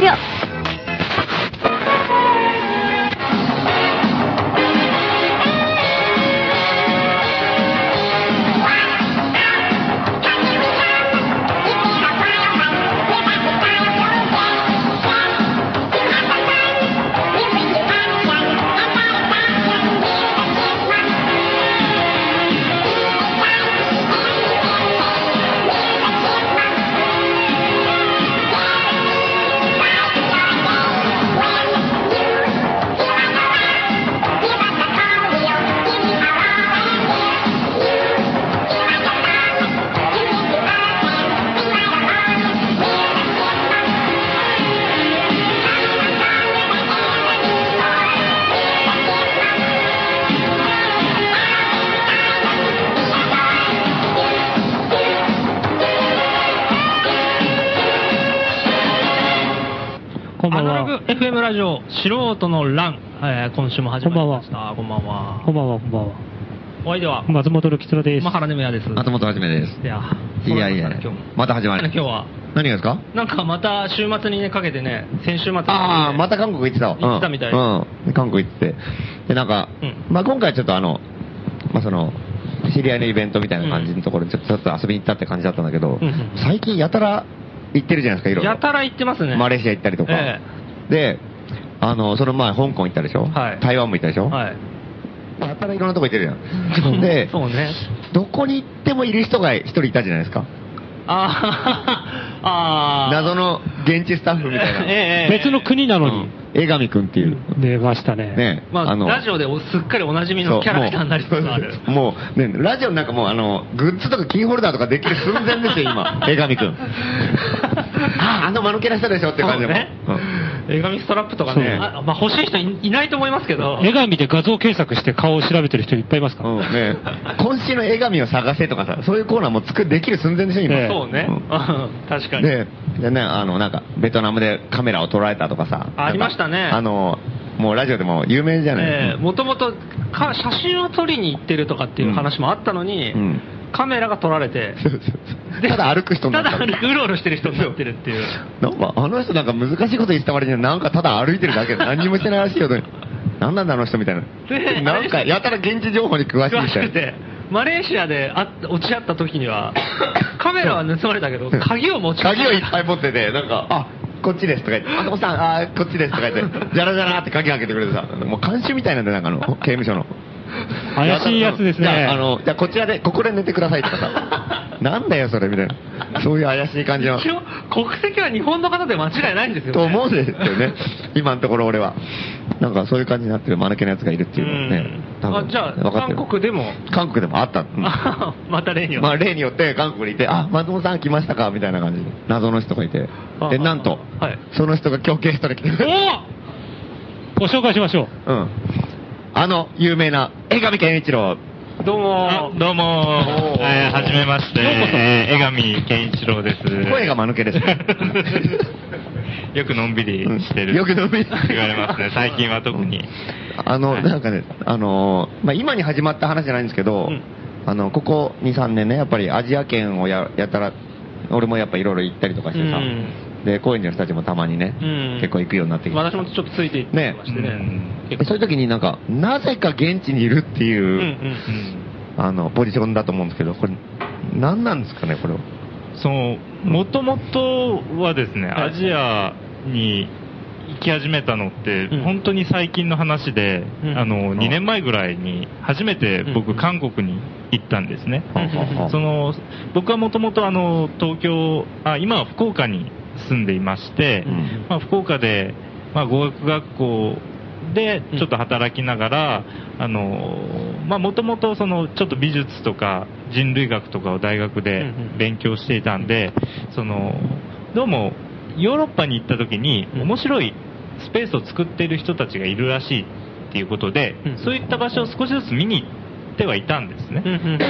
六。こんばんアナロは。グ FM ラジオ素人の欄、えー今週も始まりました。こんばんは。こんばんは、こんばんは。お相手は、松本るきつろです。マハラネムヤです。松本はじめです。いや、いやいや今日も、また始まる今日は、何がですかなんかまた週末にね、かけてね、先週末にね、ああ、また韓国行ってたわ。行ってたみたいうん。うんで韓国行って。で、なんか、うまあ今回ちょっとあの、まあその、知り合いのイベントみたいな感じのところにちょっとちょっと遊びに行ったって感じだったんだけど、うんうん最近やたら行ってるじゃないですか、いろいろ。やたら行ってますね。マレーシア行ったりとか。えで、あの、その前香港行ったでしょ、はい台湾も行ったでしょ、はい。、やたらいろんなとこ行ってるじゃん。でそうね。どこに行ってもいる人が一人いたじゃないですか。あー あー。謎の現地スタッフみたいな。 ええええ別の国なのに。江上くんっていう。出ましたね。ね、まあ、ラジオでおすっかりおなじみのキャラクターになりつつある。そうもうもうね、ラジオなんかもうあの、グッズとかキーホルダーとかできる寸前ですよ、今。 江上くん。ああの間抜けな人でしょって感じでも。ねうん。映画ミストラップとかね、そうあまあ欲しい人いいないと思いますけど、女神で画像検索して顔を調べてる人いっぱいいますから。うんね、今週の江上を探せとかさ、そういうコーナーも作できる寸前でしょ、今。ええそうね、ううんん、確かに。で、でね、あの、なんか、ベトナムでカメラを捉えたとかさ。ありましたねなんかあの、もうラジオでも有名じゃない、え もともと写真を撮りに行ってるとかっていう話もあったのに、うんカメラが撮られて、で ただ歩く人になたっただうろうろしてる人になってるっていう。 なんか、あの人なんか難しいこと言ってた割にはなんかただ歩いてるだけで何にもしてないらしいよ。何なんだあの人みたいでな。なんか、やたら現地情報に詳しい詳みしたいくな。て、マレーシアであ落ち合った時に は、カメラは盗まれたけど、鍵を持ち鍵をいっぱい。い持ってて、なんか、あ、こっちですとか言って、あそこさん、あ、こっちですとか言って、じゃらじゃらって鍵開けてくれてさ、もう監修みたいなんで、なんかあの、刑務所の。怪しいやつですねじゃあ、あの、じゃあこちらで、ここで寝てくださいとかさ、なんだよそれみたいな。そういう怪しい感じの。一応国籍は日本の方で間違いないんですよ、ね。と思うんですよ ね。今のところ俺は。なんかそういう感じになってる間抜けなやつがいるっていうのはねうん。多分あじゃあ分かってる韓国でも韓国でもあった。うん あまた例によまあって。例によって韓国にいて、あ、松本さん来ましたかみたいな感じで。謎の人がいてあ。で、なんとはい、その人が今日ゲストに来てくれる。ご紹介しましょう。うん。あの、有名な、江上健一郎。おどうもどうもおー、えーはじめまして、えー江上健一郎です。声が間抜 けです。よくのんびりしてる。よく飲み言われますね、最近は特に。あの、はいなんかね、あのーまあ、今に始まった話じゃないんですけど、んあの、ここ2、3年ね、やっぱりアジア圏をややたら、俺もやっぱいろいろ行ったりとかしてさ、うんで、高円寺の人たちもたまにね、うん結構行くようになってきて、私もちょっとついていってましてね。ねでそういう時になんか、なぜか現地にいるっていう、うんう。うんんあの、ポジションだと思うんですけど、これ、何なんですかね、これは。その、もともとはですね、アジアに行き始めたのって、うん本当に最近の話で、うんあの、ん2年前ぐらいに、初めてうん僕、韓国に行ったんですね。うんはその僕はもともとあの東京あ今は福岡に住んでいまして、うんまあ、福岡で、まあ、語学学校でうんちょっと働きながら、あのまあもともとそのちょっと美術とか人類学とかを大学うんでうん勉強していたんで、そのどうもヨーロッパに行った時にうん面白いスペースを作っている人たちがいるらしいっていうことで、うんそういった場所を少しずつ見に行ってはいたんですね。うんうんで、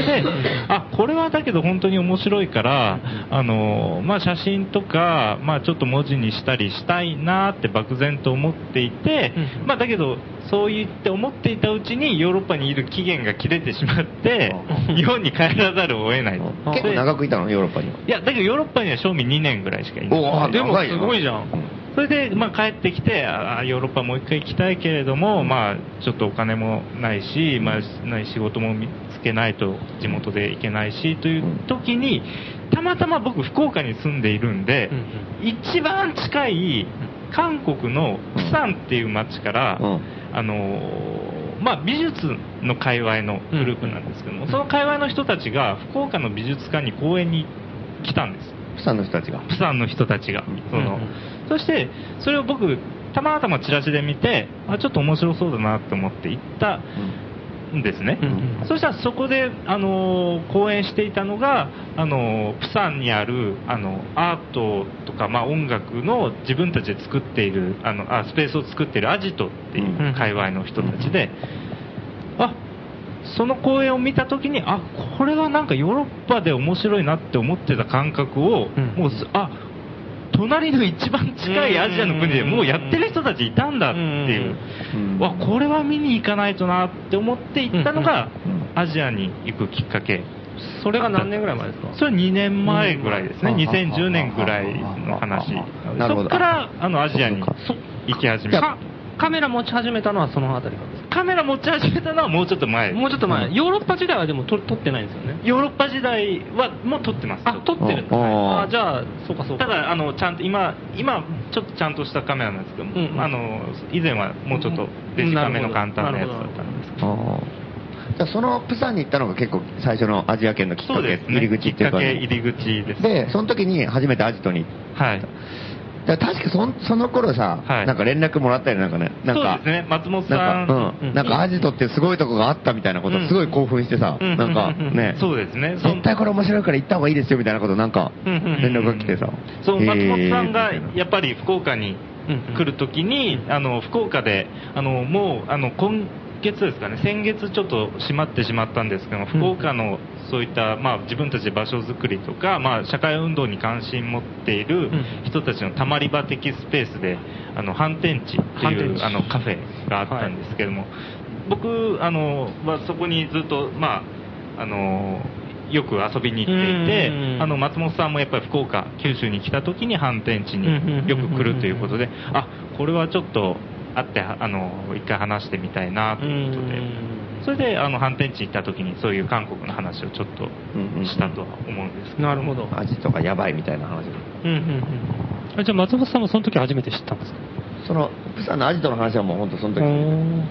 あ、これはだけど本当に面白いから、あの、まあ、写真とか、まあ、ちょっと文字にしたりしたいなって漠然と思っていてう、んまあ、だけど、そう言って思っていたうちにヨーロッパにいる期限が切れてしまってうん、日本に帰らざるを得ないと。あ結構長くいたの、ヨーロッパには。いや、だけどヨーロッパには正味2年ぐらいしかいない。おーでも長いよすごいじゃんうんそれで、まあ、帰ってきて、あーヨーロッパもう一回行きたいけれども、まあ、ちょっとお金もないし、まあ、ない仕事も見つけないと地元で行けないし、という時に、たまたま僕、福岡に住んでいるんで、一番近い韓国の釜山っていう町から、うんあのーまあ、美術の界隈のグループなんですけども、その界隈の人たちが福岡の美術館に公演に来たんです。釜山の人たちが。プサンの人たちが。そうのんそして、それを僕、たまたまチラシで見て、あ、ちょっと面白そうだなと思って行ったんですね。うんそしたらそこで、あのー講演していたのが、あのープサンにある、あの、アートとか、まあ、音楽の自分たちで作っている、あの、あスペースを作っているアジトっていう界隈の人たちで、あ、その公演を見たときに、あ、これはなんかヨーロッパで面白いなって思ってた感覚を、うんもうす、あ、隣の一番近いアジアの国でもうやってる人たちいたんだっていう。うんわこれは見に行かないとなって思って行ったのが、アジアに行くきっかけそれが何年ぐらい前ですかそれ2年前ぐらいですね、うん2010年ぐらいの話なるほどそっからあのアジアにそっか行き始めかたカメラ持ち始めたのはそのあたりなんですカメラ持ち始めたのはもうちょっと前かもうちょっと前、ヨーロッパ時代はでも撮撮ってないんですよね。ヨーロッパ時代はもう撮ってますあ、撮ってるんですあああじゃあ、そうかそうか。ただあのちゃんと今、今ちょっとちゃんとしたカメラなんですけど、んうんあの以前はもうちょっとデジカメの簡単なやつだったんですけどあーじゃあそのプサンに行ったのが結構最初のアジア圏のきっそかうけ、ですね入り口っていうか、きっかけ入り口ですで、その時に初めてアジトに行っはいた。だから確かそんその頃さ、はいなんか連絡もらったりなんかね、なんそうかです、ね松本さなんんか、うん、なんかアジトってすごいとこがあったみたいなことうん、すごい興奮してさ、うんなんかうんね、そうですねそ絶対これ面白いから行った方がいいですよみたいなこと、なんか、うんうんうん連絡が来てさ。そへのー松本さんがみたいなやっぱり福岡に来るときに、あの福岡であのもうあの今月ですかね先月ちょっと閉まってしまったんですけども福岡のそういった、まあ、自分たちで場所づくりとか、まあ、社会運動に関心持っている人たちのたまり場的スペースであの反転地って反い転う地あのカフェがあったんですけども、僕あの、はそこにずっと、まあ、あのよく遊びに行っていてうんうんうんあの松本さんもやっぱり福岡九州に来た時に反転地によく来るということであこれはちょっと会ってあの一回話してみたいなということでそれであの反転地行った時にそういう韓国の話をちょっとしたとは思うんですけど、なるほど。アジトがやばいみたいな話。うんうんうん。あじゃあ松本さんもその時初めて知ったんですかその、プサンのアジトの話はもう本当その時おで、ー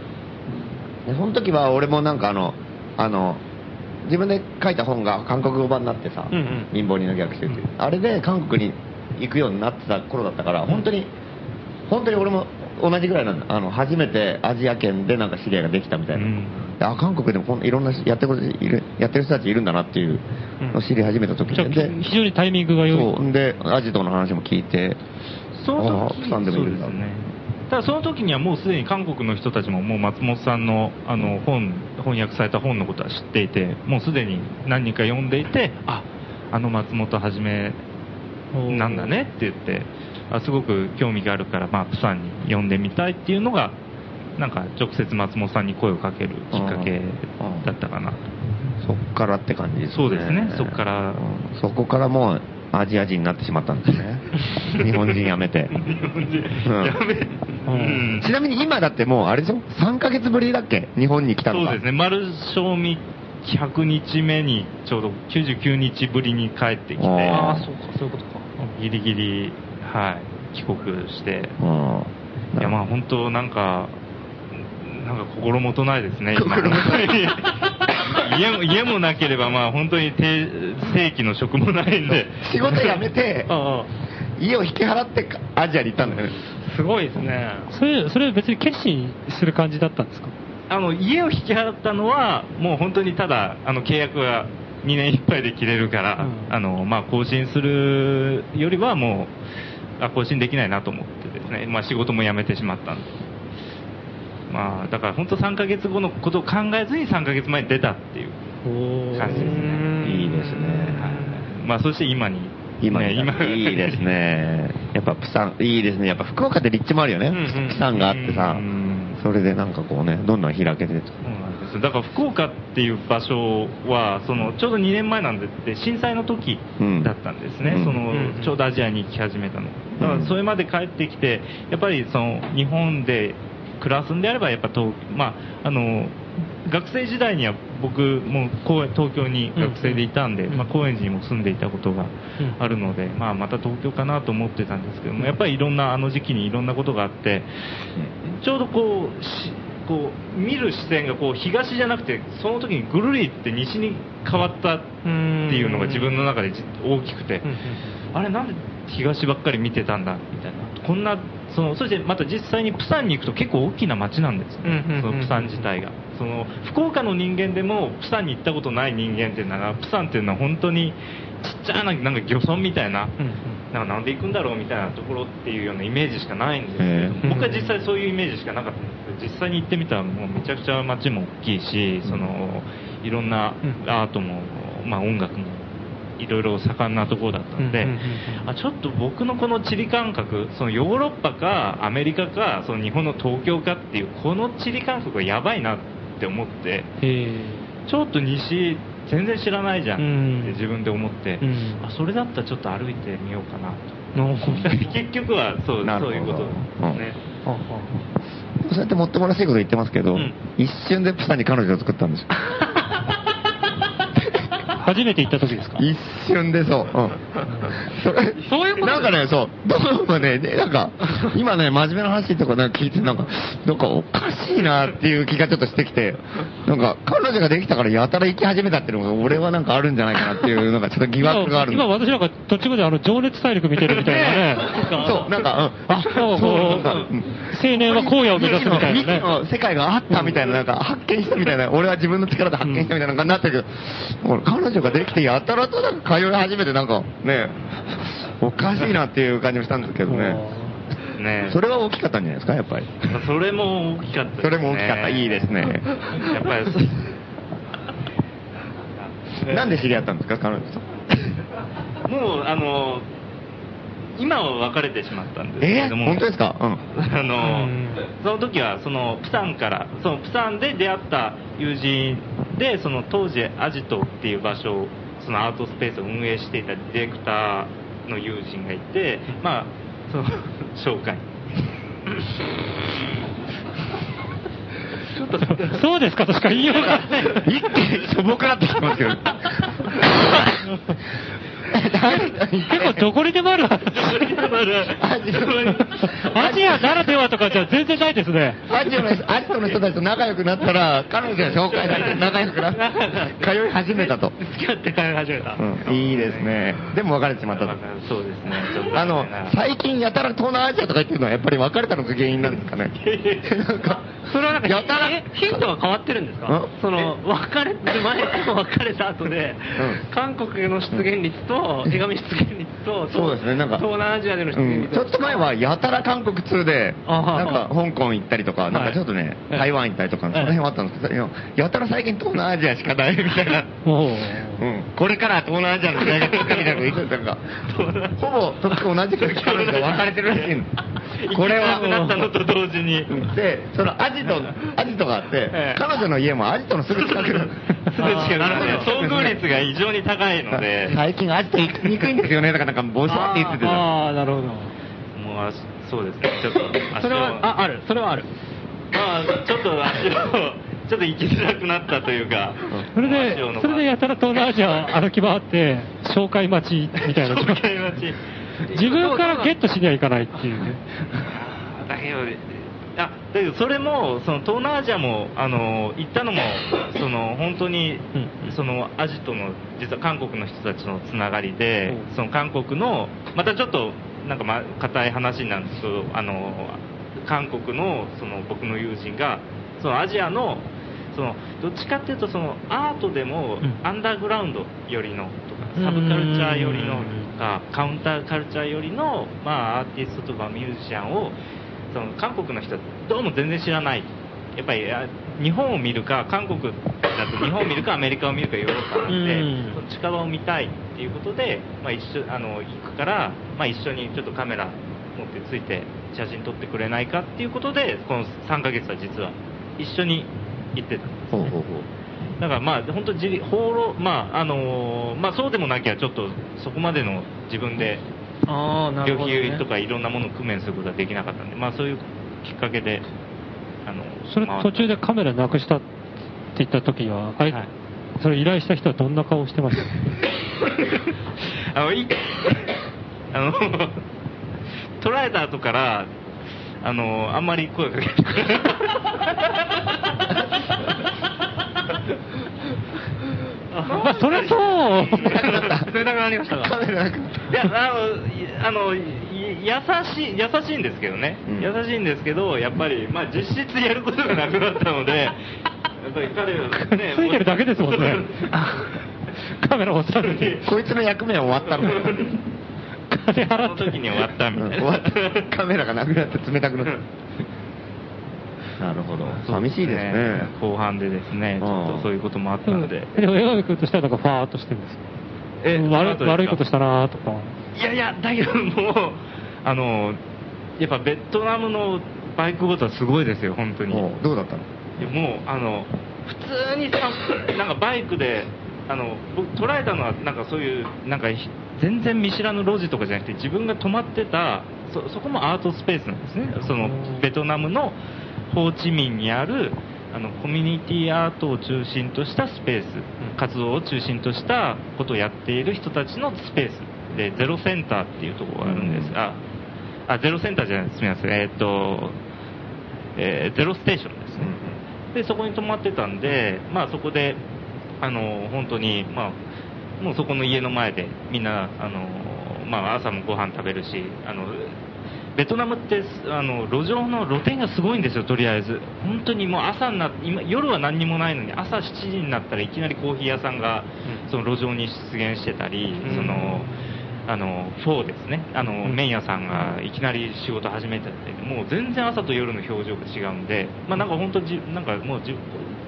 その時は俺もなんかあの、あの、自分で書いた本が韓国語版になってさ、うんうん貧乏人の逆襲っていう、あれで韓国に行くようになってた頃だったから、本当に、本当に俺も同じぐらいなんだ。あの、初めてアジア圏でなんか知り合いができたみたいな。うんであ韓国でもこんいろんな人やってることいるやってる人たちいるんだなっていうのを知り始めた時じゃあにで、非常にタイミングが良い。そうでアジトの話も聞いてそのあ時ープサンでもいるんだそうですねただその時にはもうすでに韓国の人たちももう松本さんのあの本翻訳された本のことは知っていてもうすでに何人か読んでいてああの松本はじめなんだねって言ってあすごく興味があるから、まあ、プサンに呼んでみたいっていうのがなんか直接松本さんに声をかけるきっかけだったかなそっからって感じですねそうですねそっからうんそこからもうアジア人になってしまったんです ね日本人やめてうんやべえんちなみに今だってもうあれでしょ3ヶ月ぶりだっけ日本に来たそのうがですね、丸正味100日目にちょうど99日ぶりに帰ってきて、あああ、そうか、そういうことか。ギリギリ、はい、帰国して、うんいやまあ本当なんか、なんか心もとないですね、今 家も家もなければ、まあ本当に定正規の職もないんで、仕事辞めてあ家を引き払ってアジアに行ったんだよねあ、すごいですね。それ、それは別に決心する感じだったんですかあの家を引き払ったのは、もう本当にただ、あの契約が2年いっぱいで切れるから、うんあのまあ、更新するよりはもうあ、更新できないなと思ってですね、まあ、仕事も辞めてしまったんで、まあ、だから本当、3ヶ月後のことを考えずに3ヶ月前に出たっていう感じですね。いいですねはいまあ、そして今に、今ねになる、いいです。ね。やっぱ、プサン、いいですね。やっぱ、福岡って立地もあるよね。うんうんプサンがあってさうん、それでなんかこうね、どんどん開けてとそうなんですですよだから福岡っていう場所はそのちょうど2年前なんでって震災の時うんだったんですね、うんそうんのちょうどアジアに行き始めたのだからそれまで帰ってきてやっぱりその日本で暮らすんであればやっぱ東、まあ、あの学生時代には僕も公園東京に学生でいたんで、うんまあ、高円寺にも住んでいたことがうんあるので、まあ、また東京かなと思ってたんですけどもやっぱりいろんなあの時期にいろんなことがあってちょうどこうしこう見る視線がこう東じゃなくてその時にぐるりって西に変わったっていうのが自分の中でじ大きくて、あれなんで東ばっかり見てたんだみたいなこんなそのそしてまた実際にプサンに行くと結構大きな街なんですよね、うんうんうんそのプサン自体がその福岡の人間でもプサンに行ったことない人間っていうのはプサンっていうのは本当にちっちゃななんか漁村みたいななんかなんで行くんだろうみたいなところっていうようなイメージしかないんですけへど僕は実際そういうイメージしかなかったんですけど実際に行ってみたらもうめちゃくちゃ街も大きいしそのいろんなうんアートも、まあ、音楽もいろいろ盛んなところだったんで、うんうんうんうんあちょっと僕のこの地理感覚そのヨーロッパかアメリカかその日本の東京かっていうこの地理感覚がやばいなって思って。ちょっと西全然知らないじゃうんんって自分で思って、うんあそれだったらちょっと歩いてみようかなとえ 結局はそうなるそほうどいうことですね、そうやってもっともらしいこと言ってますけど、うん一瞬でプサンに彼女を作ったんですよ。初めて行った時ですか一瞬でそう。うんそれそういうことなんかね、そう、どうもね、ねなんか、今ね、真面目な話とかなんか聞いて、なんか、なんかおかしいなっていう気がちょっとしてきて、なんか、彼女ができたからやたら行き始めたっていうのが、俺はなんかあるんじゃないかなっていう、なんかちょっと疑惑があるんで今今私なんか途中まであの情熱大陸見てるみたいなね。そう、なんか、うん、あ、そそうう、こうなんか、うん青年は荒野を目指すみたい未知なね。の世界があったみたいな、なんか発見したみたいな、俺は自分の力で発見したみたいな感じになってるけど、俺彼女ができてやたらとなんか通い始めて、なんかね、おかしいなっていう感じもしたんですけどね。ねそれは大きかったんじゃないですか、やっぱり。まあそれも大きかったですねそれも大きかった、いいですね。やっぱりそうなんで知り合ったんですか、彼女と。もうあの今は別れてしまったんですけえれーども、本当ですかうん。 あの、うんその時はそのプサンからそのプサンで出会った友人でその当時アジトっていう場所をそのアートスペースを運営していたディレクターの友人がいてまあその 紹介そうですかとしか言いようがない。一気に素朴になってきてますけど。結構どこにでもある。アジトアジアならではとかじゃ全然ないですね。アジトの人アジトの人たちと仲良くなったら、彼女が紹介されて仲良くなって、通い始めたと。付き合って通い始めた、うん、いいですね。でも別れてしまったと。そうですねちょっとあの、最近やたら東南アジアとか言ってるのはやっぱり別れたのが原因なんですかね。なんか、それはなんかやたらえ、ヒントは変わってるんですかんその別れて前と別れた後で、う韓国の出現率と、江上出現率と、そうですねなんか東南アジアでの出う現ん率、ちょっと前はやたら韓国通で、あはないんか香港行ったりとか、なんかちょっとね、はい台湾行ったりとか、その辺はあったんですけど、いややたら最近東南アジアしかないみたいな。もう。うん、これから東南アジアの時代が来るみたいなこと言ってたのが、ほぼ時と同じく期間で分かれてるらしいんですこれは行きづらくなったのと同時にで、そのアジト、アジトがあって、ええ彼女の家もアジトのすぐ近くなんですすぐ近くなので遭遇率が異常に高いので最近アジト行きにくいんですよね、だからなんか、ボソって言っててた。ああ、なるほど。もうあそうですねちょっとそれ足をは、あ、ある、それはある。まあ、ちょっと足を、ちょっと行きづらくなったというか、それで足を伸ば、それでやたら東南アジアを歩き回って、紹介待ちみ たいな。東海町自分からゲットしにはいかないっていうね。だけど、あだけどそれも、その東南アジアも、あの行ったの も、その本当にうん、そのアジトの、実は韓国の人たちのつながりでう、んその韓国の、またちょっと、なんか、ま、硬い話になるんですけど、あの韓国のその僕の友人が、そのアジアの、そのどっちかっていうとそのアートでもうんアンダーグラウンド寄りのとかサブカルチャー寄りのうんかカウンターカルチャーよりの、まあ、アーティストとかミュージシャンをその韓国の人はどうも全然知らないやっぱりあ日本を見るか韓国だと日本を見るかアメリカを見るかヨーロッパなうんんでそっち側を見たいっていうことで、まあ、一緒あの行くから、まあ、一緒にちょっとカメラ持ってついて写真撮ってくれないかっていうことでこの3ヶ月は実は一緒に行ってたんですほうほうほう。だからまあ、本当に自立放浪、まあ、あのーまあそうでもなきゃちょっとそこまでの自分でああ、なる病ほど、ね。気とかいろんなものを工面することができなかったんで、まあそういうきっかけで、あの、それ回った途中でカメラなくしたって言った時は、あれ、はいそれ依頼した人はどんな顔してましたあの、い あの、捉えた後から、あの、あんまり声かけてくれない。ま あ、それそう、それなくなりましたカかメラなくなったいや、あの、いあの、い優しい、優しいんですけどね。うん優しいんですけど、やっぱり、まあ実質やることがなくなったので、やっぱり彼はね、ついてるだけですもんねカメラ押さずに、こいつの役目は終わったの。金そ払のって、時に終わったみたいな。終わった。カメラがなくなって冷たくなった。なるほど。寂しいですね。後半でですね、ちょっとそういうこともあったので。でも、江上君としてはなんか、ファーっとしてるんですよ悪い悪いことしたなーとか、いやいや、だけどもう、あの、やっぱベトナムのバイクごとはすごいですよ、本当に。おうどうだったのいやもう、あの、普通にさ、なんかバイクで、あの、僕捉えたのは、なんかそういう、なんかひ全然見知らぬ路地とかじゃなくて、自分が止まってた、そ、そこもアートスペースなんですね。その、ベトナムのホーチミンにある、あの、コミュニティアートを中心としたスペース、活動を中心としたことをやっている人たちのスペースで、ゼロセンターっていうところがあるんですが、あ、ゼロセンターじゃないです、すみません。えーっと、えーゼロステーションですね。でそこに泊まってたんで、まあ、そこであの本当に、まあ、もうそこの家の前でみんなあの、まあ、朝もご飯食べるしあのベトナムってあの路上の露店がすごいんですよ、とりあえず本当にもう朝にな今夜は何にもないのに朝7時になったらいきなりコーヒー屋さんがその路上に出現してたり。うんそのあのフォーですねあの、ん麺屋さんがいきなり仕事始めててもう全然朝と夜の表情が違うんで、まあ、なんか本当じなんかもうじ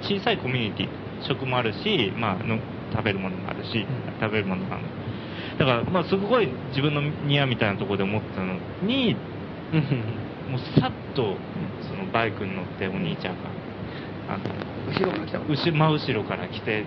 小さいコミュニティ食もあるし、まあ、の食べるものもあるし食べるものもあるだから、まあ、すごい自分のニアみたいなところで思ってたのにもうさっとそのバイクに乗ってお兄ちゃんがあの後ろから来たの後真後ろから来て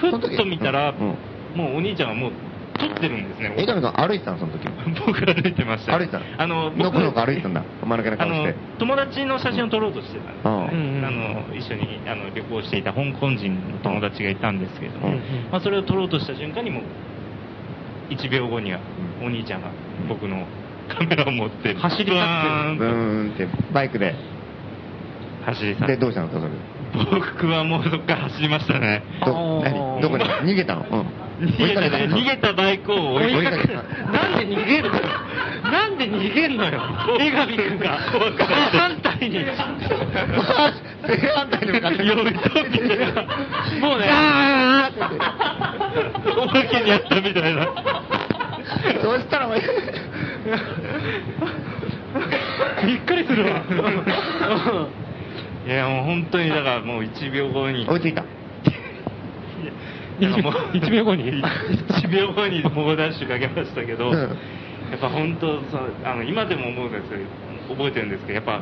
ふっと見たら、うんもうお兄ちゃんはもう撮ってるんですね江上君歩いてたのその時は。僕歩いてました歩いてたのあの僕のこのこ歩いてたんだ。真ん中のあ顔しのて。友達の写真を撮ろうとしてたんですね、うんあの一緒にあの旅行していた香港人の友達がいたんですけれども、うんまあ、それを撮ろうとした瞬間にもう1秒後にはうお兄ちゃんが僕のカメラを持って走り去ってるバーンブとーンって、バイクで。走り去っで、てどうしたのそれ。僕はもうそこから走りましたねどあー何どこに逃げたのうん。逃げたね逃げたバイクを追いか追いかけてけたなんで逃げるのよ。なんで逃げんのよ。江上くん が。反対に。正 反対に向かって寄り添ってもうね。お化けにあったみたいなそうしたらお前、びっくりする わ。いやもう本当にだからもう1秒後に追いついた。なんかもう1秒後 に、 1秒後に猛ダッシュかけましたけど、うんやっぱ本当そのあの今でも思うんですけど覚えてるんですけどやっぱ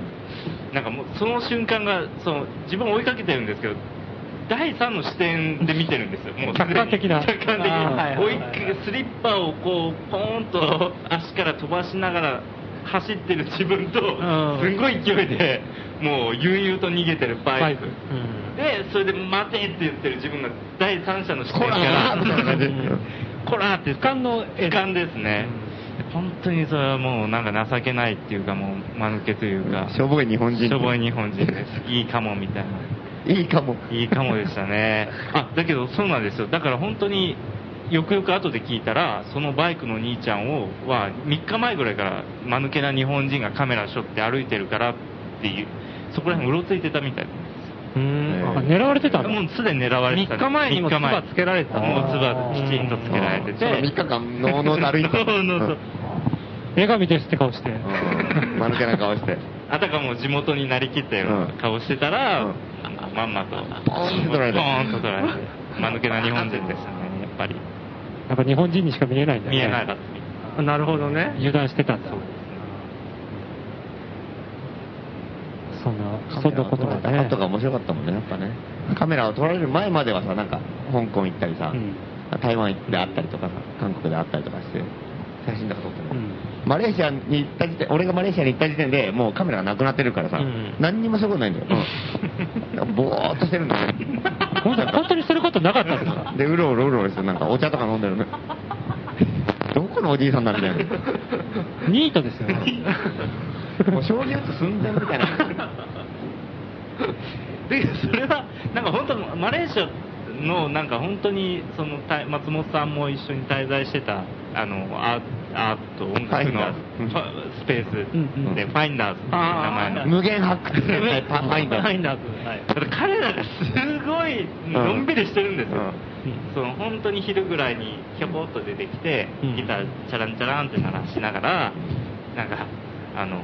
なんかもうその瞬間がその自分を追いかけてるんですけど第三の視点で見てるんですよ、もう客観的な客観的あなー追いかけスリッパをこう、ポーンと足から飛ばしながら走ってる自分と、んすごい勢いで、もう悠々と逃げてるバイク、バイで、それで待てって言ってる自分が第三者の視点こからーみたいな感じ。こらーって俯瞰の俯瞰ですね、本当にそれはもうなんか情けないっていうかもう間抜けというか、しょぼい日本人。しょぼい日本人ですいいかもみたいいいかも。ないいかもでし たねあだけどそうなんですよだから本当によくよく後で聞いたらそのバイクの兄ちゃんをは3日前ぐらいから間抜けな日本人がカメラ背負って歩いてるからっていうそこら辺うろついてたみたいですうんあ狙われてたのもうすでに狙われてた3日前にも唾つけられてたもう唾きちんとつけられてて3日間、のうのうと歩い てた。そうそうそう江上ですって顔して、うん。間抜けな顔して。あたかも地元になりきったような顔してたら、うんまんまと、ポーンと取られてポーンと取られて、間抜けな日本人でしたね、やっぱり。やっぱ日本人にしか見えないんだよ見ねえなかっなるほどね。油断してたんだ。そんな、そんなこともカメラねと。か面白かったもんね、やっぱね。カメラを撮られる前まではさ、なんか、香港行ったりさ、うん台湾であったりとかさ、韓国であったりとかして、写真とか撮っても、うんマレーシアに行った時点、俺がマレーシアに行った時点でもうカメラがなくなってるからさ、うん何にもすることないんだよ。うん、ぼーっとしてるんだよ。本当に本当にすることなかったんです かで、うろうろうろうろして、なんかお茶とか飲んでるの。どこのおじいさんなんだよ。 ニートですよ。もう将棋打つ寸前みたいな。でそれはなんか本当マレーシアのなんか本当にそのた松本さんも一緒に滞在してたあのアアート音楽のファインダーズファスペーうんうスんでファインダーズっていう名前のあー無限発 掘絶対パパインだファインダーズ。はい。ただ彼らがすごいのんびりしてるんですよ、その本当に昼ぐらいにひょこっと出てきて、うんギターチャランチャランって鳴らしながらなんかあの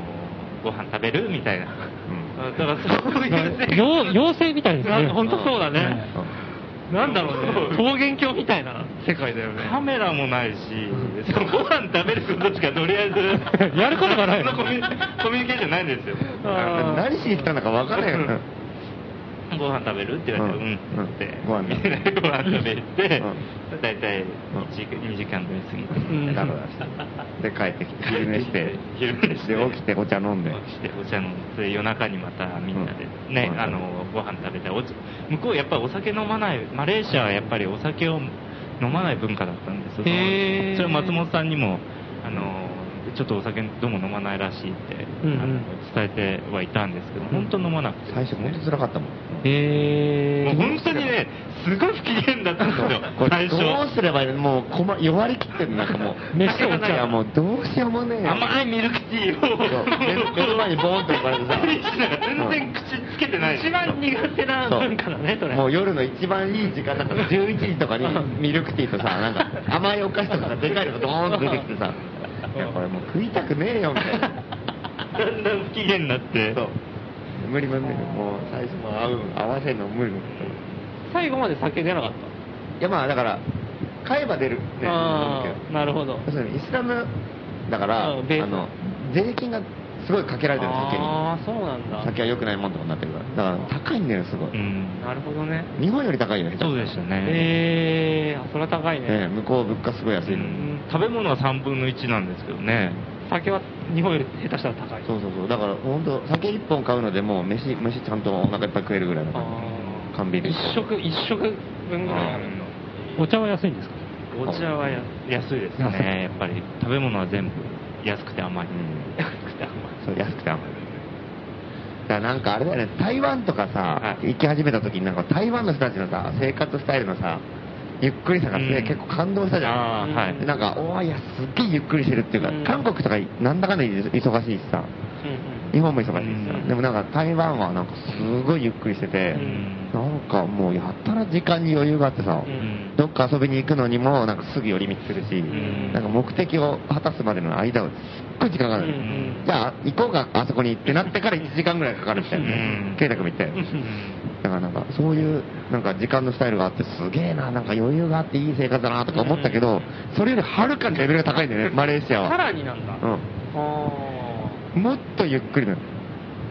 ご飯食べるみたいな、だからそういう生活妖妖精みたいですね。本当そうだね。なんだろうね。そう桃源郷みたいな世界だよね。カメラもないし、そのご飯食べることしかとりあえず、やることがないそのコミュコミュニケーションないんですよ。あ何しに来たんだか分かんないよね。ご飯食べるって言われて、ううんん、うんって、ご飯食べる ご飯食べてう、大体2時間ぐらい過ぎうて、んだからで、帰ってきて、昼寝して、昼寝してで起きてお茶飲んで。してお茶飲んで、夜中にまたみんなでうんねう、んあの、ご飯食べて、お茶向こうやっぱりお酒飲まない、マレーシアはやっぱりお酒を飲まない文化だったんですよ。そのへーそれは松本さんにも、あの、ちょっとお酒どうも飲まないらしいって、うんうんあの伝えてはいたんですけど、本当飲まなくて。最初、ほんと辛かったもん。、へもうー。本当にね、すごい不機嫌だったんですよ こ最れ、初。どうすればいいのもう困、弱りきってるなんかもう。飯とおいや、茶。もう、どうしようもねえよ。甘いミルクティーをそう目目の前にボーンと置かれ てさ全然口つけてない一番苦手なそう文化だね、それ。もう夜の一番いい時間だから11時とかにミルクティーとさなんか甘いお菓子とかがでかいのがドーンと出てきてさいやこれもう食いたくねえよみたいなだんだん不機嫌になってそう無理無理無理もう最初も合う合わせるの無理無理最後まで酒出なかっいやまあだから買えば出るねた。あ飲むけあ、なるほどど。要するにイスラムだからあうんベースの税金がすごいかけられてるの酒にああ、そうなんだ。酒は良くないもんとかになってるからだから高いんだよすごい、うんなるほどね。日本より高いよねそうでしたね、えー、あそれは高いええね。向こう物価すごい安いの、うん食べ物は3分の1なんですけどね酒は日本より下手したら高い。そうそうそうだから本当酒一本買うのでもう飯飯ちゃんとお腹いっぱい食えるぐらいのあ缶ビーール一食、一食分ぐらいあるんだ。お茶は安いんですかお茶はや、安いですねやっぱり食べ物は全部安くて甘い、うん安くて甘い。そう安くて甘いだからなんかあれだよね台湾とかさ、はい行き始めた時になんか台湾の人たちのさ生活スタイルのさゆっくりさがすげえうん結構感動したじゃん、ああはい、でなんかおーいやすっげえゆっくりしてるっていうか、うん韓国とかなんだかんだ忙しいしさうん日本も忙しいしさ、うんでもなんか台湾はなんかすごいゆっくりしてて、うんなんかもうやったら時間に余裕があってさ、ううんうん。どっか遊びに行くのにも、なんかすぐ寄り道するし、んなんか目的を果たすまでの間をすっごい時間がかかる。うんうんじゃあ、行こうか、あそこにってなってから1時間ぐらいかかるみたいなうん。圭太君も言ったよ。だからなんか、そういう、なんか時間のスタイルがあって、すげえな、なんか余裕があっていい生活だなとか思ったけど、それよりはるかにレベルが高いんだよね、マレーシアさは。らになんだ。うあん。もっとゆっくりなの。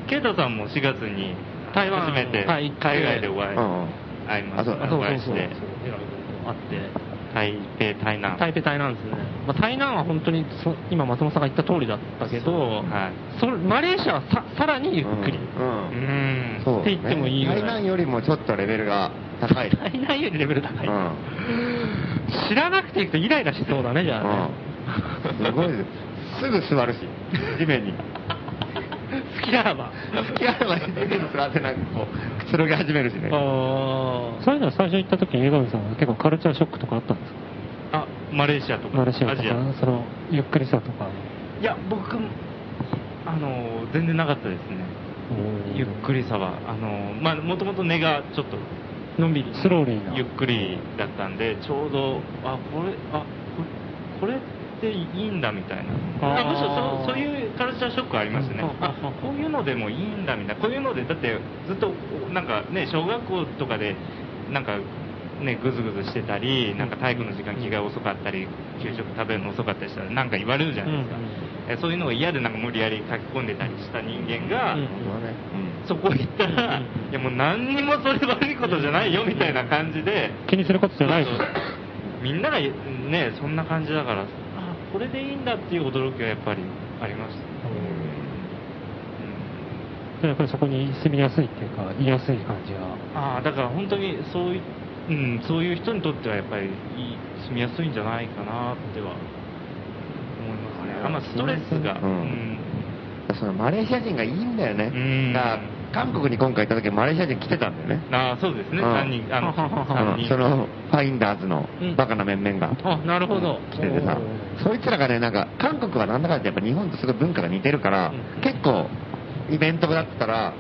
ケイタさんも4月に台湾初めてはい海外でお会い、うんうん。会いまあしそうたあ、そうおそ会ういしそう。てあって、台北台南台北台南ですね。まあ、台南は本当にそ、今松本さんが言った通りだったけど、はいそれマレーシアはささらにゆっくり。うん。うんうんそう、ね。って言ってもいいぐらい台南よりもちょっとレベルが高い。台南よりレベル高い。うん。知らなくていくとイライラしそうだね、じゃあね。 うんすごいです。すぐ座るし、地面に。好きならば。付き合えば地面に座ってなんかこう、くつろぎ始めるしね。あーそういうのは最初行った時に江上さんは結構カルチャーショックとかあったんですかあマレーシアとかマレーシアとジアか、その、ゆっくりさとか。いや僕もあの全然なかったですねゆっくりさはあのまあもともと根がちょっとのんびり。スローリーな。ゆっくりだったんでちょうどあこれあここれっていいんだみたいなあーあむしろそそういうカルチャーショックありましたねうんあこういうのでもいいんだみたいなこういうのでだってずっとなんかね小学校とかでなんかね、ぐずぐずしてたり、なんか体育の時間着替え遅かったり、給食食べるの遅かったりしたら、なんか言われるじゃないですか。うんうんえそういうのが嫌でなんか無理やり書き込んでたりした人間が、うんうんそうだねそこ行ったら、うんいやもう何にもそれ悪いことじゃないよみたいな感じで、気にすることじゃないです。みんながね、そんな感じだから、あこれでいいんだっていう驚きはやっぱりありました。やっぱりそこに住みやすいっていうか、言いやすい感じは。ああだから本当にそうい、うん、そういう人にとってはやっぱりいい住みやすいんじゃないかなっては思いますね。あんまストレスが、うんそのマレーシア人がいいんだよね。うんだから韓国に今回行った時マレーシア人来てたんだよね。うんああそうですうね、ん三人、あ の、あ三の人そのファインダーズのうんバカな面々があ、なるほど。来ててさ、そいつらがね、なんか、韓国はなんだかんだやっぱ日本とすごい文化が似てるから、うん結構、イベントだったら、う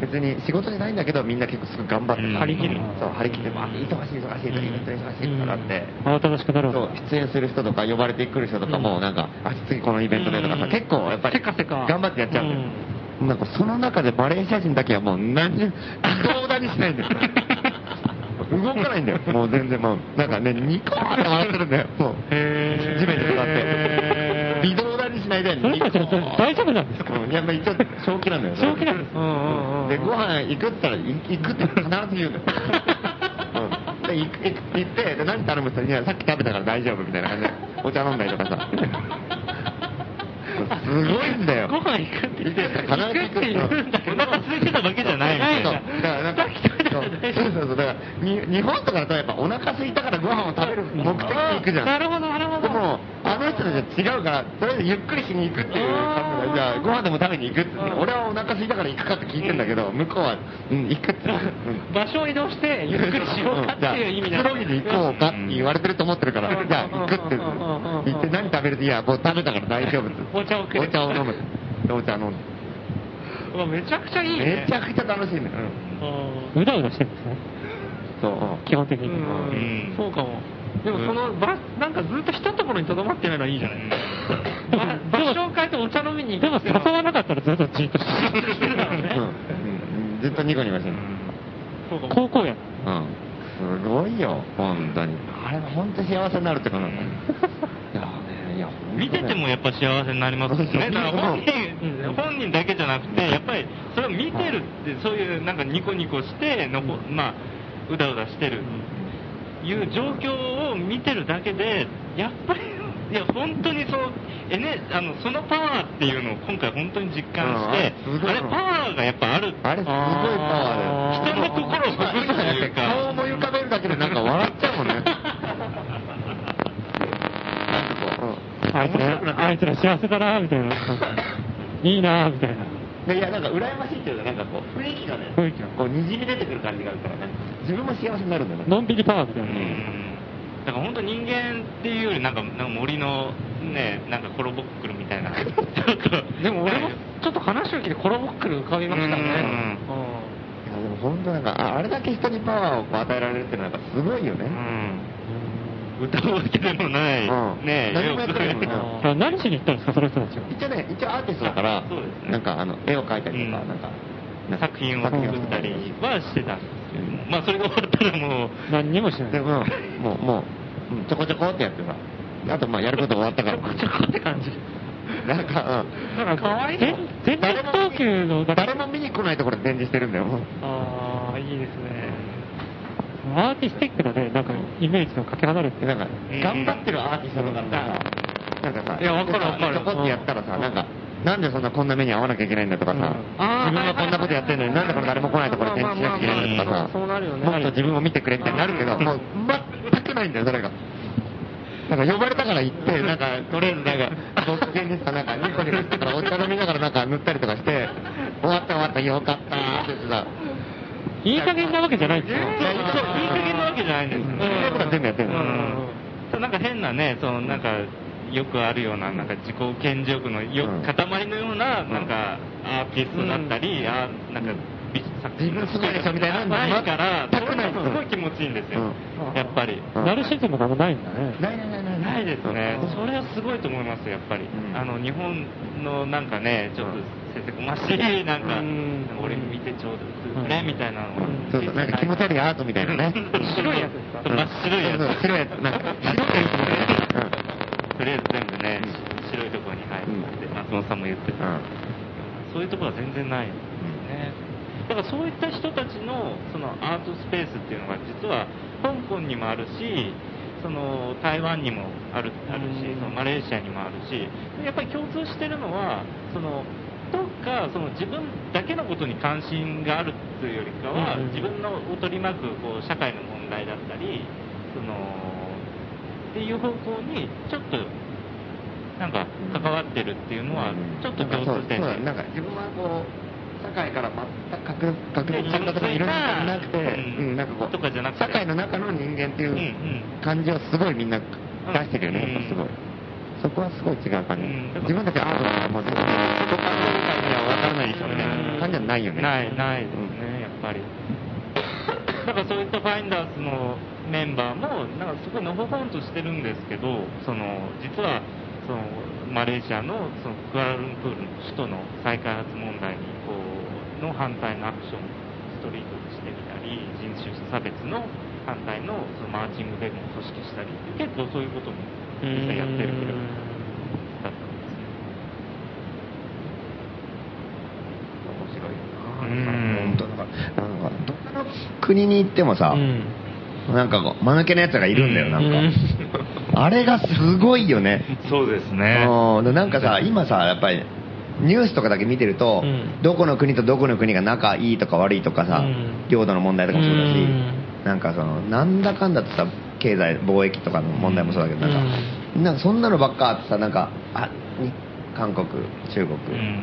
別に仕事じゃないんだけど、みんな結構すぐ頑張って、うん張り切るそう、張り切って、まあ、忙しい忙しいとか、イベント忙しいとかだって、慌ただしくなるそわう、出演する人とか、呼ばれてくる人とかも、なんか、あ、次このイベントでとかさ、うん結構やっぱり、せかせか頑張ってやっちゃうんだよ。なんかその中でマレーシア人だけはもう何に、どうだにしないんだよ。動かないんだよ。もう全然もう、なんかね、ニコーって笑ってるんだよ。もう、へー地面に座って。微動だにしないで、その人たちは大丈夫なんですかうん、いや、まあ一応、正気なんだよ。正気なんですうんうんうん。で、ご飯行くって言ったら、い行くって必ず 言うんだよ。うんで、行く行く行って、で、何頼むって言ったら、いや、さっき食べたから大丈夫みたいな感じで、お茶飲んだりとかさ。すごいんだよ。ご飯行くって言って、必ず行行くくっってて言言ううんんだだけけどど、お腹空いてたわけじゃないみたいそうな。だからなんか、そうそうそうそう、だから、に日本とかだとやっぱお腹空いたからご飯を食べる目的で行くじゃん。なるほど、なるほでど。も、あの人たちは違うから、とりあえずゆっくりしに行くっていう感じだじゃあ、ご飯でも食べに行くって、うん俺はお腹空いたから行くかって聞いてんだけど、向こうは、うん、行くって。うん場所を移動して、ゆっくりしようかっていう意味じゃなあくつろぎで行こうかって言われてると思ってるから、うんじゃあ行くってうん言って、何食べるって、いや、もう食べたから大丈夫って。お茶をくれお茶を飲む。でお茶飲んで。うわめちゃくちゃいいね。めちゃくちゃ楽しいね。うんうんうだうだしてるんですね。そう。基本的うに。んうんそうかも。でもその場、なんかずっと一ところにとどまってないのはいいじゃない。ば場所を変えてお茶飲みに行くでもってい誘うのはわなかったらずっとじーっとしてる。してるだろううねんうんずっとニコニコしてる。そうかも高校や。うん。すごいよ、本当に。あれは本当幸せになるってことなんだ。いやね、いや、見ててもやっぱ幸せになりますよね。だから本人、本人だけじゃなくて、やっぱりそれを見てるって、そういうなんかニコニコして、のこまあ、うだうだしてる、いう状況を見てるだけで、やっぱり、いや、本当にそう、えね、あの、そのパワーっていうのを今回本当に実感してうんあれす、ごいあれパワーがやっぱある。あれすごいパワーだよ。人の心を今くぐるとだいってう顔をか、思い浮かべるだけでなんか笑っちゃうもんね。なんかこう、うんあいつら、あいつら幸せだなみたいな。いいなみたいな。でいや、なんか羨ましいっていうか、なんかこう、雰囲気がね、雰囲気がこう、にじみ出てくる感じがあるからね。自分も幸せになるんだよね。のんびりパワーみたいな。だから本当人間っていうよりなんかなんか森のねなんかコロボックルみた いなちょっとでも俺もちょっと話を聞いてコロボックル浮かびましたね。いうやでも本当なんか、ああれだけ人にパワーをこう与えられるってのはやっぱすごいよね。うん歌うわけでもない、うんねえ何もやってないもんねよだから何しに行ったんですか、その人たちは。一応ね、一応アーティストだから、そうですねなんかあの、絵を描いたりとか、うんなんか、く作品を作ったりはしてたんですけどもまあそれが終わったらもう何にもしなでい。も、もう、もう、うんちょこちょこってやってさ、あとまあやること終わったから。ちょこちょこって感じ。なんか、なんか可愛い全全誰力も投球うの、んだから誰も見に来ないところで展示してるんだよ。ああ、いいですね。アーティスティックなね、なんかイメージのかけ離れてで、なんか、頑張ってるアーティストとかさ、なんかさ、いやわかるわかるちょこってやったらさ、なんか、なんでそんなこんな目に遭わなきゃいけないんだとかさ、あー自分はこんなことやってるのになんでこれ誰も来ないところで展示しなきゃいけないんだとかさ、そうなるよね。もっと自分を見てくれみたいになるけど、もう全くないんだよ、それが。なんか呼ばれたから行って、なんか、とりあえずなんか、ご機嫌ですか、なんか、ニコニコしてたから、お茶飲みながらなんか塗ったりとかして、終わった終わった、よかったーって言ってさ、いい加減なわけじゃないんですよ。いやいい加減なわけじゃないんですよ、うんそういうことは全部やってるうのんそうなんか変なね、そのなんかよくあるような、なんか自己顕示欲のよ、うん塊のような、なんかアーティストだったり、あなんか美作自分すごいでしょみたいなのないから、全くないそれがすごい気持ちいいんですよ、うんやっぱり。うんナルシズムがあんまないんだね。ないないないないないですねうん、それはすごいと思います、やっぱり、うんあの日本のなんかね、ちょっとせせこま しい、なんか、うん俺見てちょうどうんね、みたいなのがそうそう、なんか気持ち悪いアートみたいなね。白いやつですか真っ白いやつそうそう白いやつ。なんか、白いやつね。とりあえず全部ね、白いところに入って、松本さんも言ってうん。うた、んそういうところは全然ないですね。だからそういった人たちのそのアートスペースっていうのが実は香港にもあるし、その台湾にもあるあるし、うんそのマレーシアにもあるし、やっぱり共通してるのはそのどっかその自分だけのことに関心があるというよりかは、うん自分のを取り巻くこう社会の問題だったり、そのっていう方向にちょっとなんか関わってるっていうのはちょっと共通点そうがだねなんか自分はこう、社会から全く隔離されたとかいろいろなくて、ううんん、なんかことかじゃなう、くて社会の中の人間っていうんうううん感じをすごいみんな出してるよね、うんやっぱすごい。そこはすごい違う感じうん。自分たちはアートだからもう全然、そこからどうかには分からないでしょみたいな感じはないよね。ない、ないですね、やっぱり。だからそういったファインダーズのメンバーも、なんかすごいのほほんとしてるんですけど、その、実は、その、マレーシアの、その、クアラルンプールの首都の再開発問題に、こう、の反対のアクション、ストリートにしてみたり、人種差別の反対の、その、マーチングデモを組織したりって、結構そういうことも、実際やってるグループだったんですね。本面白いよな当なんか、なんか、どこの国に行ってもさ、なんかこう、間抜けな奴らがいるんだよ、なんか。あれがすごいよね。そうですうんでなんかさ、今さ、やっぱり、ニュースとかだけ見てると、うんどこの国とどこの国が仲いいとか悪いとかさ、うん領土の問題とかもそうだし、うんなんかその、なんだかんだってさ、経済、貿易とかの問題もそうだけど、なんか、なんかそんなのばっかあってさ、なんか、あ、に韓国、中国、ん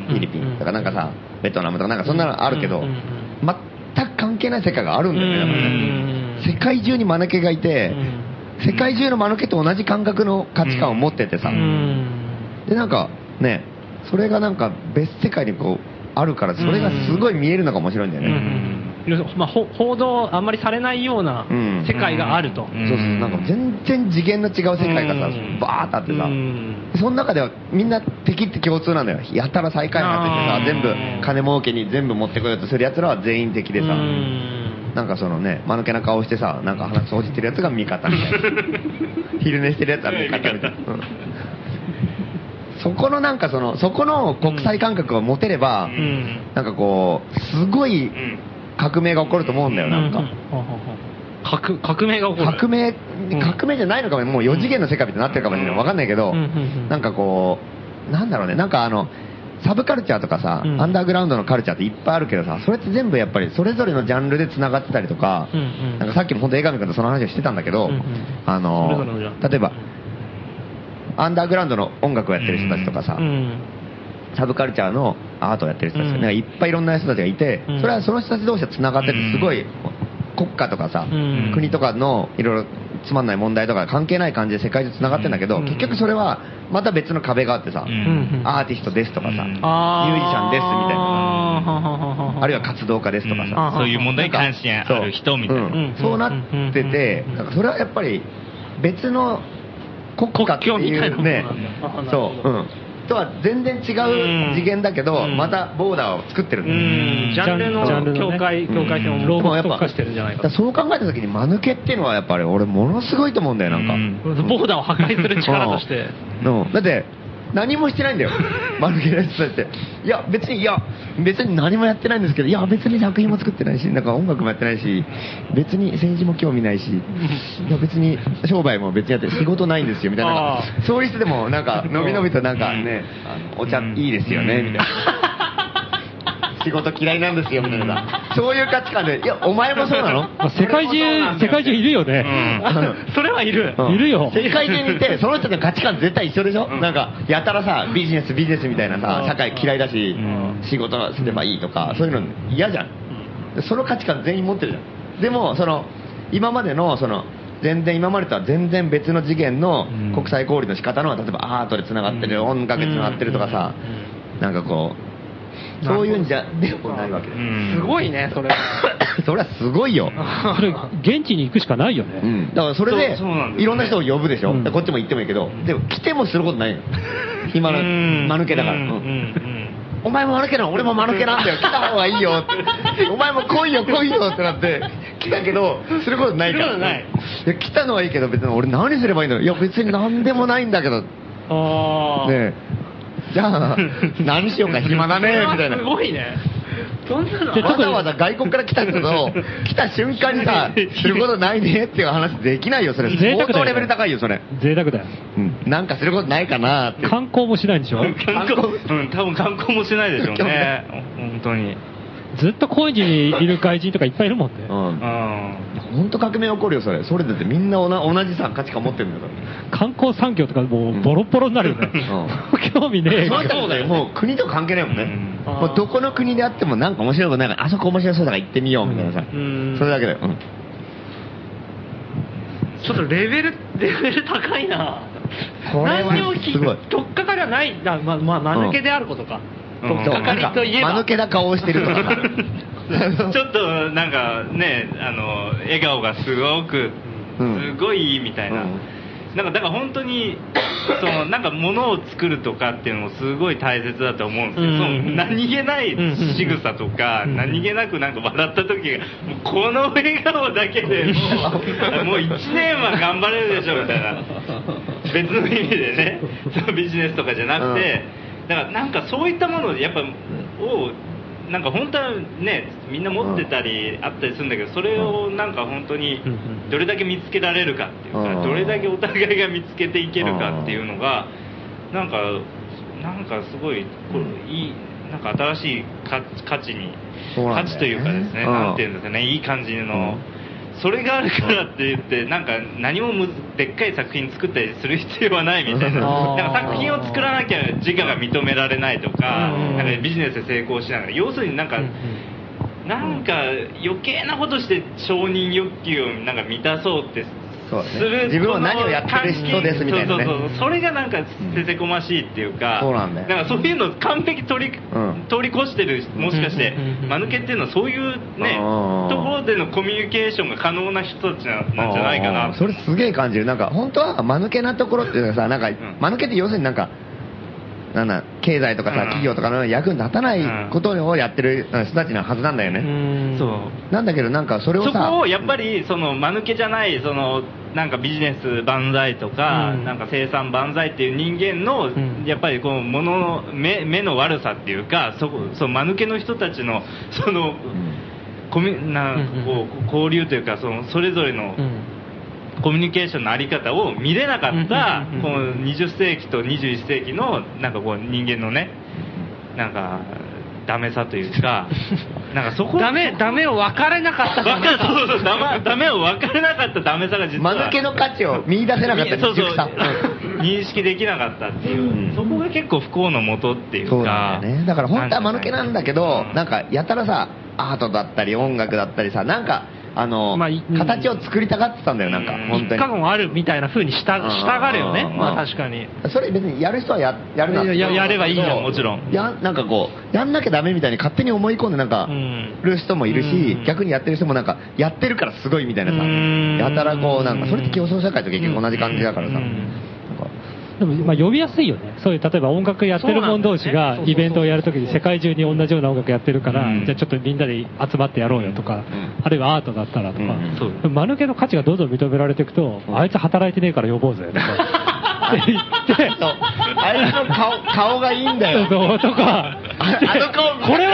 フィリピンとか、うんなんかさ、ベトナムとか、なんかそんなのあるけど、うんうん全く関係ない世界があるんだよね、だからねうん世界中に間抜けがいて、世界中の間抜けと同じ感覚の価値観を持っててさ、うんで、なんかね、それがなんか別世界にこう、あるから、それがすごい見えるのが面白いんだようね。ん要するにまあ、ほ報道あんまりされないようなうん世界があると、うんそうそう、なんか全然次元の違う世界がさうん、バーってあってさ、うんその中ではみんな敵って共通なんだよ。やたら最下位になっててさ、あー全部金儲けに全部持ってこようとする奴らは全員敵でさ、うんなんかそのね、間抜けな顔してさ、なんか鼻くそ落ちてる奴が味方みたいな。 昼寝してる奴は味方みたいな。うんそこのなんかその、そこの国際感覚を持てれば、うんなんかこう、すごい革命が起こると思うんだよ、なんうかん。ほうほうほう革革命が起こる革命ん、革命じゃないのかも、もう4次元の世界みたいになってるかもしれない。わかんないけどうんうんうん、なんかこう、なんだろうね、なんかあの、サブカルチャーとかさ、うんアンダーグラウンドのカルチャーっていっぱいあるけどさ、それって全部やっぱりそれぞれのジャンルで繋がってたりとかうんうん、なんかさっきも本当江上君とその話をしてたんだけうどんうん、そあれのぞれのジャン、ル例えば、アンダーグラウンドの音楽をやってる人たちとかさう、んサブカルチャーのアートをやってる人たち、うんなんかいっぱいいろんな人たちがいて、うんそれはその人たち同士が繋がってうて、んすごい国家とかさ、うん国とかのいろいろつまんない問題とか関係ない感じで世界中繋がってるんだけど、うん結局それはまた別の壁があってさ、ううんんアーティストですとかさ、うんミュージシあーャンですみたいな、あーはははははあるいは活動家ですとかうんさ、そういう問題に関心ある人みたいな。うんうんそうなっててうん、なんかそれはやっぱり別の国家って国境みたいいなもうのねなんだ、そう、うあなるほどん。とは全然違う次元だけど、うんまたボーダーを作ってるんだよねうんジャンルのジャ境ンル界、境界線をローマ特化してるんじゃないかだとらそう考えた時に間抜けっていうのはやっぱり俺ものすごいと思うんだよなんか、うんボーダーを破壊する力としてうんうんだって何もしてない んだよ間抜けなやつだっていや別にいや別に何もやってないんですけどいや別に作品も作ってないしなんか音楽もやってないし別に政治も興味ないしいや別に商売も別にやって仕事ないんですよみたいななんあかそういう人でもなんかのびのびとなんかねあのお茶うんいいですよねみたいな仕事嫌いなんですよみたいなそういう価値観でいやお前もそうなのまあ世界中世界中いるよね、それはいる、いるよ世界中にい て、その人の価値観絶対一緒でしょ、なんか、やたらさ、ビジネス、ビジネスみたいなさ、社会嫌いだし、ん仕事はすればいいとか、そういうの嫌じゃん。でその価値観全員持ってるじゃん。でも、その、今までの、その、全然今までとは全然別の次元のうん国際交流の仕方の、例えばアートで繋がってる、音楽で繋がってるとかさ、なんかこう、そういうんじゃでもないわけですう。んすごいね、それ。 それはすごい よ。それ、現地に行くしかないようね。ん、だからそれでそうそうなんですよねいろんな人を呼ぶでしょ、うんでこっちも行ってもいいけど、でも来てもすることないよ、暇な、うん間抜けだから、うんうんお前も間抜けなの、俺も間抜けなんだよ、来た方がいいよって、お前も来いよ、来いよってなって、来たけど、することないから、することないや来たのはいいけど、別に俺、何すればいいんだろう、いや、別に何でもないんだけど、ねああ。えじゃあ、何しようか、暇 だねみたいなす。ごいね。そんなのでわ特ざにわざ外国から来た人と、来た瞬間にさ、することないねっていう話できないよ、それ。贅沢だよ相当レベル高いよ、それ。贅沢だよ。うんなんかすることないかなって。観光もしないんでしょ観光、うん、多分観光もしないでしょうね、本当に。ずっと高円寺にいる外人とかいっぱいいるもんね。うん。うん本当革命起こるよ、それ。それだってみんなおな同じさ、価値観持ってるんだか観光産業とかもうボロボロになるよね。興味ねえら。よその人だよ、もう国と関係ないもんね。うんもうどこの国であってもなんか面白いことないから、あそこ面白そうだから行ってみようみたいなさ。うんそれだけだよ。うんちょっとレベル、レベル高いな。これは何にも聞すごいとっかかりはない。だまあ、まあ、間抜けであることか。うんとっかかりといえば。間抜けな顔をしてるとかさ ちょっとなんかね、あの笑顔がすごく、うんすごいいいみたいな、うんなんかだから本当に、そのなんか物を作るとかっていうのもすごい大切だと思うんですけど、うんその何気ないうん仕草とか、何気なくなんか笑った時が、もうこの笑顔だけでもう、もう1年は頑張れるでしょみたいな、別の意味でね、そのビジネスとかじゃなくて、だからなんかそういったものをやっぱ、をなんか本当はねみんな持ってたりあったりするんだけどそれをなんか本当にどれだけ見つけられるかっていううかんどれだけお互いが見つけていけるかっていうのがなんかなんかすごいこういいなんか新しい価価値にそうなんだよね価値というかですねうんなんていうんですかねいい感じうのん。それがあるからって言ってなんか何もむずでっかい作品作ったりする必要はないみたいなあーなんか作品を作らなきゃ自我が認められないとかうんなんかビジネスで成功しながら要するになんか、なんか余計なことして承認欲求をなんか満たそうってそうだねする自分は何をやってる人ですみたいなねそうそうそうそれがなんかせせこましいっていうか、そうなんだよからそういうの完璧取り,、うん通り越してるもしかしてうんうんうんうん間抜けっていうのはそういうねあーところでのコミュニケーションが可能な人たちななんじゃないかあなーそれすげえ感じるなんか本当は間抜けなところっていうのはさなんか、ん間抜けって要するになんかなんだ経済とかさ、うん企業とかの役に立たないことをやってる人たちのはずなんだようね、ん。そうなんだけどなんかそれをそさこをやっぱりその間抜けじゃないそのなんかビジネス万歳とか、うんなんか生産万歳っていう人間の、んやっぱりこのものの目目の悪さっていうかそこその間抜けの人たちのその、コミュなうんこう交流というかそのそれぞれのうんコミュニケーションのあり方を見れなかったうんうんうんうんこの20世紀と21世紀のなんかこう人間のねなんかダメさという かなんかそこダメ、ダメを分かれなかった分かるそうそうダメダメを分からなかったダメさが実は間抜けの価値を見出せなかったそうそう塾さん認識できなかったっていうう、んそこが結構不幸のもとっていうかそうなんだよねだから本当は間抜けなんだけどうなんかやたらさアートだったり音楽だったりさなんかあの、まあい形を作りたがってたんだよなんかうん本当一に過言あるみたいな風にした、したがるよね。うんまあ確かに。それ別にやる人はややるなっていややればいいじゃんもちろんやなんかこうやんなきゃダメみたいに勝手に思い込んでなんか、うん。る人もいるし、うん逆にやってる人もなんかやってるからすごいみたいなさうんやたらこうなんかそれって競争社会と結局同じ感じだからさ、うんなんかでも、まあ、呼びやすいよね。そういう、例えば音楽やってる者同士そうなんだよがねイベントをやるときに世界中に同じような音楽やってるから、うんじゃあちょっとみんなで集まってやろうよとか、あるいはアートだったらとか、うんそうでも間抜けの価値がどんどん認められていくと、あいつ働いてねえから呼ぼうぜとか、って言って、そうあいつの顔顔がいいんだそうよそうとか、ああの顔見たいこれは、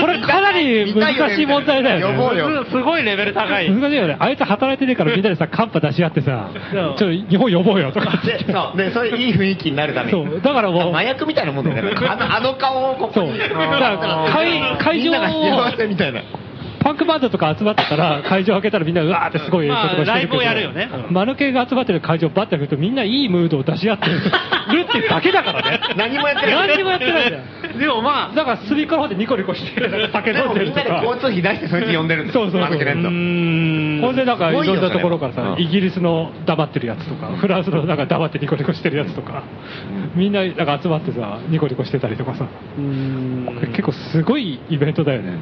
これかなり難しい問題だよ呼ぼうね。よすすごいレベル高い。難しいよね。あいつ働いてねえからみんなでさ、カンパ出し合ってさそう、ちょっと日本呼ぼうよとか。でそうでそれいい雰囲気になるためにそう、だから もう麻、薬みたいなもんだよねあのあの顔をここそう。にだから会会みん場ながを幸、せみたいなパンクバンドとか集まってたら、会場開けたらみんなうわーってすごい演奏とかしてるけど、まあライブをやるよねうんマヌケが集まってる会場バッて開くとみんないいムードを出し合 ってるっていうだけだからね。何もやってない何にもやってないんだよ。でもまあ、だから隅っこの方でニコニコして酒で飲んもでみるんとなでか。交通費出してそいつ呼んでるんだよそうそうそうマヌケのやつをほんでなんかいろんなところからすごいよさ、それイギリスの黙ってるやつとか、フランスのなんか黙ってニコニコしてるやつとか、みんななんか集まってさ、ニコニコしてたりとかさ、結構すごいイベントだよね。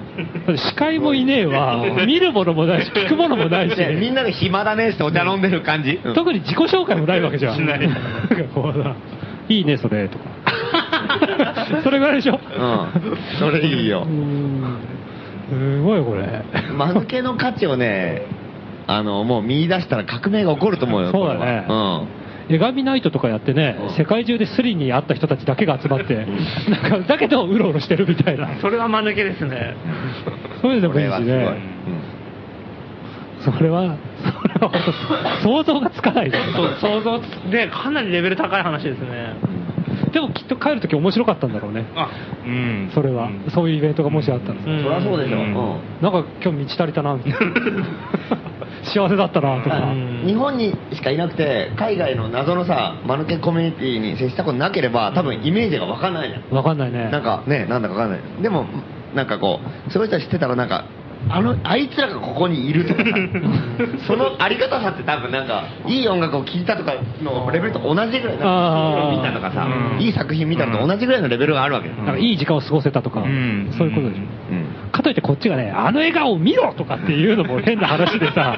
だって司会もいねえ わ、見るものもないし、聞くものもないし、みんなで暇だねってお茶飲んでる感じ。特に自己紹介もないわけじゃん。しないんかこうさいいね、それ、とか。それぐらいでしょうん。それいいよう。んすごいこれ。間付けの価値をね、あの、もう見出したら革命が起こると思うよ。そうだねこれはエガミナイトとかやってね、世界中でスリに会った人たちだけが集まって、なんか、だけどうろうろしてるみたいな。それは間抜けですね。そういううん。のでもこいれいはしすごい。うね。それは、それは本当想像がつかないねそう想像つね、かなりレベル高い話ですね。でもきっと帰るとき面白かったんだろうね。あ、うん。それは。そういうイベントがもしあったんですうんん。そりゃそうでしょ。ううんん。なんか今日満ち足りた な、みたいな幸せだったな、とか。ん日本にしかいなくて海外の謎のさ間抜けコミュニティに接したことなければ多分イメージがわかんないじゃんわかんないね。なんかね、なんだかわかんない。でも、なんかこう、そういう人は知ってたら、なんか、あの、あいつらがここにいるとかさ、 そのありがたさって多分なんか、いい音楽を聴いたとかのレベルと同じぐらい、なんあかーいいものを見たとかさう、んいい作品見たのと同じぐらいのレベルがあるわけだ。なんかいい時間を過ごせたとか、うんそういうことでしょ。うん。かといってこっちがね、あの笑顔を見ろとかっていうのも変な話でさ、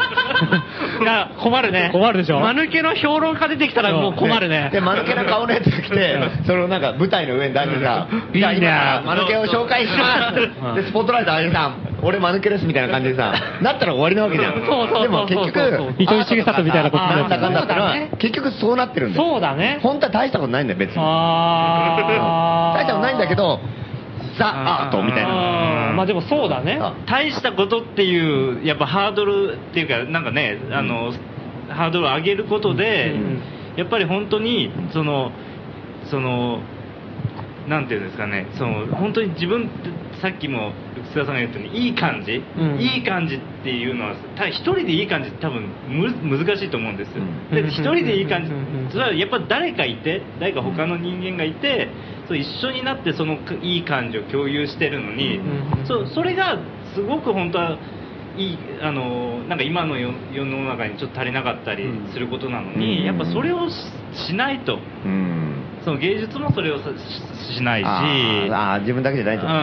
いや、困るね。困るでしょ間抜けの評論家出てきたらもう困るねで、。間抜けな顔のやつが来て、そのなんか舞台の上に出してさ、じゃあ今から間抜けを紹介しますで、スポットライトあげてさ、俺間抜けですみたいな感じでさ、なったら終わりなわけじゃん。そうそうそうそうでも結局、糸井重里みたいなことにななっんちゃだうかんだってのは、結局そうなってるんだよ。そうだね。本当は大したことないんだよ、別に。あー大したことないんだけど、ザ・アートみたいな。あーまあでもそうだね。あ大したことっていう、やっぱハードルっていうか、なんかね、あの、ハードルを上げることで、うんやっぱり本当に、その、その、なんていうんですかね、その、本当に自分って、さっきも、楠田さんが言ったように、いい感じ、うんいい感じっていうのは、た一人でいい感じって多分む難しいと思うんですよ。うんで一人でいい感じうん、それはやっぱ誰かいて、誰か他の人間がいて、そう一緒になってそのいい感じを共有してるのに、うんそうそれがすごく本当はいいあのなんか今の世世の中にちょっと足りなかったりすることなのに、うんやっぱそれをししないとうん。その芸術もそれをさししないしあーあー、自分だけじゃないうんと思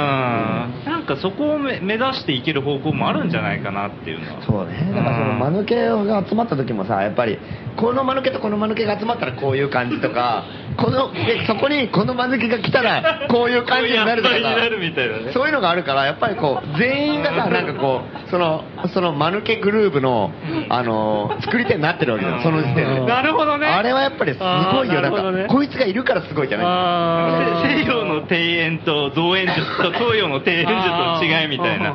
なんかそこをめ目指していける方向もあるんじゃないかなっていうのはう。そうね。だからその、間抜けが集まった時もさ、やっぱり、この間抜けとこの間抜けが集まったらこういう感じとか、この、でそこにこの間抜けが来たら、こういう感じになるとかこういうやっぱりになるさ。みたいなねそういうのがあるから、やっぱりこう、全員がさ、なんかこう、その、その、間抜けグループの、あのー作り手になってるわけだよ、その時点で。なるほどね。あれはやっぱりすごいよ、あーななるほどんねか、こいつがいるからすごいじゃないあー西洋の庭園と造園術と東洋の庭園術の違いみたいなあ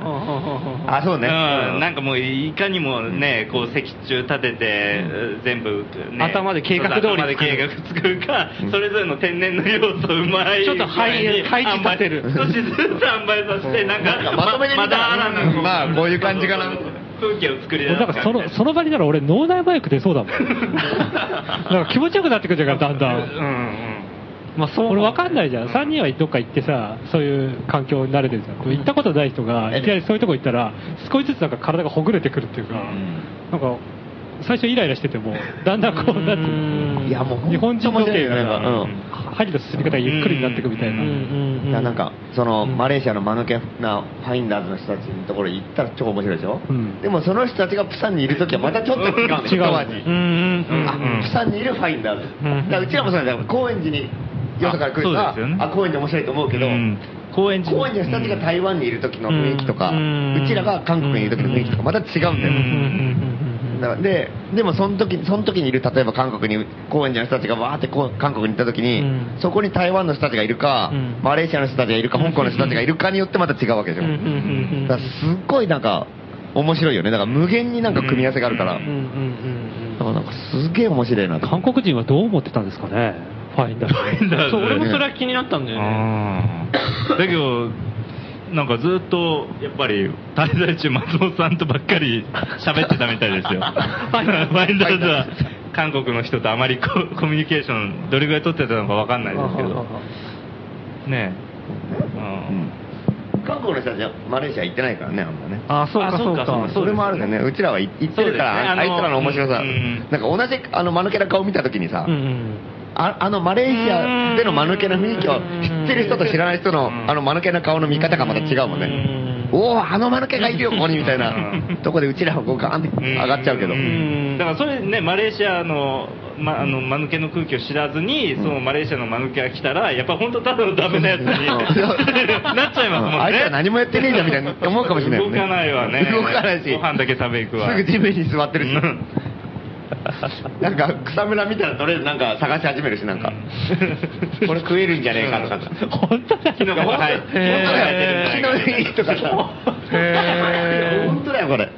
ー。あ、そうね。うん、なんかもういかにもね、こう石柱立てて、全部、ね、頭で計画通りそう頭で計画作るか、それぞれの天然の要素をうまいちょっと配具合に配置立てるあんまり少しずつ販売させて、なんか、なんかまとめてみたらまだらなまあこういう感じかなそうそうそう空気を作り出俺すなんかそのその場になら俺脳内バイク出そう だもん。なんか気持ちよくなってくるじゃん、だんだうんん。うんまあ、そう俺わかんないじゃん。3人はどっか行ってさ、そういう環境に慣れてるじゃん。行ったことない人が、いきなりそういうとこ行ったら、少しずつなんか体がほぐれてくるっていうか、なんか、最初イライラしてても、だんだんこう、なんていうのいやもう日本人時計がなんかうん針の進み方がゆっくりになっていくみたいな。ううんいやなんか、その、マレーシアの間抜けなファインダーズの人たちのところに行ったら超面白いでしょ、うんでもその人たちがプサンにいるときはまたちょっと違うの、違う一味うんうんうんあうんプサンにいるファインダーズ。んだからうちらもそうなんだよ。高円寺に、よそから来るあかそうですよねあ、高円寺面白いと思うけど、うん公園高円寺の人たちが台湾にいる時の雰囲気とか、ううんちらが韓国にいる時の雰囲気とか、また違うんだよ。うんだからででもその時その時にいる例えば韓国に高円寺の人たちがわーってこう韓国に行った時に、うんそこに台湾の人たちがいるか、うんマレーシアの人たちがいるか香港の人たちがいるかによってまた違うわけでしょ、うんうんうんうんだからすっごいなんか面白いよねだから無限になんか組み合わせがあるかうら、んうんうんだからなんかすげえ面白いな韓国人はどう思ってたんですかね、ファインダーファインダーうんズそう俺もそれは気になったんだよね。あーだけど、なんかずっと、やっぱり、滞在中、松本さんとばっかり喋ってたみたい ですよ。ファインダーズは、韓国の人とあまりココミュニケーション、どれぐらい取ってたのかわかんないですけど、ねうえん韓国の人たちはマレーシア行ってないからねあんまねあー、そうかあそそううかか。それもあるんだよねうちらは行ってるから、そうですねあのあいつらの面白さ、うんなんか同じあの間抜けな顔見た時にさ、うんうんああのマレーシアでの間抜けな雰囲気を知ってる人と知らない人のあの間抜けな顔の見方がまた違うもんねおおあの間抜けがいるよここにみたいなとこでうちらはこうガーンって上がっちゃうけどだからそれね、マレーシアの、ま、あの、間抜けの空気を知らずに、そのマレーシアの間抜けが来たら、やっぱ本当ただのダ メなやつになっちゃいますもんね。あいつら何もやってねえじゃんみたいな思うかもしれないも動んね、かないわね。動かないしご飯だけ食べ行くわ。すぐ地面に座ってるし。なんか草むら見たらとりあえずなんか探し始めるしなんかこれ食えるんじゃねえかとかさ本当だキノコが入っ本当だよ木のいいとかさへー本当だよこれ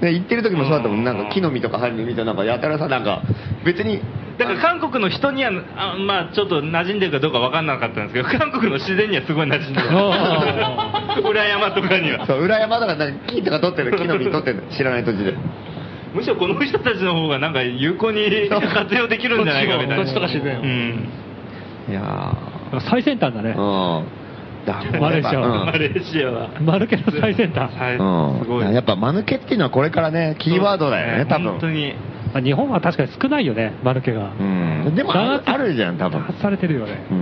ね行ってる時もそうだったもんなんか木の実とか針の実となんかやたらさなんか別にだから韓国の人には、あまあちょっと馴染んでるかどうか分かんなかったん ですけど、韓国の自然にはすごい馴染んでるあ。 裏山とかには。そう裏山だからなんか木とか取ってる木の実取ってる知らない土地でむしろこの人たちの方がなんか有効に活用できるんじゃないかみたいな。どっちとか自然をうん。いや最先端だねー。うんだマレーシアはうんマレーシアは。マルケの最先端。はい。すごうい。ん、やっぱ間抜けっていうのはこれからねキーワードだよね多分本当に。まあ日本は確かに少ないよね、マルケが。うんでもある弾圧あるじゃん多多分発されてるよねう。うん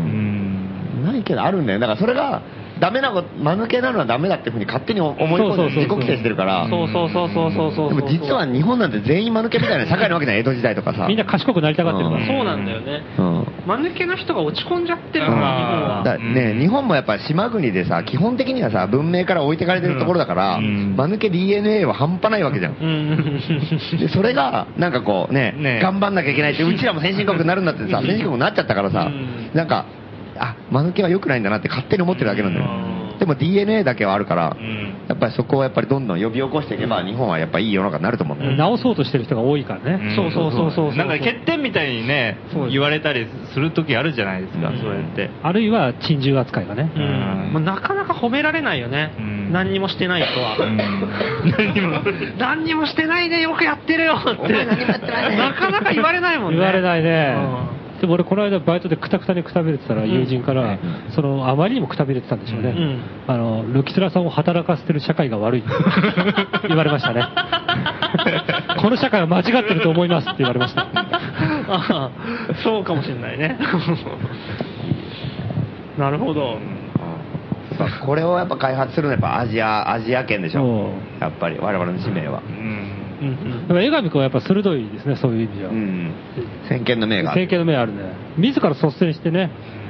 ん。ないけどあるんだよだからそれがダメなこと間抜けなのはダメだっていうふうに勝手に思いそうそ込うんそうで自己規制してるからそうそうそうそうそうそう。でも実は日本なんて全員間抜けみたいな社会なわけじゃん江戸時代とかさみんな賢くなりたがってるかうら。んそうなんだよね。うんうん間抜けの人が落ち込んじゃってるだの、日本あーは。からね、日本もやっぱ島国でさ基本的にはさ文明から置いてかれてるところだから、うん間抜け DNA は半端ないわけじゃん、でそれがなんかこうねね頑張んなきゃいけないってうちらも先進国になるんだってさ先進国になっちゃったからさ、うんなんかあ間抜けは良くないんだなって勝手に思ってるだけなんだよ、でも DNA だけはあるから、うんやっぱりそこをやっぱりどんどん呼び起こしていけば、日本はやっぱいい世の中になると思うんだよ ね。直そうとしてる人が多いからね。そうそうそうそうなんか欠点みたいにねそう、です言われたりする時あるじゃないですか、うんそうやって。あるいは珍獣扱いがね。んまあなかなか褒められないよね。うん何にもしてない人は。 何にも。何にもしてないね、よくやってるよって。なかなか言われないもんね。言われないねう。でも俺この間バイトでくたくたにくたびれてたらん友人からん、そのあまりにもくたびれてたんでしょうねん。あの、ルキツラさんを働かせてる社会が 悪いって言われましたね。この社会は間違ってると思いますって言われました。ああ そうかもしれないね。なるほど。さあこれをやっぱ開発するのはやっぱアジア、アジア圏でしょう。やっぱり我々の使命はう。んうんうんでも江上君はやっぱ鋭いですね、そういう意味ではう。ん。先見の明がある。整形の目あるね。自ら率先してね、うん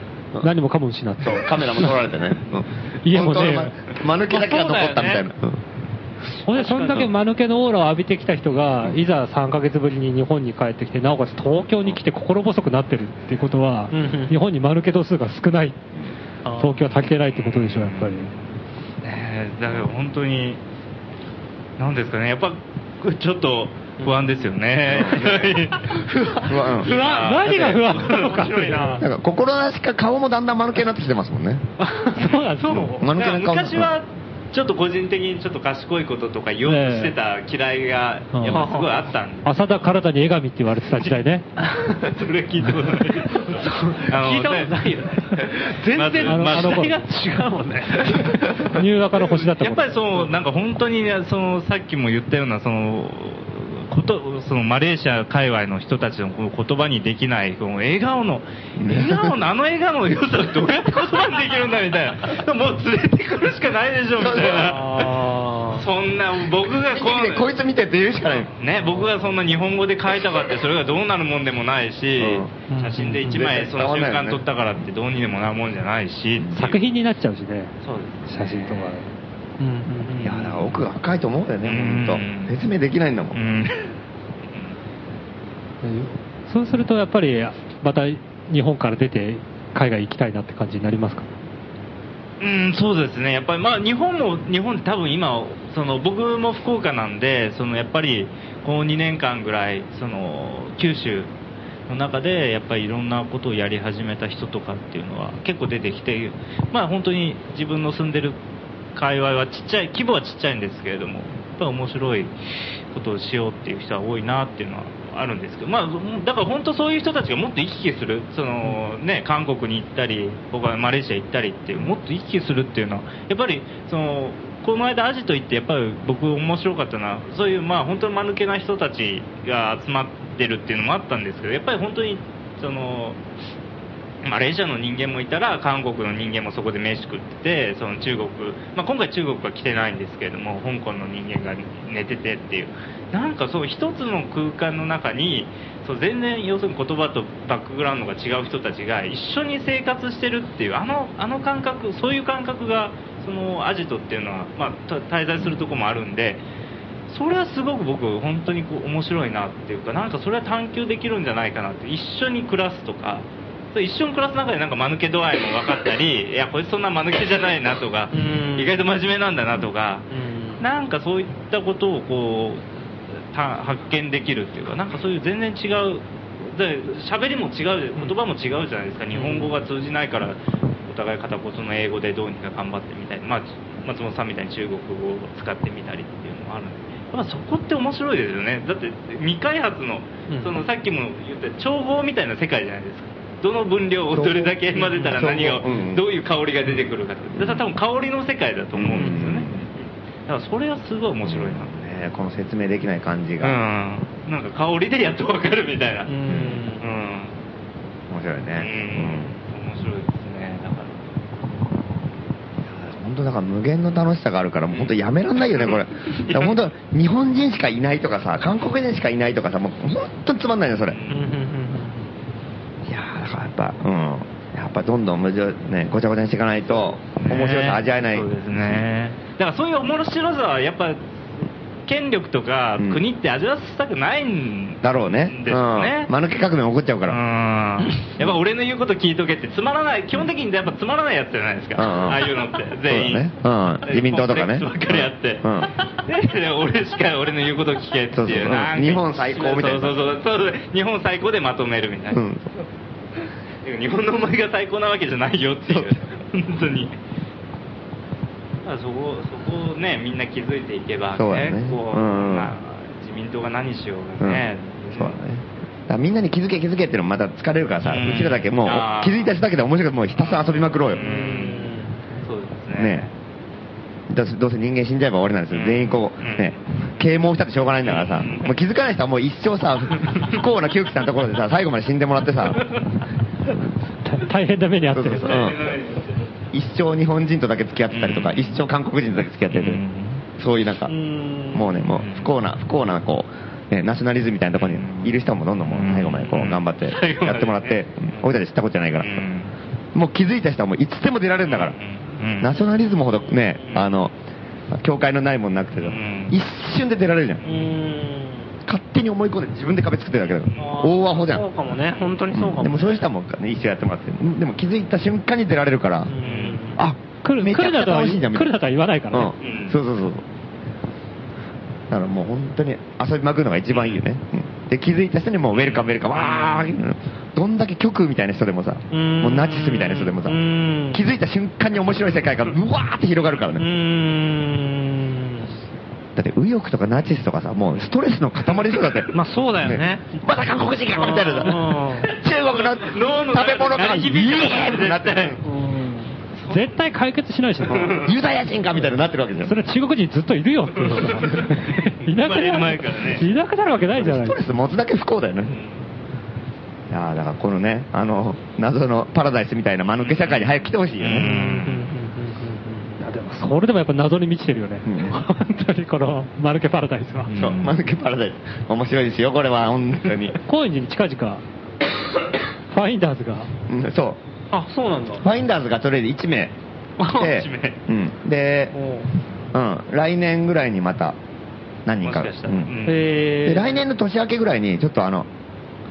何もかも失ってそう、カメラも撮られてね。うん家もね本当の間間抜けだけが残ったみたいなま。うんほんで、そんだけ間抜けのオーラを浴びてきた人が、いざ3ヶ月ぶりに日本に帰ってきて、なおかつ東京に来て心細くなってるっていうことはうんうん、日本に間抜け度数が少ない、あ東京は足りてないってことでしょ、やっぱり。ねえだから本当に、なんですかね、やっぱちょっと不安ですよね。不安不安、何が不安なのかっていう面白いななんか心なしか顔もだんだん間抜けになってきてますもんね。そうなんですよ。間抜けな顔昔はちょっと個人的にちょっと賢いこととか言おうとしてた嫌いがええやっぱすごいあったんで、浅田体に江上って言われてた時代ね。 それ聞いたことない聞いたことないよね。全然、あのあの時代が違うもんね。ニューアカの星だったやっぱりそのなんか本当にねそのさっきも言ったようなそのことそのマレーシア界隈の人たちのこの言葉にできないこの笑顔の笑顔のあの笑顔の良さをどうやって言葉にできるんだみたいなもう連れてくるしかないでしょみたいなあそんな僕がこ見てこいつ見てって言うしかない。うね僕がそんな日本語で書いたかってそれがどうなるもんでもないしうん写真で1枚その瞬間撮ったからってどうにでもなるもんじゃないしー作品になっちゃうしね、そうですね写真とか。うんうんうんいや、だから奥が深いと思うよね、ほうんんと。説明できないんだも。うんんそうするとやっぱり、また日本から出て、海外行きたいなって感じになりますかうん、そうですね、やっぱり、まあ、日本も、日本、多分今、その僕も福岡なんで、そのやっぱり、この2年間ぐらい、その九州の中で、やっぱりいろんなことをやり始めた人とかっていうのは、結構出てきて、まあ、本当に自分の住んでる界隈はちっちゃい、規模はちっちゃいんですけれども、やっぱり面白いことをしようっていう人は多いなっていうのはあるんですけど、まあ、だから本当そういう人たちがもっと行き来する、そのね、韓国に行ったり、僕はマレーシア行ったりっていう、もっと行き来するっていうのは、やっぱり、その、この間アジト行って、やっぱり僕面白かったのは、そういうまあ本当に間抜けな人たちが集まってるっていうのもあったんですけど、やっぱり本当にそのマレーシアの人間もいたら韓国の人間もそこで飯食っててその中国、まあ、今回中国は来てないんですけれども香港の人間が寝ててっていうなんかそう一つの空間の中にそう全然要するに言葉とバックグラウンドが違う人たちが一緒に生活してるっていうあのあの感覚そういう感覚がそのアジトっていうのは、まあ、た滞在するとこもあるんで。それはすごく僕本当にこう面白いなっていうかなんかそれは探求できるんじゃないかなって一緒に暮らすとか一緒に暮らす中でなんか間抜け度合いも分かったりいやこいつそんな間抜けじゃないなとか意外と真面目なんだなとかなんかそういったことをこう発見できるっていうかなんかそういう全然違うで喋りも違う言葉も違うじゃないですか日本語が通じないからお互い片言の英語でどうにか頑張ってみたいな、まあ、松本さんみたいに中国語を使ってみたりっていうのもあるんで。まあ、そこって面白いですよねだって未開発のそのさっきも言った調合みたいな世界じゃないですかどの分量をどれだけ混ぜたら何がどういう香りが出てくるかだから多分香りの世界だと思うんですよねだからそれはすごい面白いなねこの説明できない感じが、うんなんか香りでやっと分かるみたいなうん、面白いねうん面白いですねだから本当だから無限の楽しさがあるから、もう本当やめらんないよね、 これ。いや本当、日本人しかいないとかさ、韓国人しかいないとかさ、もう本当につまんないよ、それ。いやだからやっぱ、うん。やっぱどんどん無情、ね、ごちゃごちゃにしていかないと、面白さ味わえない。そうですね。だからそういう面白さは、やっぱ、権力とか国って味わわせたくないんだろうね。ですよね。間抜け革命起こっちゃうから。やっぱ俺の言うこと聞いとけってつまらない、基本的にやっぱつまらないやつじゃないですか。ああいうのって全員。ね、自民党とかね。ばっかりやって。俺しか俺の言うこと聞けっていう。日本最高みたいな。そうそうそう日本最高でまとめるみたいな。日本のお前が最高なわけじゃないよっていう。本当に。そこそこをねみんな気づいていけばねこう、自民党が何しようがね、そうだねみんなに気づけ気づけっていうのもまた疲れるからさ、うちらだけもう気づいた人だけで面白くもうひたすら遊びまくろうよそうですねねどうせ人間死んじゃえば終わりなんですよ、全員こう、ね、啓蒙したってしょうがないんだからさ、もう気づかない人はもう一生 さ、不幸な窮屈なところでさ、最後まで死んでもらってさ、大変な目に遭ってる一生日本人とだけ付き合ってたりとか、一生韓国人とだけ付き合ってて、そういうなんか、もうね、もう不幸な、不幸な、こう、ね、ナショナリズムみたいなところにいる人もどんどんもう最後までこう頑張ってやってもらって、俺たち知ったことじゃないから、もう気づいた人はもういつでも出られるんだから、ナショナリズムほどね、あの、境界のないもんなくて、一瞬で出られるじゃん。勝手に思い込んで自分で壁作ってるだけだから大アホじゃんそうかもね本当にそうかも、でもそういう人はもう、ね、一緒やってもらってでも気づいた瞬間に出られるからあ来る来るなとは来るなとは言わないからね、そうそうそうだからもう本当に遊びまくるのが一番いいよね、で気づいた人にもウェルカムウェルカムわーどんだけ極みたいな人でもさもうナチスみたいな人でもさ気づいた瞬間に面白い世界がうわーって広がるからねだって右翼とかナチスとかさ、もうストレスの塊でしょ、だって。まあそうだよね。ねまた韓国人がみたいなさ、中国の食べ物から響いてなって。絶対解決しないし、ユダヤ人かみたいになってるわけじゃん。それ中国人ずっといるよっていなくなる。いなくなるわけないじゃない。ストレス持つだけ不幸だよね。いやだからこのね、あの、謎のパラダイスみたいな間抜け社会に早く来てほしいよね。それでもやっぱ謎に満ちてるよね、うん、本当にこのマルケパラダイスは、そうマルケパラダイス面白いですよこれは本当に高円寺に近々ファインダーズが、うん、そうあそうなんだファインダーズがとりあえず1名でうん、で、うん、来年ぐらいにまた何人かで来年の年明けぐらいにちょっとあの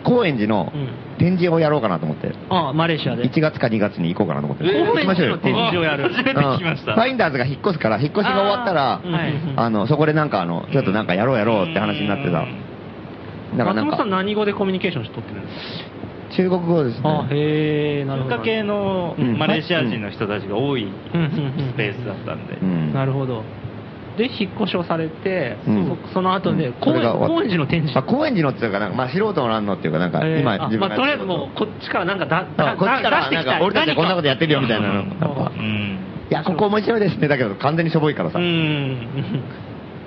高円寺の展示をやろうかなと思って。ああマレーシアで。 1月か2月に行こうかなと思って。高円寺の展示をや る。初めて聞きました。ファインダーズが引っ越すから、引っ越しが終わったら、あの、そこでなんかあの、ちょっとなんかやろうやろうって話になってた。だからなんか。何語でコミュニケーションしとってるんですか中国語ですね。あ、へえ、なるほど。文化系のマレーシア人の人たちが多いスペースだったんで。なるほど。で引っ越しをされて、その後で高円寺の展示高円寺のっていうかなんか、まあ、素人のなんのっていうかなんか今自分まあ、とりあえずもうこっちからなんかだだこっちからなんか俺たちこんなことやってるよみたいなのいやここ面白いですねだけど完全にしょぼいからさ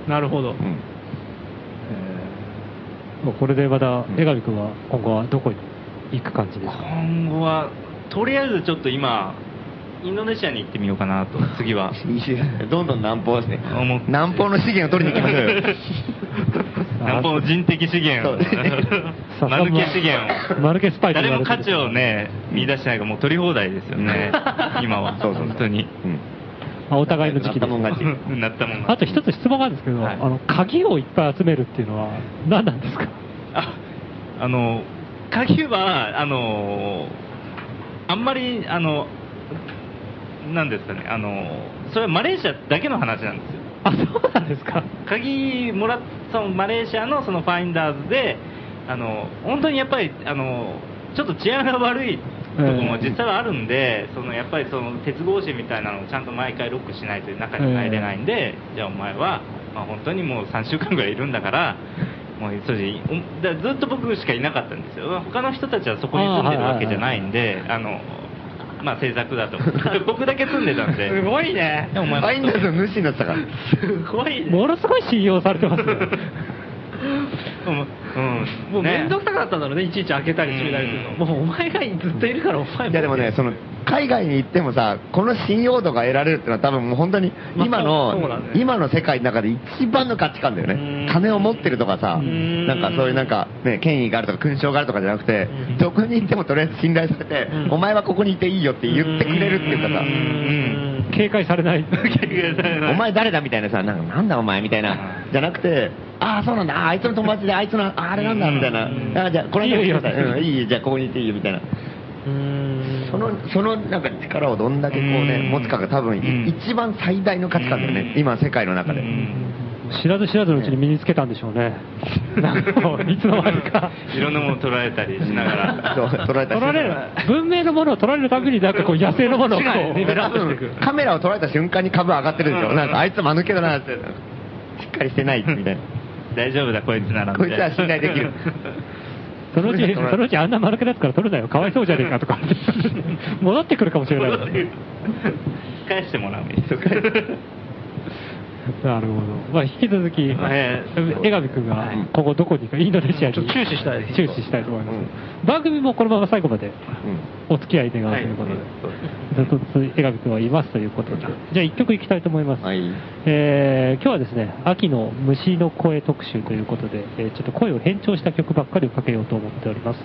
なるほど、これでまた江上君は今後はどこに行く感じですか今後はとりあえずちょっと今インドネシアに行ってみようかなと次はどんどん南方ですね思って。南方の資源を取りに行きましょうよ。南方の人的資源をそうです ねマルケ資源をマルケスパイク誰も価値をね見出してないからもう取り放題ですよね今はそうそう本当にうんまあお互いの時期で仲間もん勝ち。なったもんあと一つ質問があるんですけど、はいあの鍵をいっぱい集めるっていうのは何なんですかああの鍵はあのあんまりあのなんですかねあのそれはマレーシアだけの話なんですよあそうなんですか鍵もらっそのマレーシアのそのファインダーズであの本当にやっぱりあのちょっと治安が悪いとこも実際はあるんで、そのやっぱりその鉄格子みたいなのをちゃんと毎回ロックしないと中に入れないんで、じゃあお前は、まあ、本当にもう3週間ぐらいいるんだから。もうそれでおだからずっと僕しかいなかったんですよ他の人たちはそこに住んでるわけじゃないんであのまあ制作だと僕だけ住んでたんですごいねお前ファインダーズの主になってたから。すごいねものすごい信用されてます ねうん、もう面倒くくさかったんだろうね、いちいち開けたり閉めたりするの。うんもうお前がずっといるからお前いやでもね、その、海外に行ってもさ、この信用度が得られるってのは多分もう本当にまあ今の、そうだね今の世界の中で一番の価値観だようんね。金を持ってるとかさ、んなんかそういうなんか、ね、権威があるとか勲章があるとかじゃなくてうん、どこに行ってもとりあえず信頼されてうん、お前はここにいていいよって言ってくれるっていうかさ、うん警戒されないお前誰だみたいなさ、なんかなんだお前みたいな、じゃなくて、ああ、そうなんだ、ああいつの友達で、あいつの、ああれなんだみたいうんな、あじゃあ、これいいよいいようん、いいよ、じゃあここにいていいよみたいな、その、そのなんか力をどんだけこううねん、持つかが多分うんい一番最大の価値観だよね、うん今、世界の中で。知らず知らずのうちに身につけたんでしょう ねなんかもういつの間にかいろんなもの取られたりしながらそう捉えた取られる文明のものを取られるたびになんかこう野生のものをこう瞬間多分カメラを捉えた瞬間に株上がってるでしょ、なんかあいつ間抜けだなって、しっかりしてないみたいな、大丈夫だこいつならこいつは信頼できる。そのうち、そのうちあんな丸くなやつから取るなよ、かわいそうじゃねえかと か、戻ってくるかもしれないから。返してもらうみたい なるほど。まあ、引き続き、え江上くんが今後どこに行くか、インドネシアにちょっと注視したいです注視したいと思います。番組もこのまま最後までお付き合い願うということで、ずっと江上くんはいますということで、じゃあ一曲いきたいと思いまうす。んはいえー今日はですね、秋の虫の声特集ということで、えーちょっと声を変調した曲ばっかりをかけようと思っております。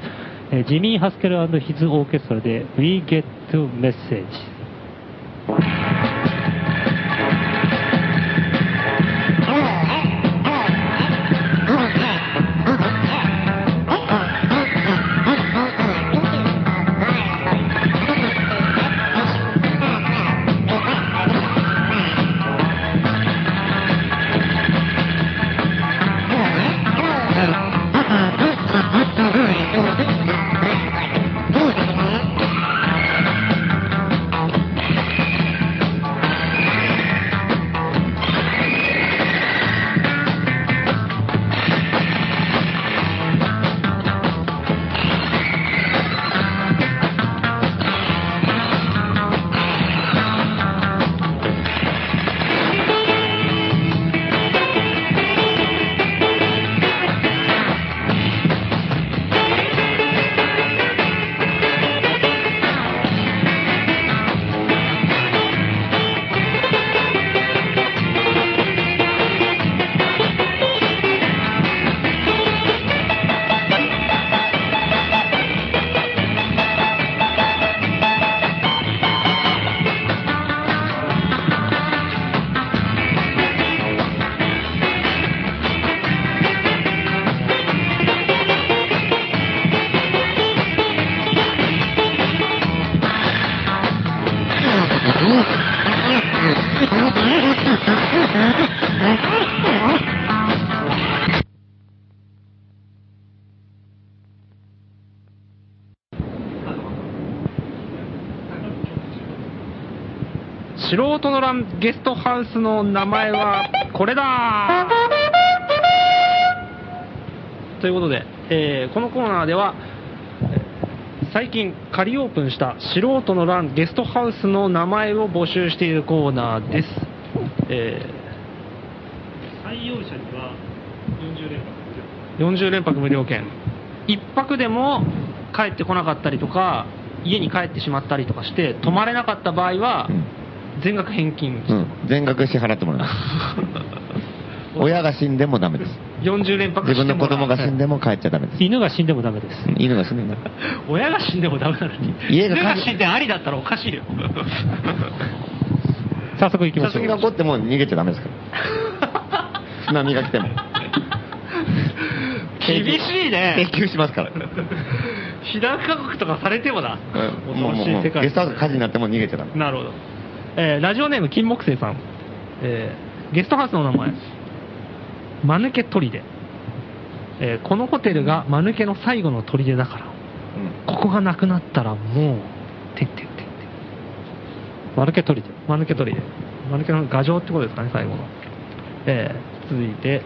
えージミー・ハスケルヒズ・オーケストラで We Get to Message。素人のランゲストハウスの名前はこれだということで、えーこのコーナーではえー最近仮オープンした素人のランゲストハウスの名前を募集しているコーナーです、え採用者には40連ー40連泊無料券1泊でも帰ってこなかったりとか、家に帰ってしまったりとかして、泊まれなかった場合はうん、全額返金、うん。全額支払ってもらいます。親が死んでもダメです。 40連泊自して分のも子供がら死んでも帰っちゃダメです。犬が死んでもダメです。犬が死んでも。う 親が死んでもダメなのに、家が帰る親が死んでありだったらおかしいよ。早速行きましょ津う。波が起こっても逃げちゃダメですから。津波が来ても。厳しいね。請求しますから。避難勧告とかされてもだ。うんもうもうもうゲストハウス火事になっても逃げちゃダメ。なるほど。えーラジオネーム、金木星さん。えーゲストハウスの名前、間抜け砦。えーこのホテルが間抜けの最後の砦だかうんら、ここがなくなったらもう、てってってって。間抜け砦。間抜け砦。間抜けの牙城ってことですかね、最後の。えー続いて、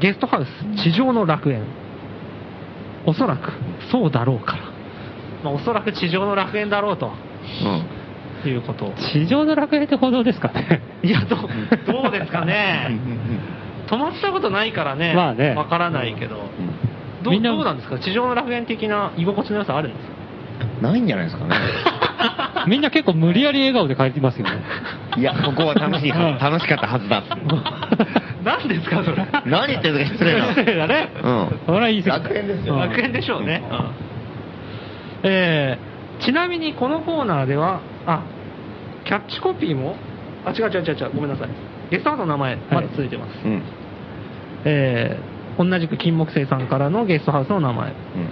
ゲストハウス、地上の楽園。おそらく、そうだろうから。まあ、おそらく地上の楽園だろうと。いうこと。地上の楽園って報道ですかね。いや、どうどうですかうんうんね。止まったことないからね。まあねわからないけど。うんどみうんなどうなんですか地上の楽園的な居心地の良さあるんです かうんないんじゃないですかね。みんな結構無理やり笑顔で帰りますよね。いや、ここは楽しいはず、楽しかったはずだ。何ですかそれ。何言ってるか失礼失礼な。だね。うん。それは言い過ぎた楽園ですよ楽園でしょうね。うんえーちなみにこのコーナーでは、あ、キャッチコピーもあ、違う違う違う違う。ごめんなさい。ゲストハウスの名前、まだ続いてます。うん。えー同じく金木星さんからのゲストハウスの名前。うん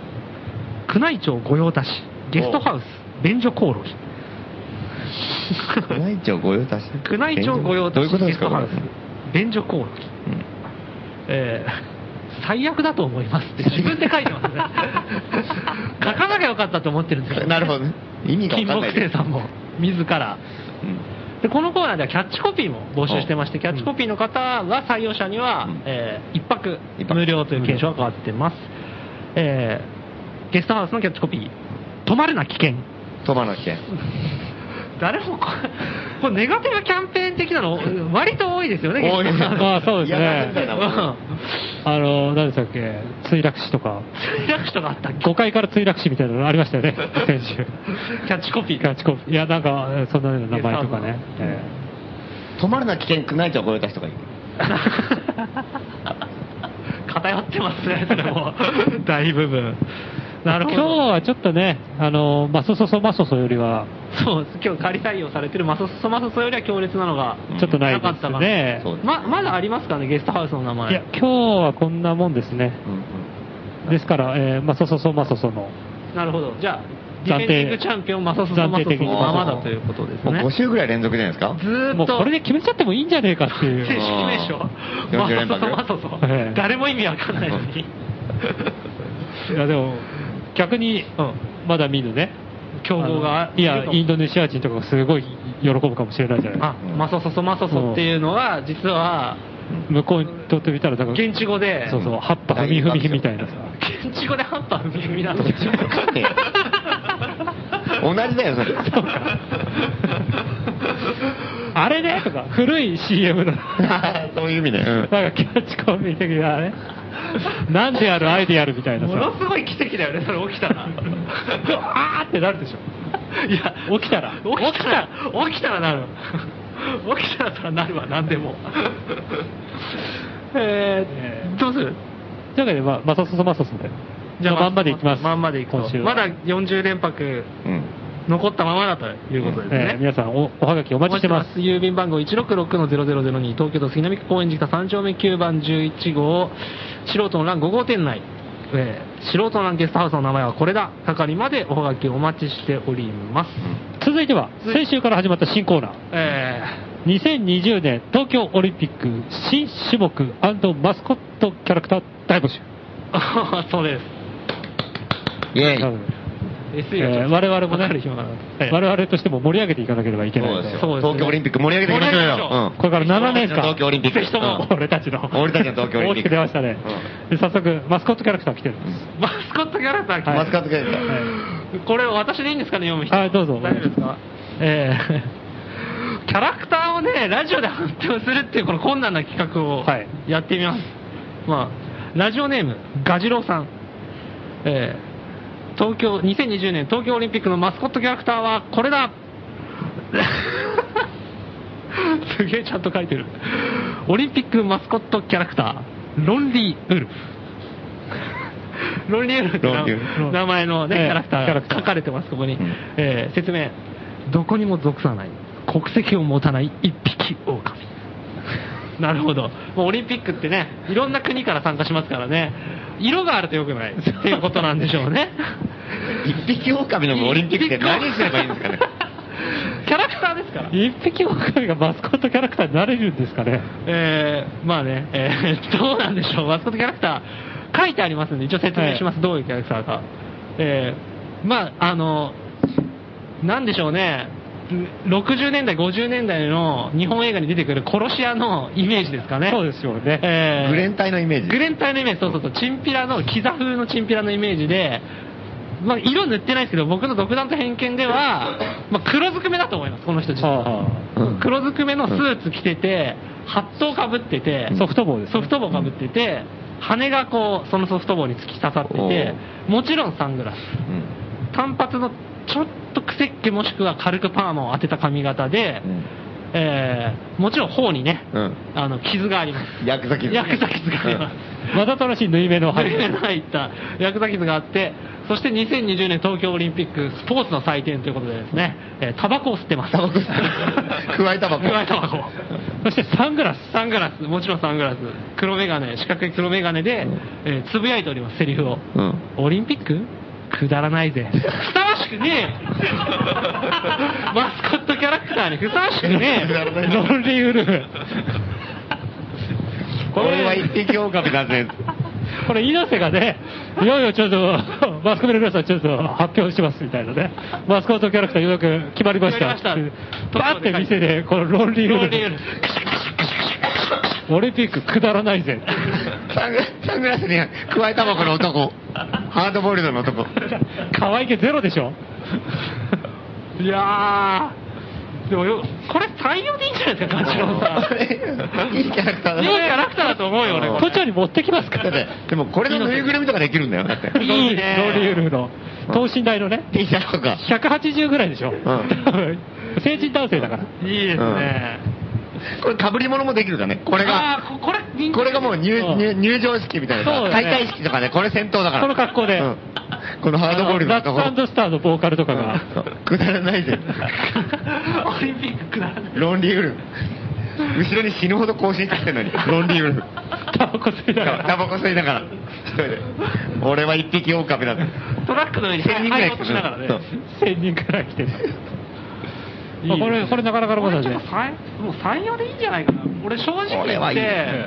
宮内庁御用達ゲストハウス便所功労宮内庁御用達宮内庁御用どうい達うこゲとでスすかトこハれウス便所功労、うんえー最悪だと思いますって自分で書いてますね 書かなきゃよかったと思ってるんですよなるほどね。意味がわ金かん木ない星です。さんも自らでこのコーナーではキャッチコピーも募集してまして、キャッチコピーの方は採用者には、うんえー一泊一泊無料という検証が変わってます、えーゲストハウスのキャッチコピー「泊まるな危険」うん。飛ばなきゃ。誰もこ これネガティブキャンペーン的なの割と多いですよね多い結 構ああ、そうですいやなんだね。よあの、何でしたっけ、墜落死とか、 墜落死とかあったっけ5階から墜落死みたいなのありましたよね、先週。キャッチコピーキャッチコピーいや、なんか、そんなような名前とかね。え止まるな危険、宮内庁御用達とか言う。 偏ってますねそれも大部分えなるほ今日どはちょっとね、あの、マソソソマソソよりは、 そう今日仮採用されてるマソソマソソよりは強烈なのがちょっとないなかでったすかね。そうですままだありますかねゲストハウスの名前いや、今日はこんなもんですね。ですから、えー、マソソソマソソの。なるほどじゃあディフ暫定ェンディングチャンピオンマソソソマソソ暫定的にのままだということですねもう5週ぐらい連続じゃないですかずーっともうこれで決めちゃってもいいんじゃねえかってい 正う。式名称うんマ40連ソ泊ソマソソええ誰も意味わかんないのにいや、でも、逆に、まだ見ぬね。競合があのいいるかや、もインドネシア人とかがすごい喜ぶかもしれないじゃないあマソソソマソソっていうのは実は向こうにとってみたら、なんか、現地語でそうそう、葉っぱ踏み踏みみたいなさ。現地語でハンパー踏みなのどっちもわかんねえよ同じだよ、それ。あれねとか、古い CM の、 そういう意味で。うんなんかキャッチコピー的なね。なんでやる、アイデアあるみたいなものさ。すごい奇跡だよねそれ起きたらあーってなるでしょ。 いや起きたら起きたら起きたらなる起きたらそらなるわ何でも えーどうするというわけで、まあ、マサソソマサソで。じゃあまんまでいきます。まんまでいこ今う週まはだ40連泊うん。残ったままだということです ね、えー皆さんお、おはがきおお待ちしてます。郵便番号166-0002東京都杉並区公園寺北3丁目9番11号素人の欄5号店内、えー素人の欄ゲストハウスの名前はこれだ係までおはがきお待ちしております、続いては、続いて先週から始まった新コーナー。え2020年東京オリンピック新種目マスコットキャラクター大募集。ー、 そうですイェイ。なそのでえ SE がちょーっと我々もわかねる暇がなかった、我々としても盛り上げていかなければいけなういですよ。そうですね東京オリンピック盛り上げていきましょう盛り上げまよしょう。うんこれから7年間、東京オリンピックぜひともうん俺たちの、俺たちの東京オリンピ大きックく出ましたね、で早速、マスコットキャラクター来てるんです、 マスコットキャラクター来た、マスカットキャラクターこれ私でいいんですかね読む人はいどうぞ大丈夫ですかえーキャラクターをねラジオで発表するっていうこの困難な企画をはいやってみます、まあラジオネームガジロウさんえー東京、2020年東京オリンピックのマスコットキャラクターはこれだすげえちゃんと書いてる。オリンピックマスコットキャラクター、ロンリーウルフ。ロンリーウルフってロンリーウル名名前のね、ええキャラクタキャラークタがー書かれてます、ここにん。えー説明。どこにも属さない、国籍を持たない一匹狼。なるほど。もうオリンピックってね、いろんな国から参加しますからね、色があると良くないっていうことなんでしょうね。 一匹狼のオリンピックって何すればいいんですかね。キャラクターですから。一匹狼がマスコットキャラクターになれるんですかねえー、まあね、えー、 どうなんでしょう、マスコットキャラクター、書いてありますんで、一応説明します、どういうキャラクターか。えー、まあ、あの、なんでしょうね、60年代、50年代の日本映画に出てくる殺し屋のイメージですかね。そうですよね、えーグレン隊のイメージ。グレンタイのイメージ、そうそうそう、チンピラの、キザ風のチンピラのイメージで、まあ、色塗ってないですけど、僕の独断と偏見では、まあ、黒ずくめだと思います、この人実はは。あはうん黒ずくめのスーツ着てて、ハットをかぶっててあ、ソフトボールです、ね、ソフト帽かぶってて、羽がこう、そのソフト帽に突き刺さっておてー、もちろんサングラス。うん単発のちょっとくせっ毛もしくは軽くパーマを当てた髪型で、えーもちろん頬にね、うん。あの、傷があります。ヤクザ傷ヤクザ傷があります。わざとらしい縫い目の入入りったヤクザ傷があって、そして2020年東京オリンピックスポーツの祭典ということでですね、えータバコを吸ってます。タバコ吸っ てますくわえタバコくわえタバコそしてサングラスサングラス、もちろんサングラス、黒メガネ、四角い黒メガネで、えーつぶやいております、セリフを。うん。オリンピックくだらないぜ。ふさわしくね えマスコットキャラクターにふさわしくねえロンリーウルフこれは一匹狼だぜ。これ猪瀬がねいよいよちょっと マスコミの皆さんちょっと発表しますみたいなねマスコットキャラクターようやく決まりました決まりましたバーって店でこのロンリーウロルンリーウルフフオリンピックくだらないぜサングサングラスにくわえタバコの男。ハードボイルドの男。可愛げゼロでしょいやー、でもよ、これ採用でいいんじゃないですか、ガチロ ンさん。いいキャラクターだいいキャラクターだと思うよ、俺。都庁に持ってきますかだらって、でもこれのぬいぐるみとかできるんだよ、だって。ロンリーロンリーウルフの等身大のね T シャツとか。 180ぐらいでしょ、ん成人男性だからいいですね。これ被り物もできるからね。これが、あー、ここれ、人気これがもう入うん入入場式みたいなそさ、うだ開ね会式とかね、これ戦闘だから。この格好でうんこのハードボイルドラッのツとこアンドスターのボーカルとかがうんくだらないで。 オリンピックくだらない。ロンリーウルフ。後ろに死ぬほど更新してきてるのに、ロンリーウルフ。タバコ吸いながタらバコ吸いながら、一人で。俺は一匹狼だって。トラックの上に1000人ぐら入いろうと来てしるながらね。 1000人から来てるいいまあこれこれなかなかのこことれだちょっねと採もう採用でいいんじゃないかな。俺正直これ言っはいいてね、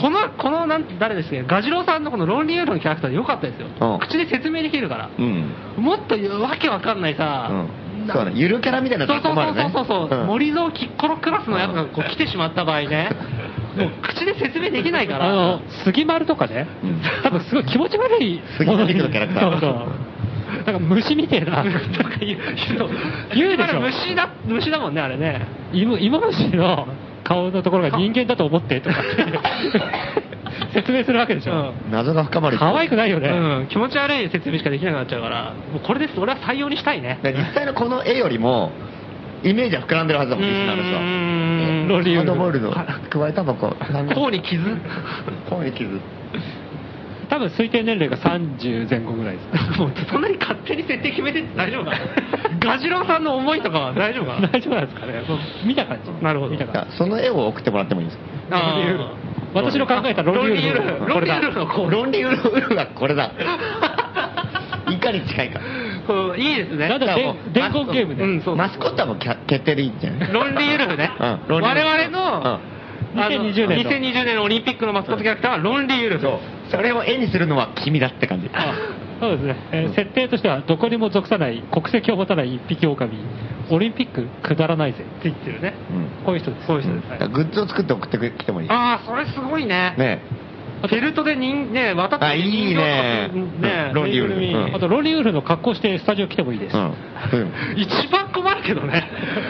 この、この、なんて、誰ですかガジロウさんのこのロンリーウルフのキャラクターでよかったですようん。口で説明できるから。うん。もっとわけわかんないさ、うん。そうだね。ゆるキャラみたいなそうそとこうもあるそねう。そうそう、ん森蔵キッコロクラスのやつがこう来てしまった場合ね、もう口で説明できないかあらの、杉丸とかねうん多分すごい気持ち悪い杉もの並に区のキャラクターそうそうなんか虫みたいなとか言うそう言うでしょあれ虫だ、虫だもんね、あれね。芋芋虫の顔のところが人間だと思ってとかって 説明するわけでしうょん謎が深まる。可愛くないよね、うん、気持ち悪い説明しかできなくなっちゃうから、もうこれです、俺は採用にしたいね。だから実際のこの絵よりも、イメージは膨らんでるはずだもん、リスナーの人は。うーんロリウハルードボイルド、くわえタバコ、頬に傷。 こうに傷。多分推定年齢が30前後ぐらいですもうそんなに勝手に設定決めて って大丈夫かガジロウさんの思いとかは大丈夫か大丈夫なんですかねもう見た感じなるほど見ただか感らその絵を送ってもらってもいいですかあーじ私の考えたロンリーウルフロこンれリーウだルフのこうロンリーウルフがこれだ。いかに近いか。うんいいですね。なんだで伝言ゲームねうん、そう。マスコットはもうキャ決定でいいんじゃないロンリーウルフね。うんロンリーウルフ我々の、うんあの2020年の2020年のオリンピックのマスコットキャラクターはロンリーウルフ。それを絵にするのは君だって感じ。そうですね、えー設定としてはどこにも属さない国籍を持たない一匹狼オリンピックくだらないぜって言ってるねうんこういう人ですこういう人ですだからグッズを作って送ってきてもいい。ねああ、それすごいね。えフェルトで人、ね、渡ってあいいね人形とかねうんロンリーウルフぬいぐるみうんあとロリウルフの格好してスタジオ来てもいいです、うん。うん。一番困るけど ね。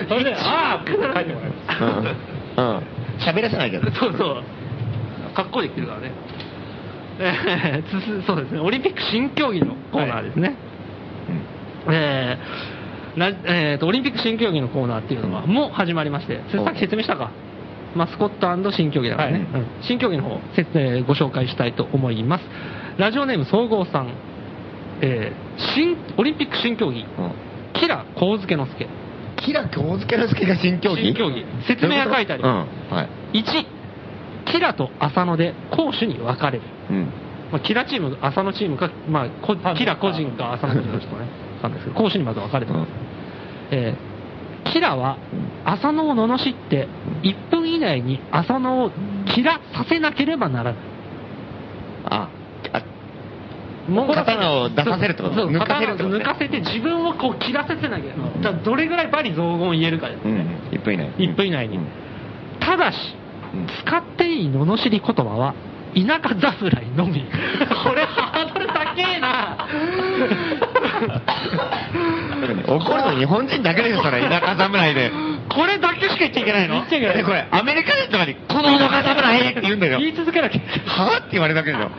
それで一あ番あ書いてもらいますうん。うん。喋らせないけど。そうそう。かっこいいってるからね。えーつづそうですね。オリンピック新競技のコーナーですね。えーなえーとオリンピック新競技のコーナーっていうのが、もう始まりまして、それさっき説明したか。マスコット新競技だからね。はいうん新競技の方、せえーご紹介したいと思います。ラジオネーム総合さん、えー新、オリンピック新競技、うんキラ・コウズケの助。キラ京介の助が新競技新競技説明が書いてありまうん。はい。 1、キラと浅野で攻守に分かれる。うん。まあ、キラチーム、浅野チームか、まあ、こキラ個人か浅野チームかちょっとね、わかんないですけど、攻守にまず分かれてます。えーキラは浅野を罵って、1分以内に浅野をキラさせなければならない。あ、あ、もう刀を出させるってことそうそう抜かせるってこ刀とを抜かせて自分をこう切らせてなきゃいけない。うんだからどれぐらいバリ雑言を言えるかですうね。ん。1分以内。 1分以内にうんただし、うん使っていい罵り言葉は、田舎侍の み。これハードル高えな怒るの日本人だけですよ、それ。田舎侍で。これだけしか言っちゃいけないの言っちゃいけないでこれ、アメリカ人とかに、この田舎侍 って言うんだよ。言い続けなきゃいけないはぁって言われるだけでしょ。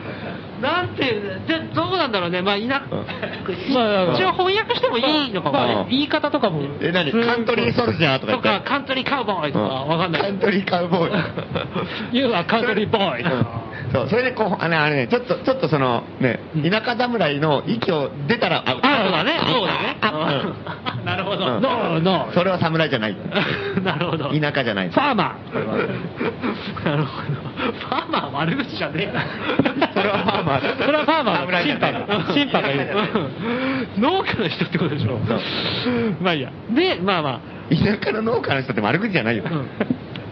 なんていう、じゃあどうなんだろうね、まあ、いな、まあ一応翻訳してもいいのかもまあね。言い方とかも。え、なにカントリーソルジャーとか言とって。か、カントリーカウボーイとか、うんわかんなカいン。トリーカウボーイ。 You are country boy. うんそう、それでこう、あれあれね、ちょっと、ちょっとその、ね、田舎侍の息を出たら、あ、そうあ、そうだね、そうだね。ああなるほど。うん No, no. それは侍じゃない。なるほど。田舎じゃないファーマー。なるほど。ファーマー悪口じゃねえな。それはファーマーだそれはファーマーだ。侍じ審ゃない判。審判がいる。農家の人ってことでしょそう。まあいいや。で、まあまあ。田舎の農家の人って悪口じゃないよ。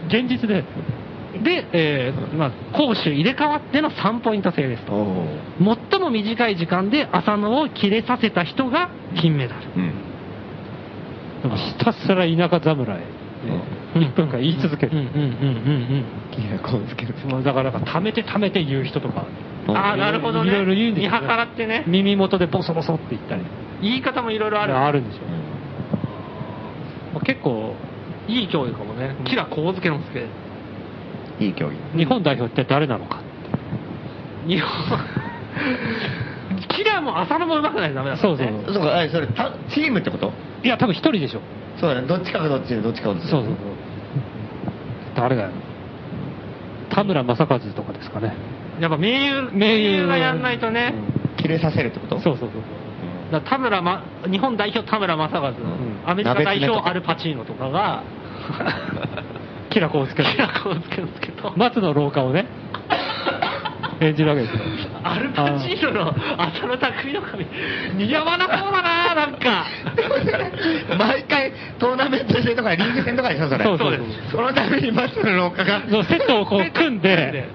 現実で。で、えーまあ、攻守入れ替わっての3ポイント制ですと。おー最も短い時間で浅野を切れさせた人が金メダル。うん。でもひたすら田舎侍。1分 間言い続けうんうんる。うんいや、こうつける。もうだから、なんか溜めて溜めて言う人とか。うんうん。ああ、なるほどね。いろいろ言うんです見よ計らってね。耳元でボソボソって言ったり。言い方もいろいろある。あるんでしょ。まあ結構、いい競技かもね。キラコウズケのすけ。いい競技。日本代表って誰なのか。日 本。キラも浅野も上手くないとダメだかそらねうそうそう。そうか、あそれ、たチームってこといや、多分一人でしょ。そうだね、どっちかがどっちで、どっちかがどっちそうそうそう。誰だよ。田村正和とかですかね。やっぱ名優、名名優優がやんないとね。切れさせるってこと。そううそうそう。だから田村ま、日本代表田村正和、んアメリカ代鍋つねと表かアルパチーノとか が、キラコウスケキラコウズケのすけと、松の廊下をね、演じるわけですよ。アルパチーノの浅野匠の髪、似合わなそうだな、なんか。 毎回、トーナメント戦とかリーグ戦とかでしょ、それ。そうそうですそのために松の廊下が、そうセ ットをこう組んで、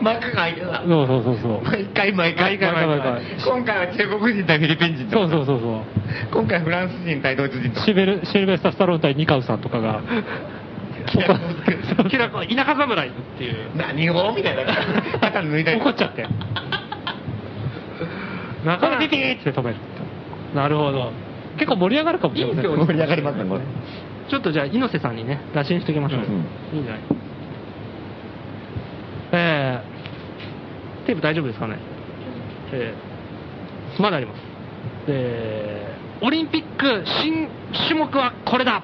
幕が開いてたそ。うそうそうそう。毎回毎毎回回毎回今回は中国人対フィリピン人そうとそうそうそう。今回フランス人対ドイツ人とシルベルシルベスタ・スタローン対ニカウさんとかが、キラコ、田舎侍っていう。何をみたいな肩抜いたり怒っちゃって。なそかれなでかピーって止める。なるほど。結構盛り上がるかもしれませんね。盛り上がりますねこれちょっとじゃあ、猪瀬さんにね、打診しておきましょう。ういいんじゃないえー、テープ大丈夫ですかねえー、まだあります。えー、オリンピック新種目はこれだ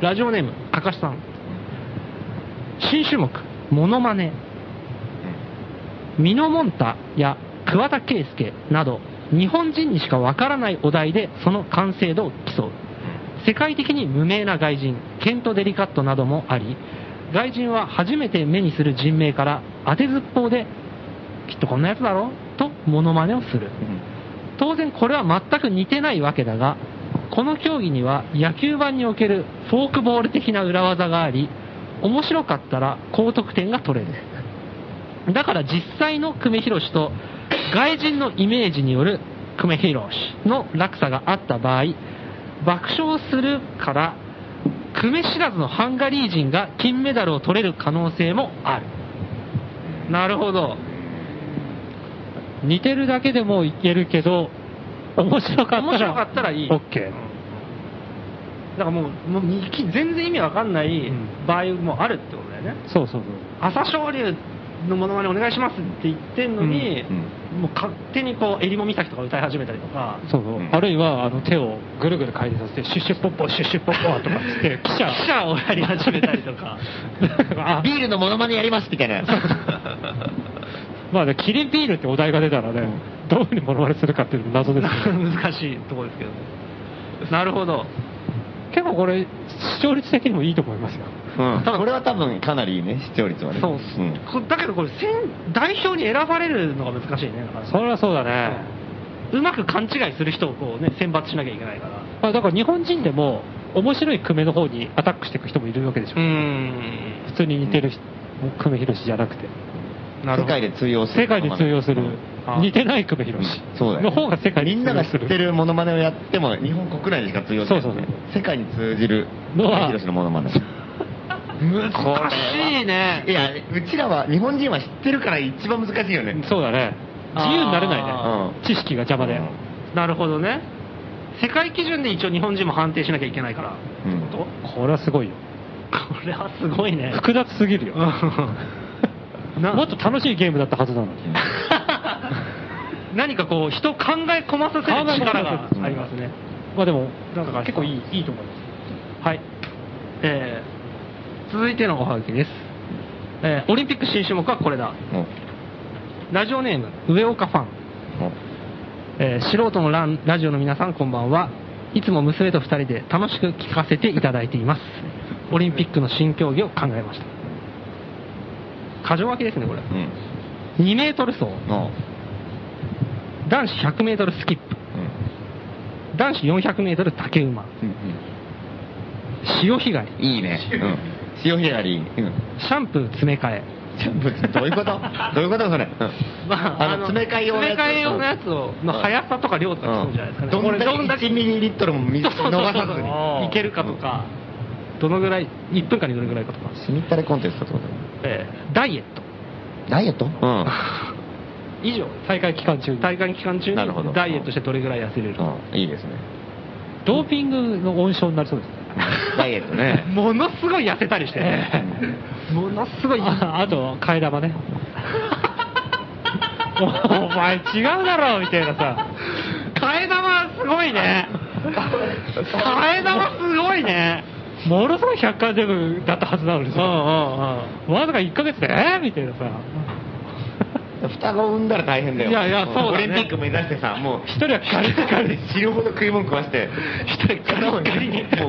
ラジオネーム、かかしさん。新種目、モノマネ。ミノモンタや桑田佳祐など、日本人にしかわからないお題でその完成度を競う。世界的に無名な外人、ケント・デリカットなどもあり、外人は初めて目にする人名から当てずっぽうで、きっとこんなやつだろとモノマネをする。当然これは全く似てないわけだが、この競技には野球盤におけるフォークボール的な裏技があり、面白かったら高得点が取れる。だから実際の久米宏と外人のイメージによる久米宏の落差があった場合、爆笑するから、久米知らずのハンガリー人が金メダルを取れる可能性もある。なるほど。似てるだけでもいけるけど、面白か面った白からったらいい。オッケーだからもう、もうに全然意味わかんないん場合もあるってことだよね。そうそうそう。朝青龍のモノマネお願いしますって言ってんのに、んもう勝手にこう、襟裳岬とか歌い始めたりとか、そうそう、うんあるいはあの手をぐるぐる回転させて、シュッシュッポッポ、シュッシュッポッポとかっつって、記者、記者をやり始めたりとか、あビールのモノマネやりますみたいな。まあね、キリンビールってお題が出たらね、どういうふうにモノマネするかっていうのも謎です けど難しいところですけどね。なるほど。結構これ、視聴率的にもいいと思いますよ。うん。これは多分かなりいいね、視聴率はね。そうっす、んこだけどこれ選、代表に選ばれるのが難しいね、だからそれはそうだね。うまく勘違いする人をこう、ね、選抜しなきゃいけないから。まあ、だから日本人でも、面白い久米の方にアタックしていく人もいるわけでしょ。ん普通に似てる人、久米宏じゃなくて。なる世ほど界で通用する。世界で通用するあ、似てない久米宏そうだのよね方が世界みにん通なが用知すっる。てるモノマネをやっても、日本国内でしか通用しない。そうそうそう世界に通じる、のはヒロシのモノマネ。難しいね。いや、うちらは、日本人は知ってるから一番難しいよね。そうだね。自由になれなあいね。ー知識が邪魔で。うんなるほどね。世界基準で一応日本人も判定しなきゃいけないから。うんってことこれはすごいよ。これはすごいね。複雑すぎるよ。なもっと楽しいゲームだったはずなのに。 何かこう、人を考え込ませる力がありますね。まあでも、なんか結構いい、いいと思います。はい。えー、続いてのおはがきです。えー、オリンピック新種目はこれだ。うんラジオネーム、上岡ファン。えー素人のランラジオの皆さんこんばんはいつも娘と2人で楽しく聞かせていただいていますオリンピックの新競技を考えました過剰書きですねこれうん。 2メートル走うん。男子100メートルスキップ男子400メートル竹馬うん。潮干狩いいね。うん。潮干狩り。うん。りシャンプー詰め替えちょどういうことどういうことそれ。うんあの、詰め替え用のや詰つ。め替え用のやつをの速さとか量とか聞うくんんじゃないですかね、どんだけこれ1ミリリットルも水逃そうそうそうさずに。いけるかとか、どのぐらい1分間にどれぐらいかとか、しみったれコンテストってことえーダイエットダイエット うん。以上大会期間中に。大会期間中なるほどにダイエットしてどれぐらい痩せれるか、うんいいですね。ドーピングの温床になりそうですね。ダイエットね。ものすごい痩せたりして、ものすごいああと、替え玉ね。おお前違うだろみたいなさ。替え玉すごいね替え玉すごいねものすごい百科全部だったはずなのにさ。わずか1ヶ月で、えーみたいなさ。双子産んだら大変だよ。いやいやんそうだねオリンピック目指してさ、もう、一人はガリガリ。死ぬほど食い物食わして、一人からに、もう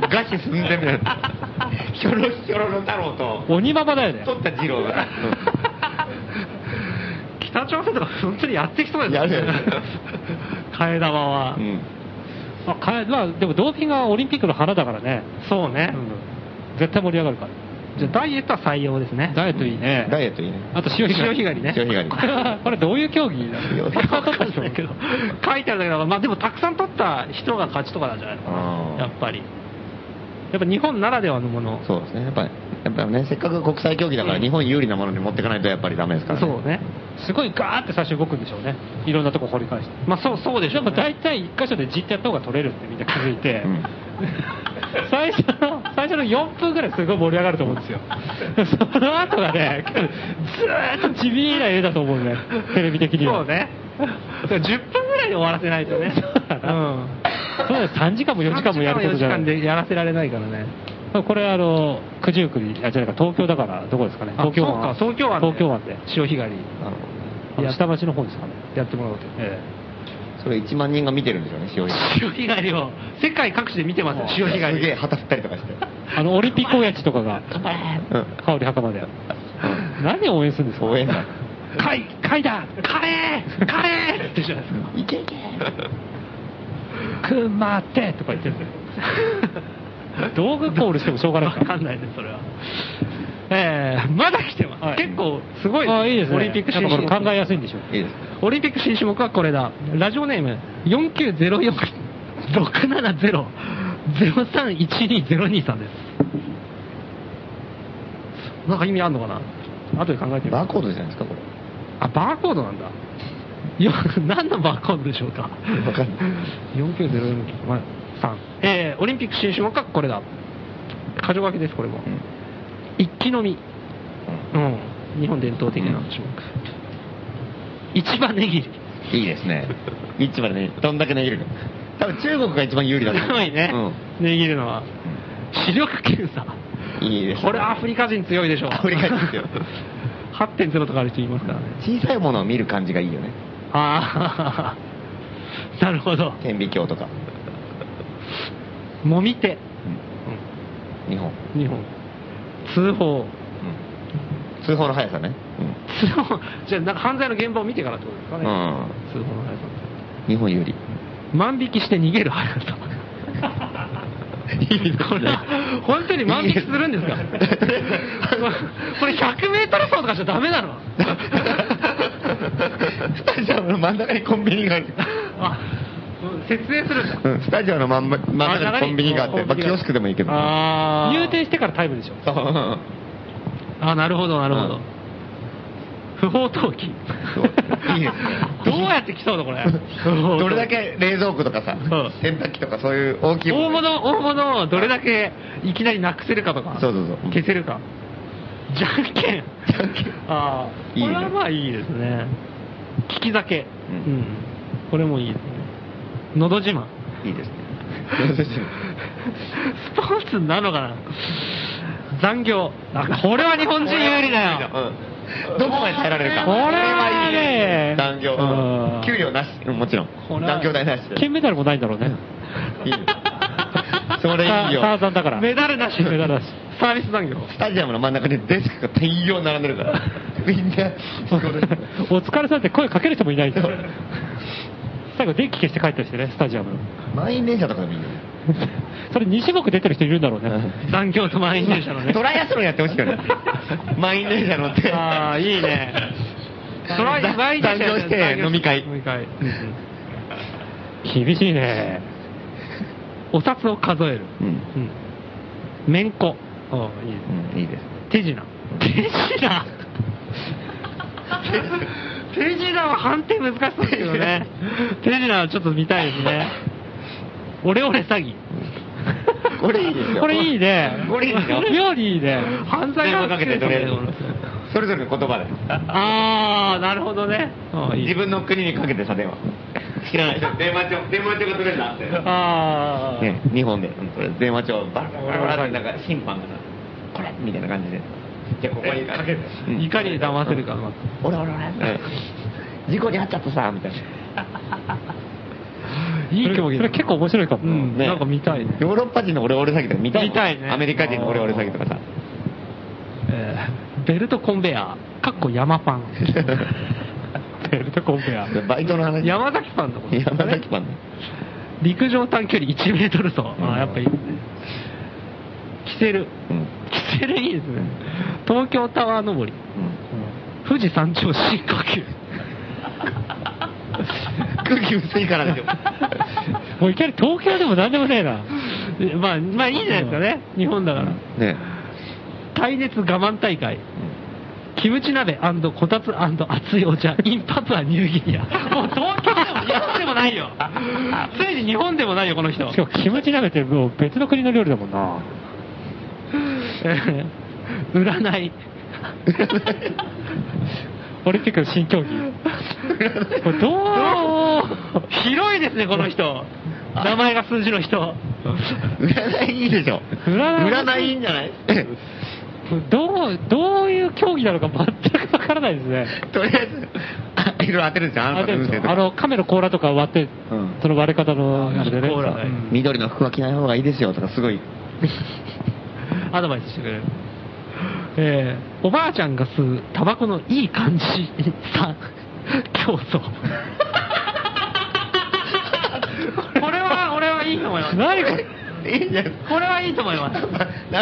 餓死寸前みたいな。ひょろひょろの太郎と、鬼ママだよね。取った二郎が。北朝鮮とか本当にやってきそうですやるねよね替え玉は、うんまあ、かえまあ、でもドーピングはオリンピックの花だからね。そうね、絶対盛り上がるから。じゃあダイエットは採用ですねダイエットいいね。ダイエットいいね。あと潮干狩り。潮干狩りね潮干狩りこれ は、これどういう競技なのわかだけど書いてあるだけだから、まあ、でもたくさん取った人が勝ちとかなんじゃないのかあなーやっぱりやっぱ日本ならではのものそうですね。やっぱり、やっぱね、せっかく国際競技だから、日本有利なものに持っていかないとやっぱりダメですからね。そうねすごいガーって最初動くんでしょうね。いろんなとこ掘り返して。まあそうそうでしでょうね、も大体一箇所でじってやった方が取れるってみんな気づいて、うん 最初の、最初の4分ぐらいすごい盛り上がると思うんですよ。その後がね、ずーっと地味な絵だと思うね。テレビ的には。そうね。だから10分ぐらいで終わらせないとね。そうだなそうだよ3時間も4時間もやることじゃ3時間も4時間ない。でやらせられないからね。これあの、九十九里、あ、違うか、東京だから、どこですかね。あ東京そうか湾。東京湾で東京湾で。潮干狩りなるあほの下町の方ですかね。やってもらおうと。えどそれ1万人が見てるんですよね、潮干潮干狩りを世界各地で見てますよ、潮狩り。干狩すげえり。旗振ったりとか して。えあの、オリンピック親父とかが、うん香り袴で。何を応援するんですか応援団。貝、貝だカレーカレーってじゃないですか。いけいけくまってとか言ってるんだよ。道具コールしてもしょうがないわかんないね、それは。えー、まだ来てます。はい結構、すごいあいいですね。オリンピック新やっ種ぱこ目。れ考えやすいんでしょう。いいです。オリンピック新種目はこれだ。ラジオネーム4904670-031202さんです。なんか意味あんのかな後で考えてみバるー。コードじゃないですか、これ。あ、バーコードなんだ。よ、何のバーコードでしょうか。わかんない。 4904673。えー、オリンピック新種目はこれだ。箇条書きです、これも。うん一気飲み。うん。日本伝統的な種目。一番ねぎり。いいですね。市場でね、どんだけ値切るか。多分中国が一番有利だと思う強いね、握るのは。視力検査。うん。いいです。これアフリカ人強いでしょ。アフリカ人 強い。 8.0とかある人いますからね。小さいものを見る感じがいいよね。ああ、 なるほど。顕微鏡とか。もみ手。日本。日本。通報。うん。通報の速さね。通報。じゃあ、なんか犯罪の現場を見てからってことですかうね。ん。うん。通報の速さ。日本 有利。万引きして逃げる速さ。これ、本当に万引きするんです かこれ100メートル走とかじゃダメな のスタジオの真ん中にコンビニがある。あ、設営するんだ。うん、スタジオの真ん真ん中にコンビニがあって、あまあ、キオスクでもいいけどね、あー入店してからタイムでしょ。そううんあ、なるほど、なるほど。うん不法投棄そういいですね どうやって競うの、こ れ。どれだけ冷蔵庫とかさ、ん洗濯機とかそういう大きい大もの物、大物をどれだけいきなりなくせるかとか、そうそうそう消せるか。じゃんけん。じゃんけんああ、こいれいねはまあいいですね。聞き酒。ううんん。これもいいですね。のど自慢。いいですね。スポーツになるのかな残業。あこれは日本人有利だよ。 うんどこまで耐えられるか。これはいいね残業、ううんん給料なし、うんもちろん。これは残業代なし。金メダルもないんだろうね。いいそれいいよタ。ーザンだから。メダルなし。メダルなし。サービス残業。スタジアムの真ん中にデスクが大量並んでるから。みんな、そこで。 お疲れさんって声かける人もいないんだよ最後電気消して帰ったりしてね、スタジアムの。満員電車とかでもいいよね。それ2種目出てる人いるんだろうね。残業と満員電車のね。トライアスロンやってほしいよね。満員電車乗って。ああ、いいね。 トライ、毎日残業して飲み会飲み会。厳しいね。お札を数える。うん。うん。めんこ。ああ、いいねうん、いい です。手品。手品 手品は判定難しそうですけどね。 手品はちょっと見たいですね。オレオレ詐欺。これいいですよ。これいいね。これいいですよ妙にいいね。犯罪電が話かけてとりあえずそれぞれの言葉で。ああ、なるほどね。ああ、いい自分の国にかけてさ、電話。知らない 人、電話帳、電話帳が取れるなって。ああ、ね、日本で、うんそれ電話帳、バラバラバラバラってなんか審判がさ、これみたいな感じで。じゃあここにかけて。いかに騙せるか。俺俺俺。うん事故に遭っちゃったさ、みたいな。いそいれ競技それ結構面白いかも。うんねなんか見たいねヨーロッパ人の俺俺詐欺とか見たいもん。見たいねアメリカ人の俺俺詐欺とかさ。えーベルトコンベヤー、かっこ山パン。ベルトコンベア。バイトの話。山崎パンのことですかね山崎パンね。陸上短距離1メートル走。ああ、やっぱいいですね。キセル。うん。キセルいいですね。東京タワー登り。富士山頂深呼吸。空気薄いからですよ。もういきなり東京でも何でもねえな。 えまあ、まあいいじゃないですかね。日本だから。ね耐熱我慢大会。キムチ鍋こたつ熱いお 茶、インパプアニューギニア。もう東京でも日本でもないよ。 ついに日本でもないよ、この人。しかもキムチ鍋ってもう別の国の料理だもんな。えー 占い。オリンピックの新競技。これどう 広いですね、この人。名前が数字の 人。占 いいいでしょ。占い占いいいんじゃない どう、どういう競技なのか全くわからないですね。とりあえず、あいろいろ当てるんですよ、あなあたの運勢とか。の、亀の甲羅とか割って、うんその割れ方の、あれでね。コーラうん緑の服は着ない方がいいですよとか、すごい。アドバイスしてくれる。えーおばあちゃんが吸うタバコのいい感じ。 さ、競争。これは、俺はいいと思います。何これいいじゃん。これはいいと思います。なん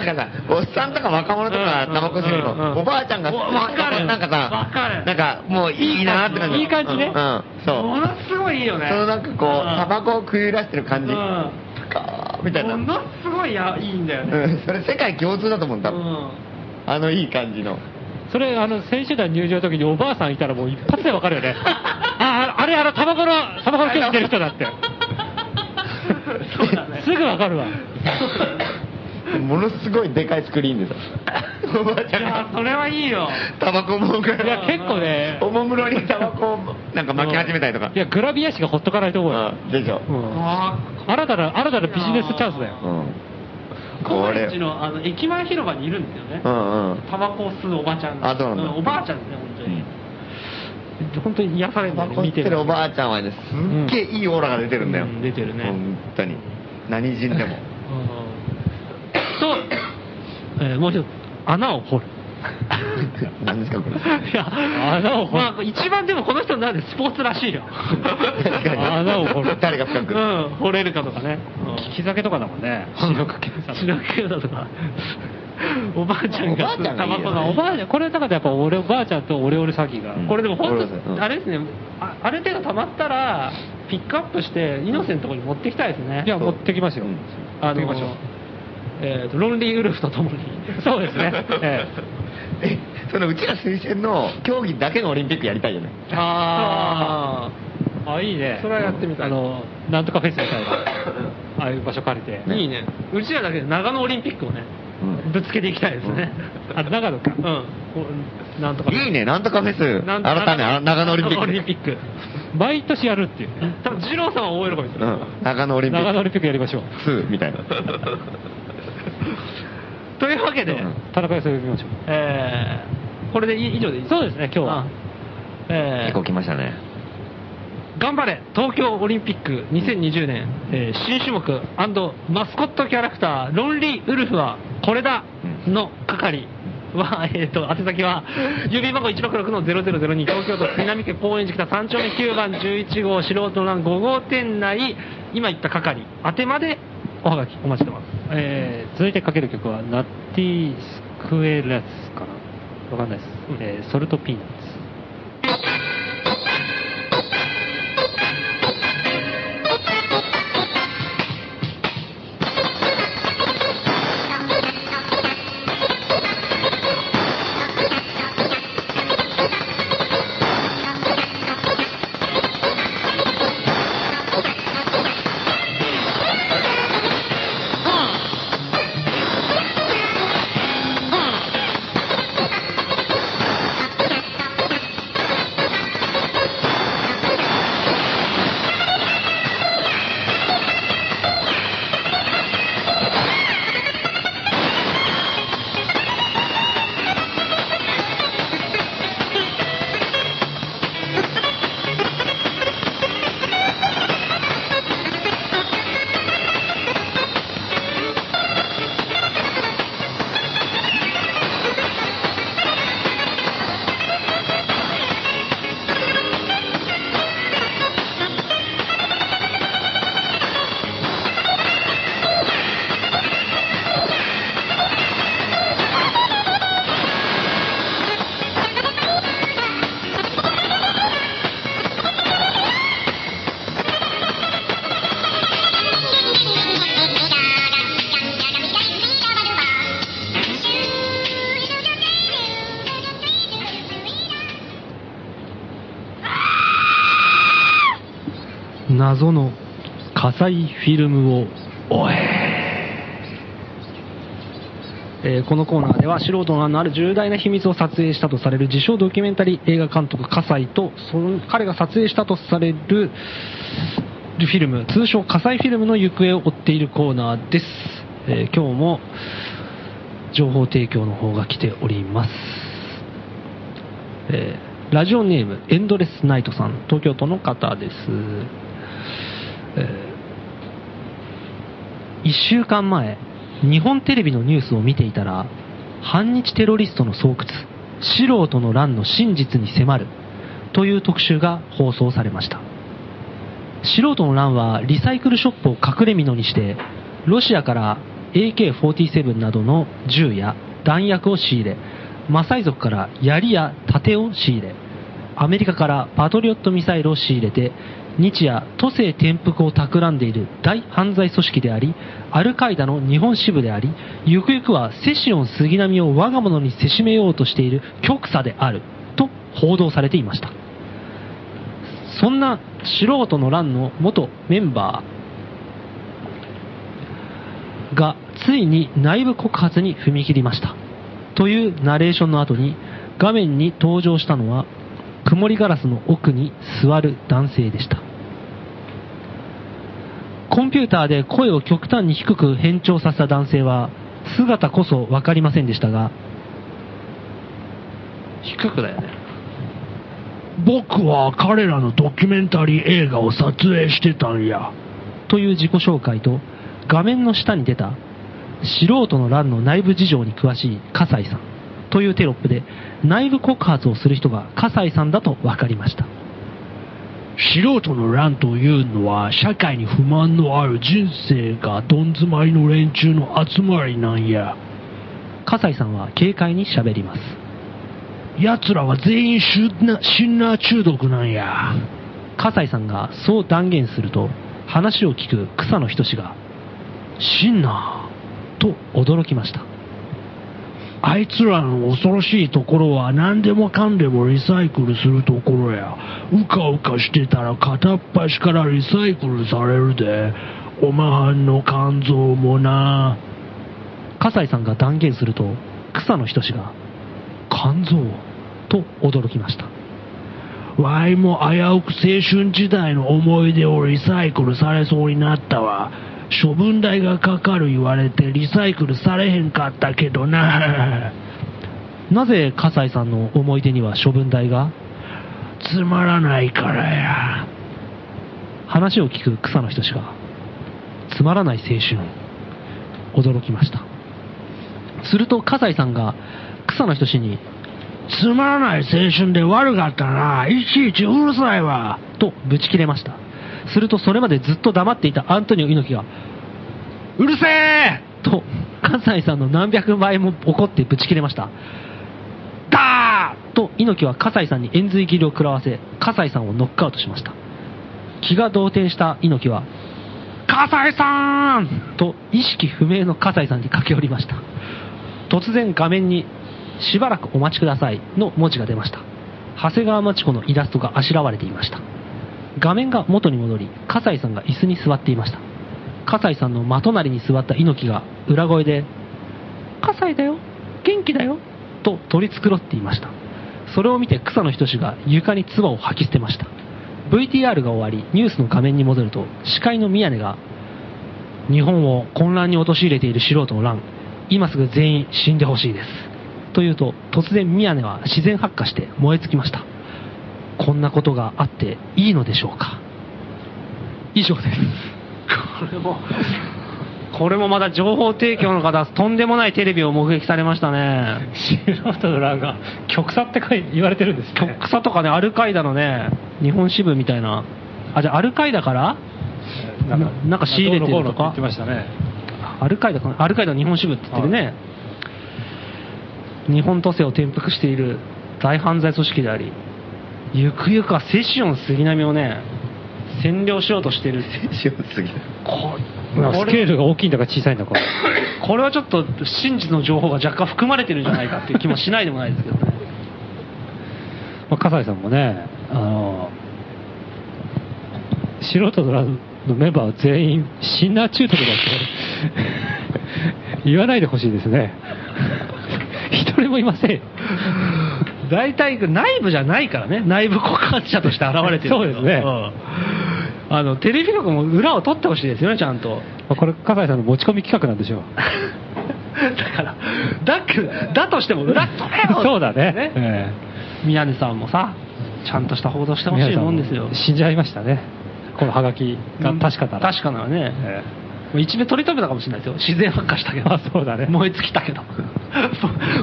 かさ、おっさんとか若者とかうんタバコ吸うけどうんうん、おばあちゃんが、おわかるなんかわかさ、るなんかもういいなって感じ。いい感じねうんうん、そうも。のすごいいいよね。そのなんかこう、タバコを食い揺らしてる感じ。うんかーみたいな。もうのすごいやいいんだよね。ん、それ世界共通だと思うんだ。多分うんあのいい感じの。それ、あの、選手団入場の時におばあさんいたらもう一発でわかるよ ね。あ、ああれ、あの、タバコの、タバコの競技出る人だって。そうだね。すぐわかるわ。 ものすごいでかいスクリーンでさ。おばあちゃんがそれはいい よ。タバコもかいや、結構ね、おもむろにタバコをなんか巻き始めたりとかい。や、グラビア誌がほっとかないと思うよ。うんでしょ。うんあ新たな、新たなビジネスチャンスだよ。うん。あ、こ高れ円。寺のあの駅前広場にいるんですよねう。んうん。タバコを吸うおばちゃんが。あそうなんだおばあちゃんですね、本当に。本当に癒されるタんだよバねコ吸見っててるおる。ばあちゃんはね、すっげえいいオーラが出てるんだよ。うん出てるね本当に。何人でも。 と、えーもう一つ、穴を 掘る。何ですかこれ。いや、穴を掘る。まあ、一番でもこの人なんでスポーツらしいよ。確かに穴を掘る誰が深く。うん、掘れるかとかね。聞き酒とかだもんね。視力検査。しなければとか。おばあちゃんがおばあちゃんがタいいバよねコがおばあちゃん、これだからやっぱ俺、おばあちゃんとオレオレ詐欺が。うんこれでも本う当、んあれですね、あある程度溜まったら、ピックアップして、イノセンのところに持ってきたいですね。いや、持ってきますよ。うんあの持ってきましょう、えーと、ロンリーウルフと共に。 そうですね。え え、そのうちら推薦の競技だけのオリンピックやりたいよね。え。ああ。あ、いいね。それはやってみたいあの、なんとかフェスみたいな。ああいう場所借りて。ねいいね。うちらだけで長野オリンピックをね、うんぶつけていきたいですね。あ、長野か。うん。こうなんとか。いいね、なんとかフェス。な改んめ、あ長野オリンピッ長ク。野オリンピック。毎年やるっていう。多分、二郎さんは大喜びすうる。ん、長野オリンピ長野オッリンピックやりましょう。ク。ツーみたいな。というわけで、うん田中康夫呼びましょう。えーこれでい以上でいいそうですね今日はあえ結構ー来ましたね。頑張れ東京オリンピック2020年、えー新種目マスコットキャラクターロンリーウルフはこれだうんの係は、えー、と宛先は郵便番号166の0002東京都南区高円寺北3丁目9番11号素人の欄5号店内今言った係宛てまでおはがきお待ちしてますえー続いてかける曲は、ナッティスクエラスかなわかんないです。えーソルトピーナッツ。謎の火災フィルムを追ええーこのコーナーでは素人の案のある重大な秘密を撮影したとされる自称ドキュメンタリー映画監督葛西とその彼が撮影したとされるフィルム通称火災フィルムの行方を追っているコーナーです、えー今日も情報提供の方が来ておりますえーラジオネームエンドレスナイトさん東京都の方です、え1週間前日本テレビのニュースを見ていたら反日テロリストの巣窟素人の乱の真実に迫るという特集が放送されました素人の乱はリサイクルショップを隠れ蓑にしてロシアから AK47 などの銃や弾薬を仕入れマサイ族から槍や盾を仕入れアメリカからパトリオットミサイルを仕入れて日夜都政転覆を企んでいる大犯罪組織でありアルカイダの日本支部でありゆくゆくはセシオン杉並を我が物にせしめようとしている極左であると報道されていましたそんな素人の乱の元メンバーがついに内部告発に踏み切りました。というナレーションの後に、画面に登場したのは、曇りガラスの奥に座る男性でした。コンピューターで声を極端に低く変調させた男性は、姿こそわかりませんでしたが、低くだよね。僕は彼らのドキュメンタリー映画を撮影してたんや。という自己紹介と、画面の下に出た、素人の欄の内部事情に詳しい笠井さんというテロップで、内部告発をする人が笠井さんだと分かりました。素人の乱というのは社会に不満のある人生がどん詰まりの連中の集まりなんや。笠井さんは軽快に喋ります。奴らは全員シュナ、シンナー中毒なんや。笠井さんがそう断言すると、話を聞く草野仁が、シンナーと驚きました。あいつらの恐ろしいところは何でもかんでもリサイクルするところや。うかうかしてたら片っ端からリサイクルされるで。おまはんの肝臓もな。笠井さんが断言すると、草野仁が、肝臓と驚きました。わいも危うく青春時代の思い出をリサイクルされそうになったわ。処分代がかかる言われてリサイクルされへんかったけどな。 なぜ笠井さんの思い出には処分代がつまらないからや。話を聞く草の人しか、つまらない青春、驚きました。すると、葛西さんが草野仁に、つまらない青春で悪かったな、いちいちうるさいわ、とぶち切れました。すると、それまでずっと黙っていたアントニオ猪木が、うるせえと、葛西さんの何百倍も怒ってぶち切れました。だーと、猪木は葛西さんに円髄切りを食らわせ、葛西さんをノックアウトしました。気が動転した猪木は、葛西さんと意識不明の葛西さんに駆け寄りました。突然画面に、しばらくお待ちくださいの文字が出ました。長谷川町子のイラストがあしらわれていました。画面が元に戻り、葛西さんが椅子に座っていました。葛西さんの真隣に座った猪木が裏声で、葛西だよ元気だよと取り繕っていました。それを見て草野仁が床に唾を吐き捨てました。VTR が終わり、ニュースの画面に戻ると、司会の宮根が、日本を混乱に陥れている素人の乱、今すぐ全員死んでほしいです。というと、突然宮根は自然発火して燃え尽きました。こんなことがあっていいのでしょうか以上です。これも、これもまだ情報提供の方、とんでもないテレビを目撃されましたね。素人の欄が極左って書い言われてるんですね草とかね、アルカイダのね、日本支部みたいな。あ、じゃあアルカイダからなんか仕入れてるとかどうのこうのって言ってましたねアルカイダかなアルカイダの日本支部って言ってるね、日本都政を転覆している大犯罪組織であり、ゆくゆくはセシオン杉並をね、占領しようとしている。 塩すぎ。こまあこスれケールが大きいんだか小さいんだかこれはちょっと真実の情報が若干含まれてるんじゃないかっていう気もしないでもないですけどね。まあ、笠井さんもね、あの、素人のランのメンバーは全員、シンナー中毒だって言わないでほしいですね。 一人もいませんよ。 大体内部じゃないからね、内部告発者として現れてるけど そうですねんあのテレビ局も裏を取ってほしいですよね、ちゃんと。まあこれ、笠井さんの持ち込み企画なんでしょう。 だから、だけだとしても裏取れよそうだね。宮根さんもさ、ちゃんとした報道してええほしいもんですよ皆さ。死んじゃいましたね。このハガキが確かだなら。確かならね。えもう一面取り留めたかもしれないですよ。自然発火したけど。あそうだね 燃え尽きたけど。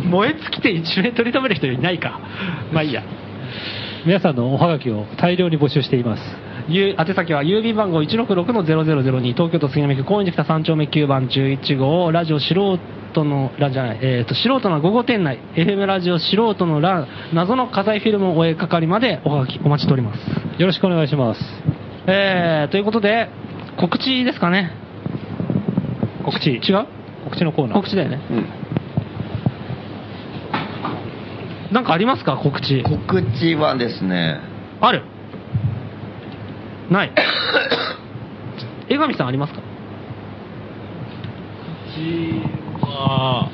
燃え尽きて一面取り留める人いないか。まあいいや。え皆さんのおハガキを大量に募集しています。ゆ宛先は郵便番号166-0002東京都杉並区高円寺北3丁目9番11号ラジオ素人のラじゃない、えー、と素人の午後店内 FM ラジオ素人のラ謎の火災フィルムをお絵かかりまでおはがきお待ちしております、よろしくお願いします。えー、ということで告知ですかね告知。違う告知のコーナー。告知だよねなんかありますか告知告知はですね、あるない 江上さんありますかうちは、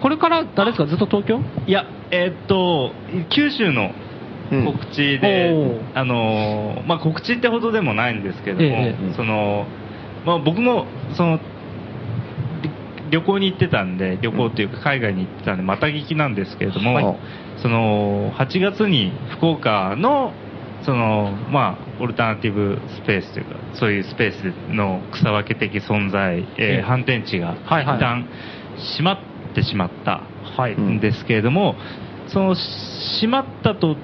これから誰ですかずっと東京いや、えーっと、九州のうん告知で、おーあのーまあ、告知ってほどでもないんですけども、ええそのまあ、僕もそのり旅行に行ってたんで、旅行というか海外に行ってたんで、また聞きなんですけれども、はいその8月に福岡のその、まあ、オルタナティブスペースというか、そういうスペースの草分け的存在、えええー反転地がはい一はい旦閉まってしまった。はいうんんですけれども、その閉まったと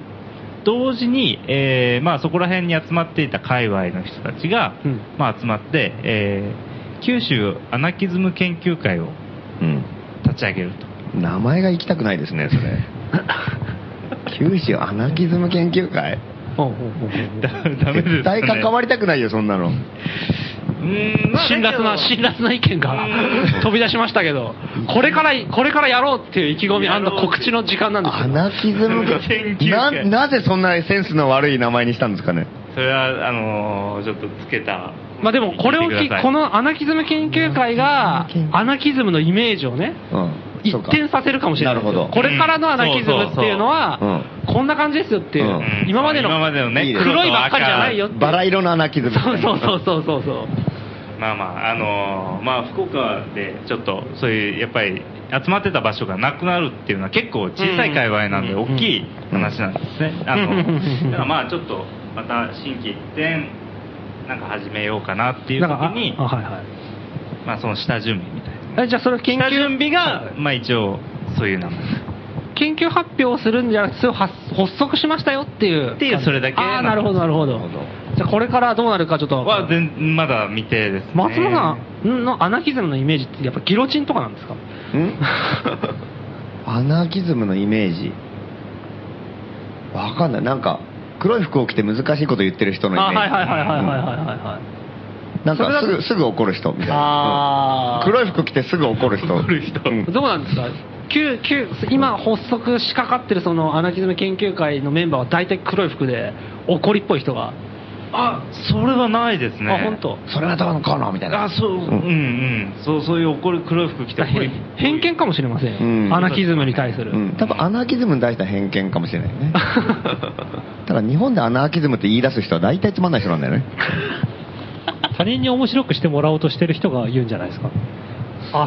同時に、えーまあ、そこら辺に集まっていた界隈の人たちが、うんまあ、集まって、えー九州アナキズム研究会をうん。立ち上げると。 名前が行きたくないですね、そ れ。九州アナキズム研究会おうおうおうおうだダメです、ね。絶対関わり。りたくないよ、そんなの。うん、まあ辛辣な、だけ辛辣な意見が飛び出しましたけど、これから、これからやろうっていう意気込みやろう告知の時間なんですアよ。ナキズム研究な、会なぜそんなセンスの悪い名前にしたんですかね。どそれは、あのーちょっとつけた。まあでも、これを聞きいてくださ、いこのアナキズム研究会が、アナキズムのイメージをね、うん。一そうか転させるかもしれないですよなるほどこれからのアナキズムっていうのうんそうは、こんな感じですよっていう、うん今までの今までのね、いいです黒いばっかりじゃないよっていう。バラ色のアナキズム。そうそうそうそうそうそう。まあまあ、あのーまあ、福岡でちょっとそういうやっぱり集まってた場所がなくなるっていうのは結構小さい界隈なんでうん大きい話なんですね、あうんのだからまあちょっとまた新規一転なんか始めようかなっていう時なんかあにあはいはい。まあ、その下準備みたいなえじゃあそれ研下準究備が、まあ、一応そういう名前研究発表をするんじゃなくてそれを発発足しましたよっていうっていうそれだけああなるほどなるほどなるほどじゃあこれからどうなるかちょっとは全まだ未定です、ね、松本さんのアナキズムのイメージってやっぱギロチンとかなんですかんアナキズムのイメージわかんないなんか黒い服を着て難しいこと言ってる人のイメーあジはいはいはいはいはいはいはいはいなんそれだとかすぐすぐ怒る人みたいな、うんああ黒い服着てすぐ怒る人怒る人うんどうなんですか旧旧今発足しかかってるそのアナキズム研究会のメンバーは大体黒い服で怒りっぽい人が、あそれはないですねあ本当それはどうのこうのみたいなあそううんうんそうそういう怒る黒い服着て怒り偏見かもしれませんよ、うんアナキズムに対する、うん、多分アナキズムに対しては偏見かもしれないねただ日本でアナキズムって言い出す人は大体つまんない人なんだよね他人に面白くしてもらおうとしてる人が言うんじゃないですか。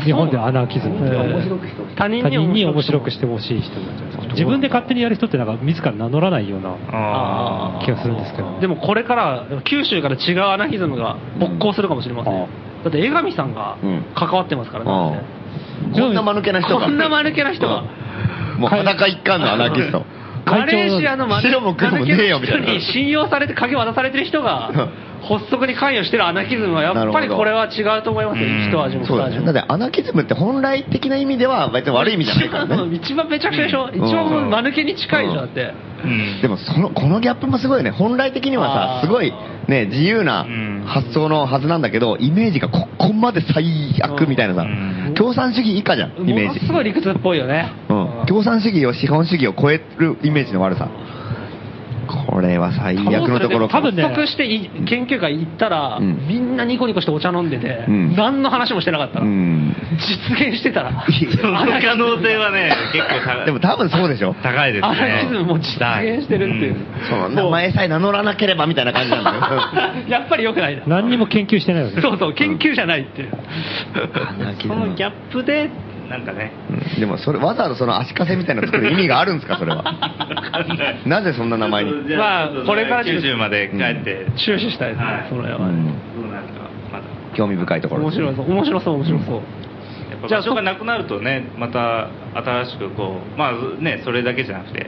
日本でアナーキズムって。他人他人にに面面白白くくしてほしい人なんじゃないですか。自分で勝手にやる人ってなんか自ら名乗らないような。あ気がするんですけどでもこれから九州から違うアナキズムが勃興するかもしれません、うんだって江上さんがうん関わってますからね、うんこんな間抜けな人がこんな間抜けな人がうんもう裸一貫のアナキストマレーシアのマ白も黒もねえよみたいマなレーシアの人に信用されて鍵渡されてる人が発足に関与してるアナキズムはやっぱりこれは違うと思いますよなるほ一ど味もそう二だ味ねもだってアナキズムって本来的な意味では別に悪い意味じゃないから ね一番めちゃくちゃでしょ、うん一番もう間抜けに近いでしょだって、うんでもそのこのギャップもすごいよね本来的にはあーさすごいね自由なうん発想のはずなんだけどイメージがここまで最悪みたいなさうん共産主義以下じゃんイメーものジすごい理屈っぽいよね、うん共産主義を資本主義を超えるイメージの悪さこれは最悪のところ多分ね発足してい研究会行ったら、うんみんなニコニコしてお茶飲んでて、うん何の話もしてなかったうら、ん実現してたら、そのアナキ可能性はね、結構高い。でも多分そうでしょ高いですね。アナキズムも実現してるっていうその名前さえ名乗らなければみたいな感じなんだ よやっぱり良くないな。何にも研究してないよね。そうそう、研究じゃないっていう。アナキそズムのギャップで、なんかね、うんでもそれわざわざその足かせみたいなの作る意味があるんですかそれは なぜそんな名前にじゃまあこれから九州まで帰って、注視したいですね、はいそれは、うんどうなるか、まだ。興味深いところ面です白いそう、面白そう、面白そう。やっぱじゃあ場所がなくなるとね、また新しくこう、まあね、それだけじゃなくて、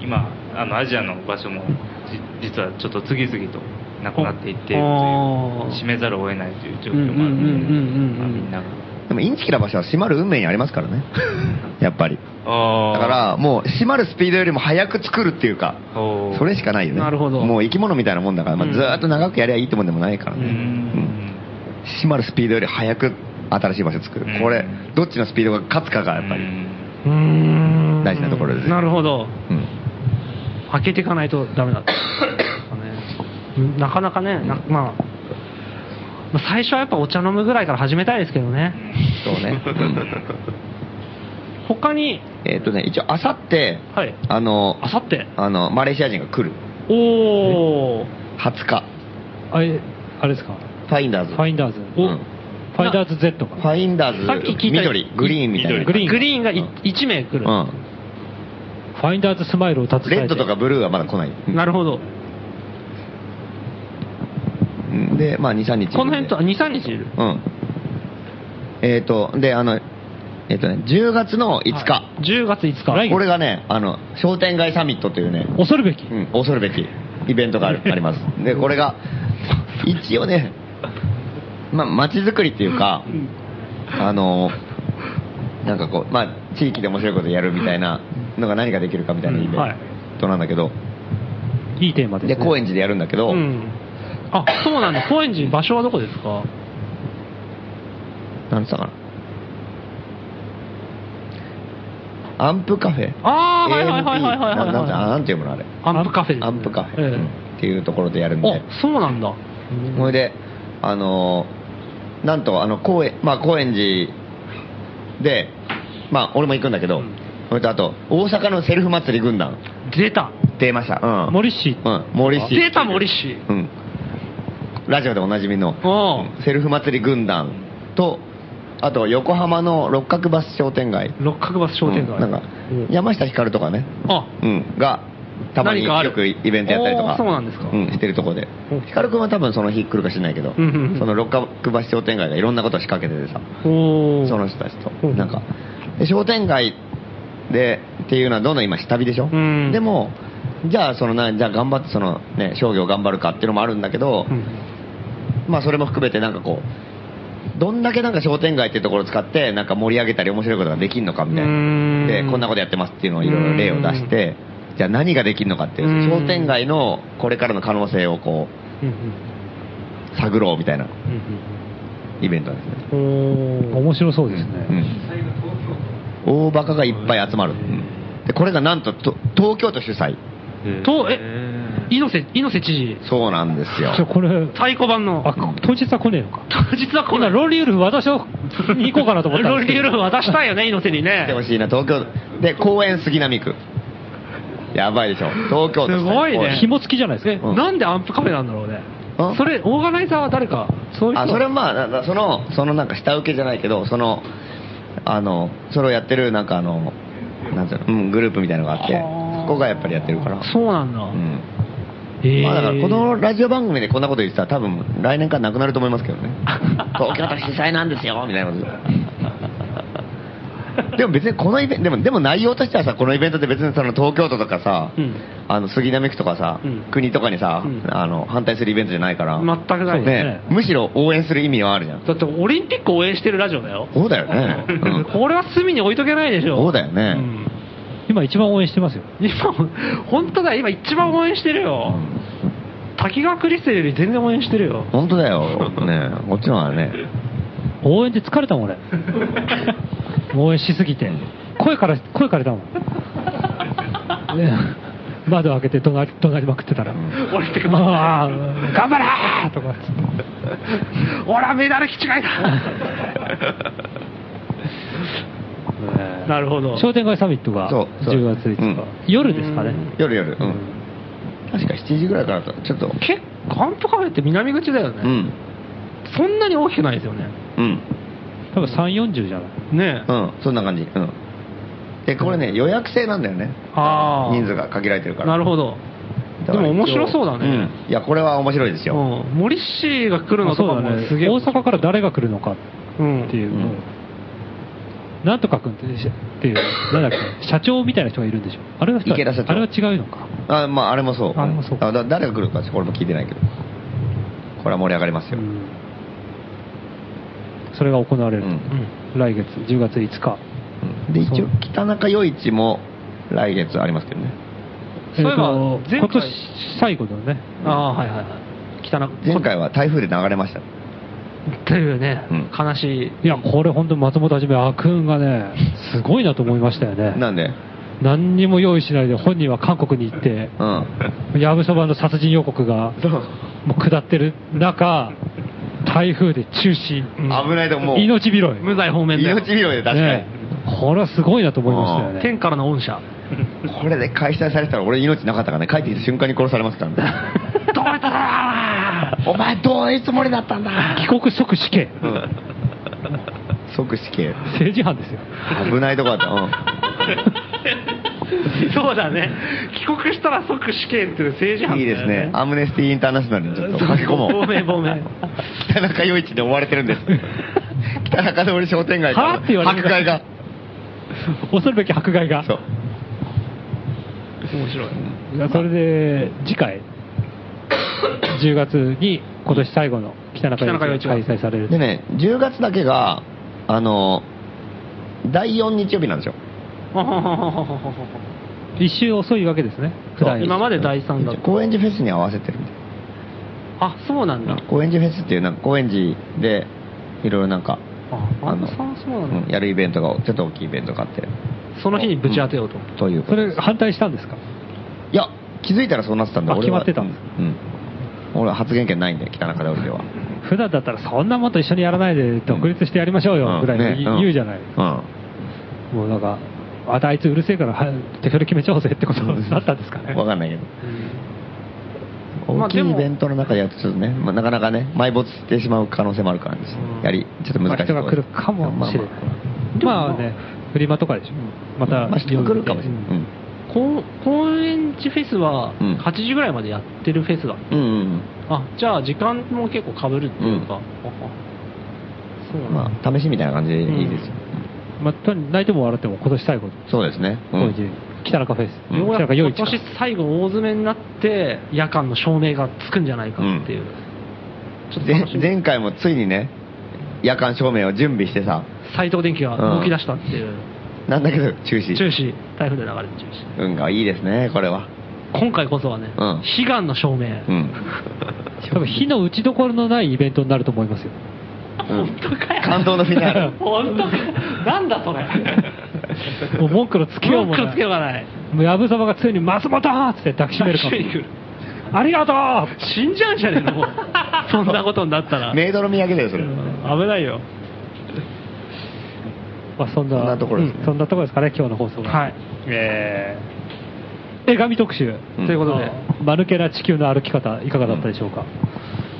今、あのアジアの場所も、じ実はちょっと次々となくなっていっているというあー、閉めざるを得ないという状況もあるうんうんうんうんうんうんので、まあみんなが。でもインチキな場所は閉まる運命にありますから ねやっぱりだだからもう閉まるスピードよりも早く作るっていうかそれしかないよねなるほどもう生き物みたいなもんだから、まあ、うんずーっと長くやりゃいいってもんでもないからうね、ん閉まるスピードより早く新しい場所作る、うんこれどっちのスピードが勝つかがやっぱり、うーん大事なところですねなるほど。うん開けていかないとダメだ った、ね、なかなかね、なまあ、まあ 最初はやっぱお茶飲むぐらいから始めたいですけどね、そうね他に、えっ、とね、一応、あさって、はい。あの、あさって。あの、マレーシア人が来る。おー。 20日。あれ、あれですかファインダーフズ。ァインダーズ。うフんァインダーズ Z フか。ァインダーズ、さっき聞いた緑、グリーンみたいな。グリーングリーンがうん1名来る。うファインダーズスマイルを立つん。レッドとかブルーはまだ来ない。なるほど。うんで、まあ、2、3日。この辺と、2、3日いる。うん。えっ、と、で、あの、えっ、とね、10月の5日。はい10月5日。来これがね、あの、商店街サミットというね、恐るべき。うん、恐るべきイベントが あるあります。で、これが、一応ね、まあ、街づくりっていうか、あの、なんかこう、まあ、地域で面白いことやるみたいなのが何ができるかみたいなイベンうんはいトなんだけど、いいテーマです、で、ね。高円寺でやるんだけど、うん。あ、そうなんだ。高円寺、場所はどこですかなんつったかな。アンプカフェあー、はいはいはいはいはい AMP ななんてはなんて読むのあれ。い。アンプカフェですねアンプカフェ、えっていうところでやるんえで。あ、そうなんだ。それで、あのーなんと、あの、高円、まあ、高円寺で、まあ、俺も行くんだけど、うんそれとあと、大阪のセルフ祭り軍団、出た。出ました。うん。森氏うん、森氏。出た森氏。うん。ラジオでおなじみの、おうセルフ祭り軍団と、あと、横浜の六角バス商店街。六角バス商店街。うんなんかうん、山下ひかるとかね、あ、うん、が、たまに何かあるよくイベントやったりとおか、ーそうなんですかうんしてるとこでうん、ヒカル君は多分その日来るかしないけど、うんうんうんその六角橋商店街がいろんなことを仕掛けててさ、おーその人たちと、うんなんか、で商店街でっていうのはどんどん今、下火でしょ、うんでも、じゃあ、そのなじゃあ頑張ってその、ね、商業頑張るかっていうのもあるんだけど、うんまあ、それも含めて、なんかこう、どんだけなんか商店街っていうところを使って、なんか盛り上げたり、面白いことができるのかみたいなうーん、でこんなことやってますっていうのをいろいろ例を出して、じゃあ何ができるのかっていう、うん商店街のこれからの可能性をこうんう探ろうみたいなうんイベントなんですね。うんうんおー面白そうですね。うん、大バカがいっぱい集まる、うんでこれがなんとと東京都主催、と、え、猪瀬、猪瀬知事、そうなんですよち。ょこれ、太鼓判の、あ、こ当日は来ねえのか。実はこん今、なロンリーウルフ私をに行こうかなと思ったんロですリけーど。ルー渡したいよね、猪瀬に来てほね。しいな、東京都で、公園杉並区、やばいでしょ、東京都主催すごいね公園紐付きじゃないですか。うんなんでアンプカフェなんだろうねあ。それ、オーガナイザーは誰か、そう いう人あそれはまあななそのそのなんか下請けじゃないけどそのあのそれをやってるなんかあのなんていうの、うん、グループみたいなのがあってあーそこがやっぱりやってるからそうなんだ。うんへーまあだからこのラジオ番組でこんなこと言ってたら多分来年からなくなると思いますけ どね東京都主催なんですよみたいなことでも別にこのイベントでもでも内容としてはさこのイベントって別にその東京都とかさ、うんあの杉並区とかさ、うん国とかにさ、うんあの反対するイベントじゃないから全くないねねむしろ応援する意味はあるじゃんだってオリンピックを応援してるラジオだよ。そうだよね。うんこれは隅に置いとけないでしょ。そうだよねん今一番応援してますよ。今、本当だ、今一番応援してるよ。滝川クリステルより全然応援してるよ。本当だよ。ねえこっちの方がね。応援で疲れたもん、俺。応援しすぎて。声から、声から出たもん。ね窓開けて怒鳴り怒鳴りまくってたら。ん俺ってか、ああ、頑張れーとか。俺はメダル気違 いだ。なるほど。商店街サミットがそうそう10月5日、うん夜ですかね、夜夜。うん。確か7時ぐらいからだったちょっと。結構、アンプカフェって南口だよね。うん。そんなに大きくないですよね。うん。多分3、40じゃない、ねえ。うん。そんな感じ。うん。で、これね、予約制なんだよね。ああ。人数が限られてるから。なるほど。だでからも面白そうだね。うん。いや、これは面白いですよ。うん。森氏が来るのとかあもすげえ。大阪から誰が来るのかうんっていうのを、うんなんとか君ってしっていう、なんだっけ、社長みたいな人がいるんでしょ、あれは人池田社長あれは違うのか、あ、まあ、あれもそう。あれもそうんだ誰が来るか、これも聞いてないけど。これは盛り上がりますうよ。んそれが行われると、うん来月、10月5日、うんで、一そ応う、北中余市も来月ありますけどね。そういえばと前回今年最後のね、ああ、はいはいはい。汚く。前回は台風で流れました。というね、うん悲しい。いや、これ、本当、松本はじめ、あくんが ね、すごいなと思いましたよね。なんで、何にも用意しないで本人は韓国に行って、うん。やぶそばの殺人予告がもう下ってる中、台風で中止、危ないと思う。命拾い、無罪方面だよ命拾いで確かに。ねこれはすごいなと思いましたよね。天からの御社。これで開催されたら俺命なかったからね、帰ってきた瞬間に殺されますか らね。どうやったらお前どういうつもりだったんだ帰国即死刑。うん即死刑。政治犯ですよ。危ないとこだった。うんそうだね。帰国したら即死刑っていう政治犯だいいよですね。アムネスティ・インターナショナルにちょっと書き込も亡う。命亡 命。北中陽一で追われてるんです。北中通り商店街はあって言われる迫害が。恐るべき迫害が。そう。面白い。いやそれで、次回、10月に今年最後の北中北中夜夜市市がが開催される。でね、10月だけが、あの、第4日曜日なんですよ。一周遅いわけですね、普段より今まで第3だった。高円寺フェスに合わせてるみたいあ、そうなんだな。。高円寺フェスっていう、なんか高円寺で、いろいろなんか、あ、ああのさんそうなんうんだ。やるイベントが、ちょっと大きいイベントがあって、その日にぶち当てようと。というこそとでれ反対したんですかいや、気づいたらそうなってたんだ、あ俺決はまってたうんんだ。うん俺は発言権ないんで、北中で俺では。普段だったらそんなもんと一緒にやらないで独立してやりましょうよぐらいねに言うじゃない、うん。もうなんか、ああいつうるせえからは手それ決めちゃおうぜってことになったんですかね。わかんないけど。まあ大きいでイもベントの中でやるとちょっとね、まあ、なかなかね、埋没してしまう可能性もあるからですうんやり、ちょっと難しいとこまあ人が来るかもしれない。まあね、フリマとかでしょ。ままあた、まあ人が来るかもしれない。こう高円寺フェスはうん8時ぐらいまでやってるフェスだ。うん。うんあ、じゃあ時間も結構かぶるっていうか。うあそうう。なんんまだ。あ、試しみたいな感じでいいですよ。まあ、とに泣いても笑っても今年最後、そうですね。うこういんう北中フェス、うんよう北や中く夜今市か年最後大詰めになって夜間の照明がつくんじゃないかっていう、ちょっとぜ楽しみ前回もついにね、夜間照明を準備してさ、斎藤電機が動き出したっていう、なんだけど中止。中止台風で流れる中止運がいいですね、これは。今回こそはね、うん悲願の照明、 うん。多分火の打ちどころのないイベントになると思いますよ。本当かよ感動のフィナーレ。 本当かよなんだそ れもう文句のつけようも文句なつけようい。がないもうやぶさまがついに松本っつって抱きしめるかも一緒に来る。ありがとう死んじゃうんじゃねえの もうそんなことになったら、メイドの土産だよ、それ。危ないよまあそんなそんなところですねうんそんなところですかね、今日の放送はい、えー、絵紙特集、うんということうで「んマヌケな地球の歩き方」いかがだったでしょうか、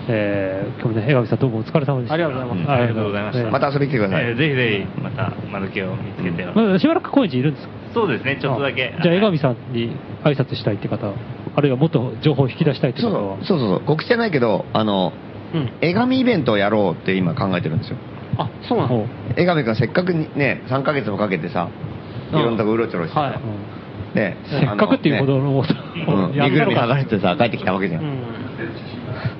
えー今日もね江上さんどうもお疲れ様でしたありがとうございますんありがとうございましたまた遊びに来てください。えーぜひぜひ、また、丸毛を見つけては。まだしばらく高円寺いるんですかそうですね、ちょっとだけ。あじゃあ江上さんに挨拶したいって方あるいはもっと情報を引き出したいってそ方うはそうそうそうそう、告知じゃないけど、あの、うん、絵紙イベントをやろうって今考えてるんですよ。あそうなほうの江上君せっかくにね、3ヶ月もかけてさ、いろんなとこうろちょろしてさ、はいね、せっかくっていうほどのことあの、ね、うん、身ぐるみ剥がれてさ、帰ってきたわけじゃ。うんん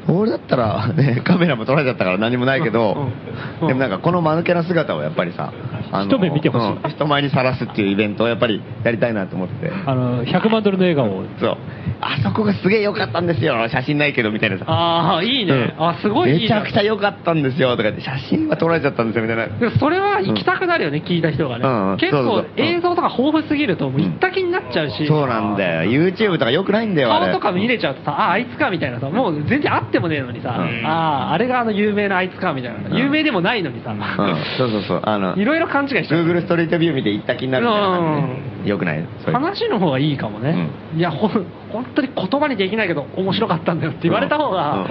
俺だったら、ね、カメラも撮られちゃったから何もないけど、うんうんでもなんかこの間抜けな姿をやっぱりさ、あの一目見てほしいうん人前にさらすっていうイベントをやっぱりやりたいなと思って。あの100万ドルの笑顔をそう。あそこがすげえ良かったんですよ、写真ないけどみたいなさ。ああいいね、うんあすごいいいめちなゃくちゃ良かったんですよとか言って写真は撮られちゃったんですよみたいなでもそれは行きたくなるよね、聞いた人がね、うんうん結そう構そうそう映像とか豊富すぎると、もううん行った気になっちゃうし、そうなんだよ YouTube とか良くないんだよあれ顔とか見れちゃうとさ、ああ、あいつかみたいなさ、もう全然会ってもねえのにさ、うんああ、あれがあの有名なあいつかみたいな、うん有名でもないのにさ、うんそうそうそうあのいろいろ勘違いしちゃう。 Google ストリートビュー見て行った気になるみたいな感じね良くないそういう話の方がいいかもね、いやほん本当に言葉にできないけど面白かったんだよって言われた方うんうがん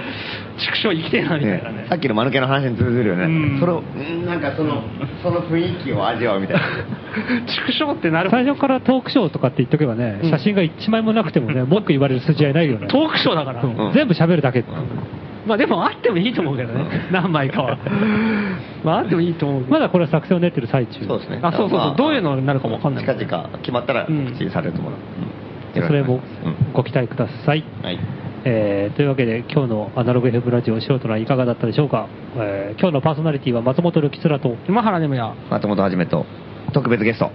畜生生きてえなみたいなねねさっきの間抜けの話に通ずるようんねそれをうんなんかそのその雰囲気を味わうみたいな畜生ってなるほど最初からトークショーとかって言っとけばね、うん写真が1枚もなくても ね、文句言われる筋合いないよね。トークショーだから、うんうん全部喋るだけってまあでもあってもいいと思うけどね、何枚か は。まああってもいいと思うけど。まだこれは作戦を練ってる最中。そうですねあ、そうそうそう、まあどういうのになるかもわかんない。近々決まったらうん口にされると思うなうんそれもうんご期待ください。はいえーというわけで、今日のアナログ FM ラジオ、素人はいかがだったでしょうか、えー今日のパーソナリティは松本るきつらと、今原でもや。松本はじめと特別ゲスト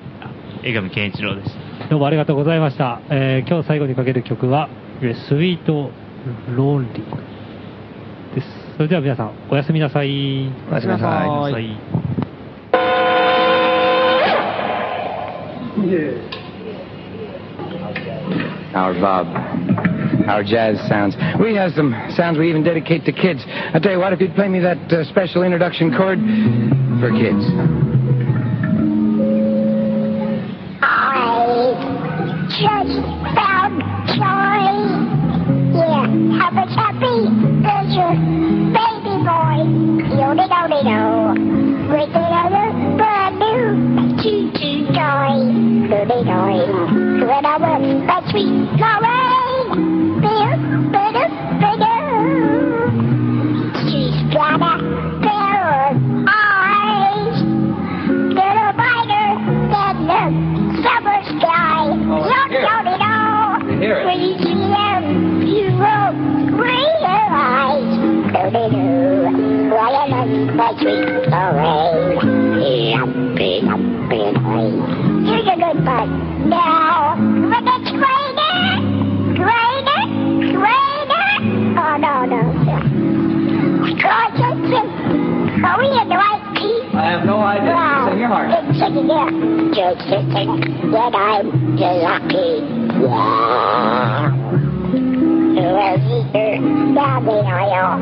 江上健一郎です。どうもありがとうございました。えー今日最後にかける曲は、えースイートローンリーです。それでは皆さん、おやすみなさい。おやすみなさいはいい our Bob, our jazz sounds. We have some sounds we even dedicate to kids. I tell you what, if you'd play me that uh, special introduction chord for kids. just found Charlie. Yeah, happy happy there's your baby boy. Yodel dodel with another brand new choo-choo toy. Doodle doy, good hours, but sweet Lorraine. Bigger, bigger, bigger. She's got a pair of eyes. Little brighter than the summer sky. Look, don't it all? When you see them, you will realize. Do-do-do. Why I love my sweet Lorraine. Yuppie, yuppie, yuppie. Here's a good part. Now, when it's raining, raining, raining. Oh, no, no. Concentrate. Are we in the right key? I have no idea. Sing your heart. It's singing there. Just to think that I'm the lucky one. Well, here, now they are.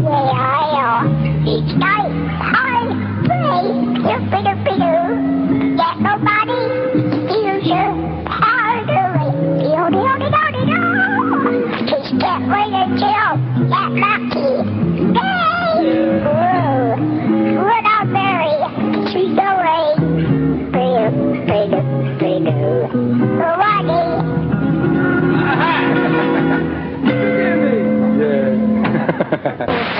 They are. Each night I pray, you bitter, bitter, that nobody steals your powder. You do, do, do, do, do. Just can't wait until that lucky day. Whoa. When I'm married, she's away. Bitter, bitter, bitter. Ronnie. Yeah.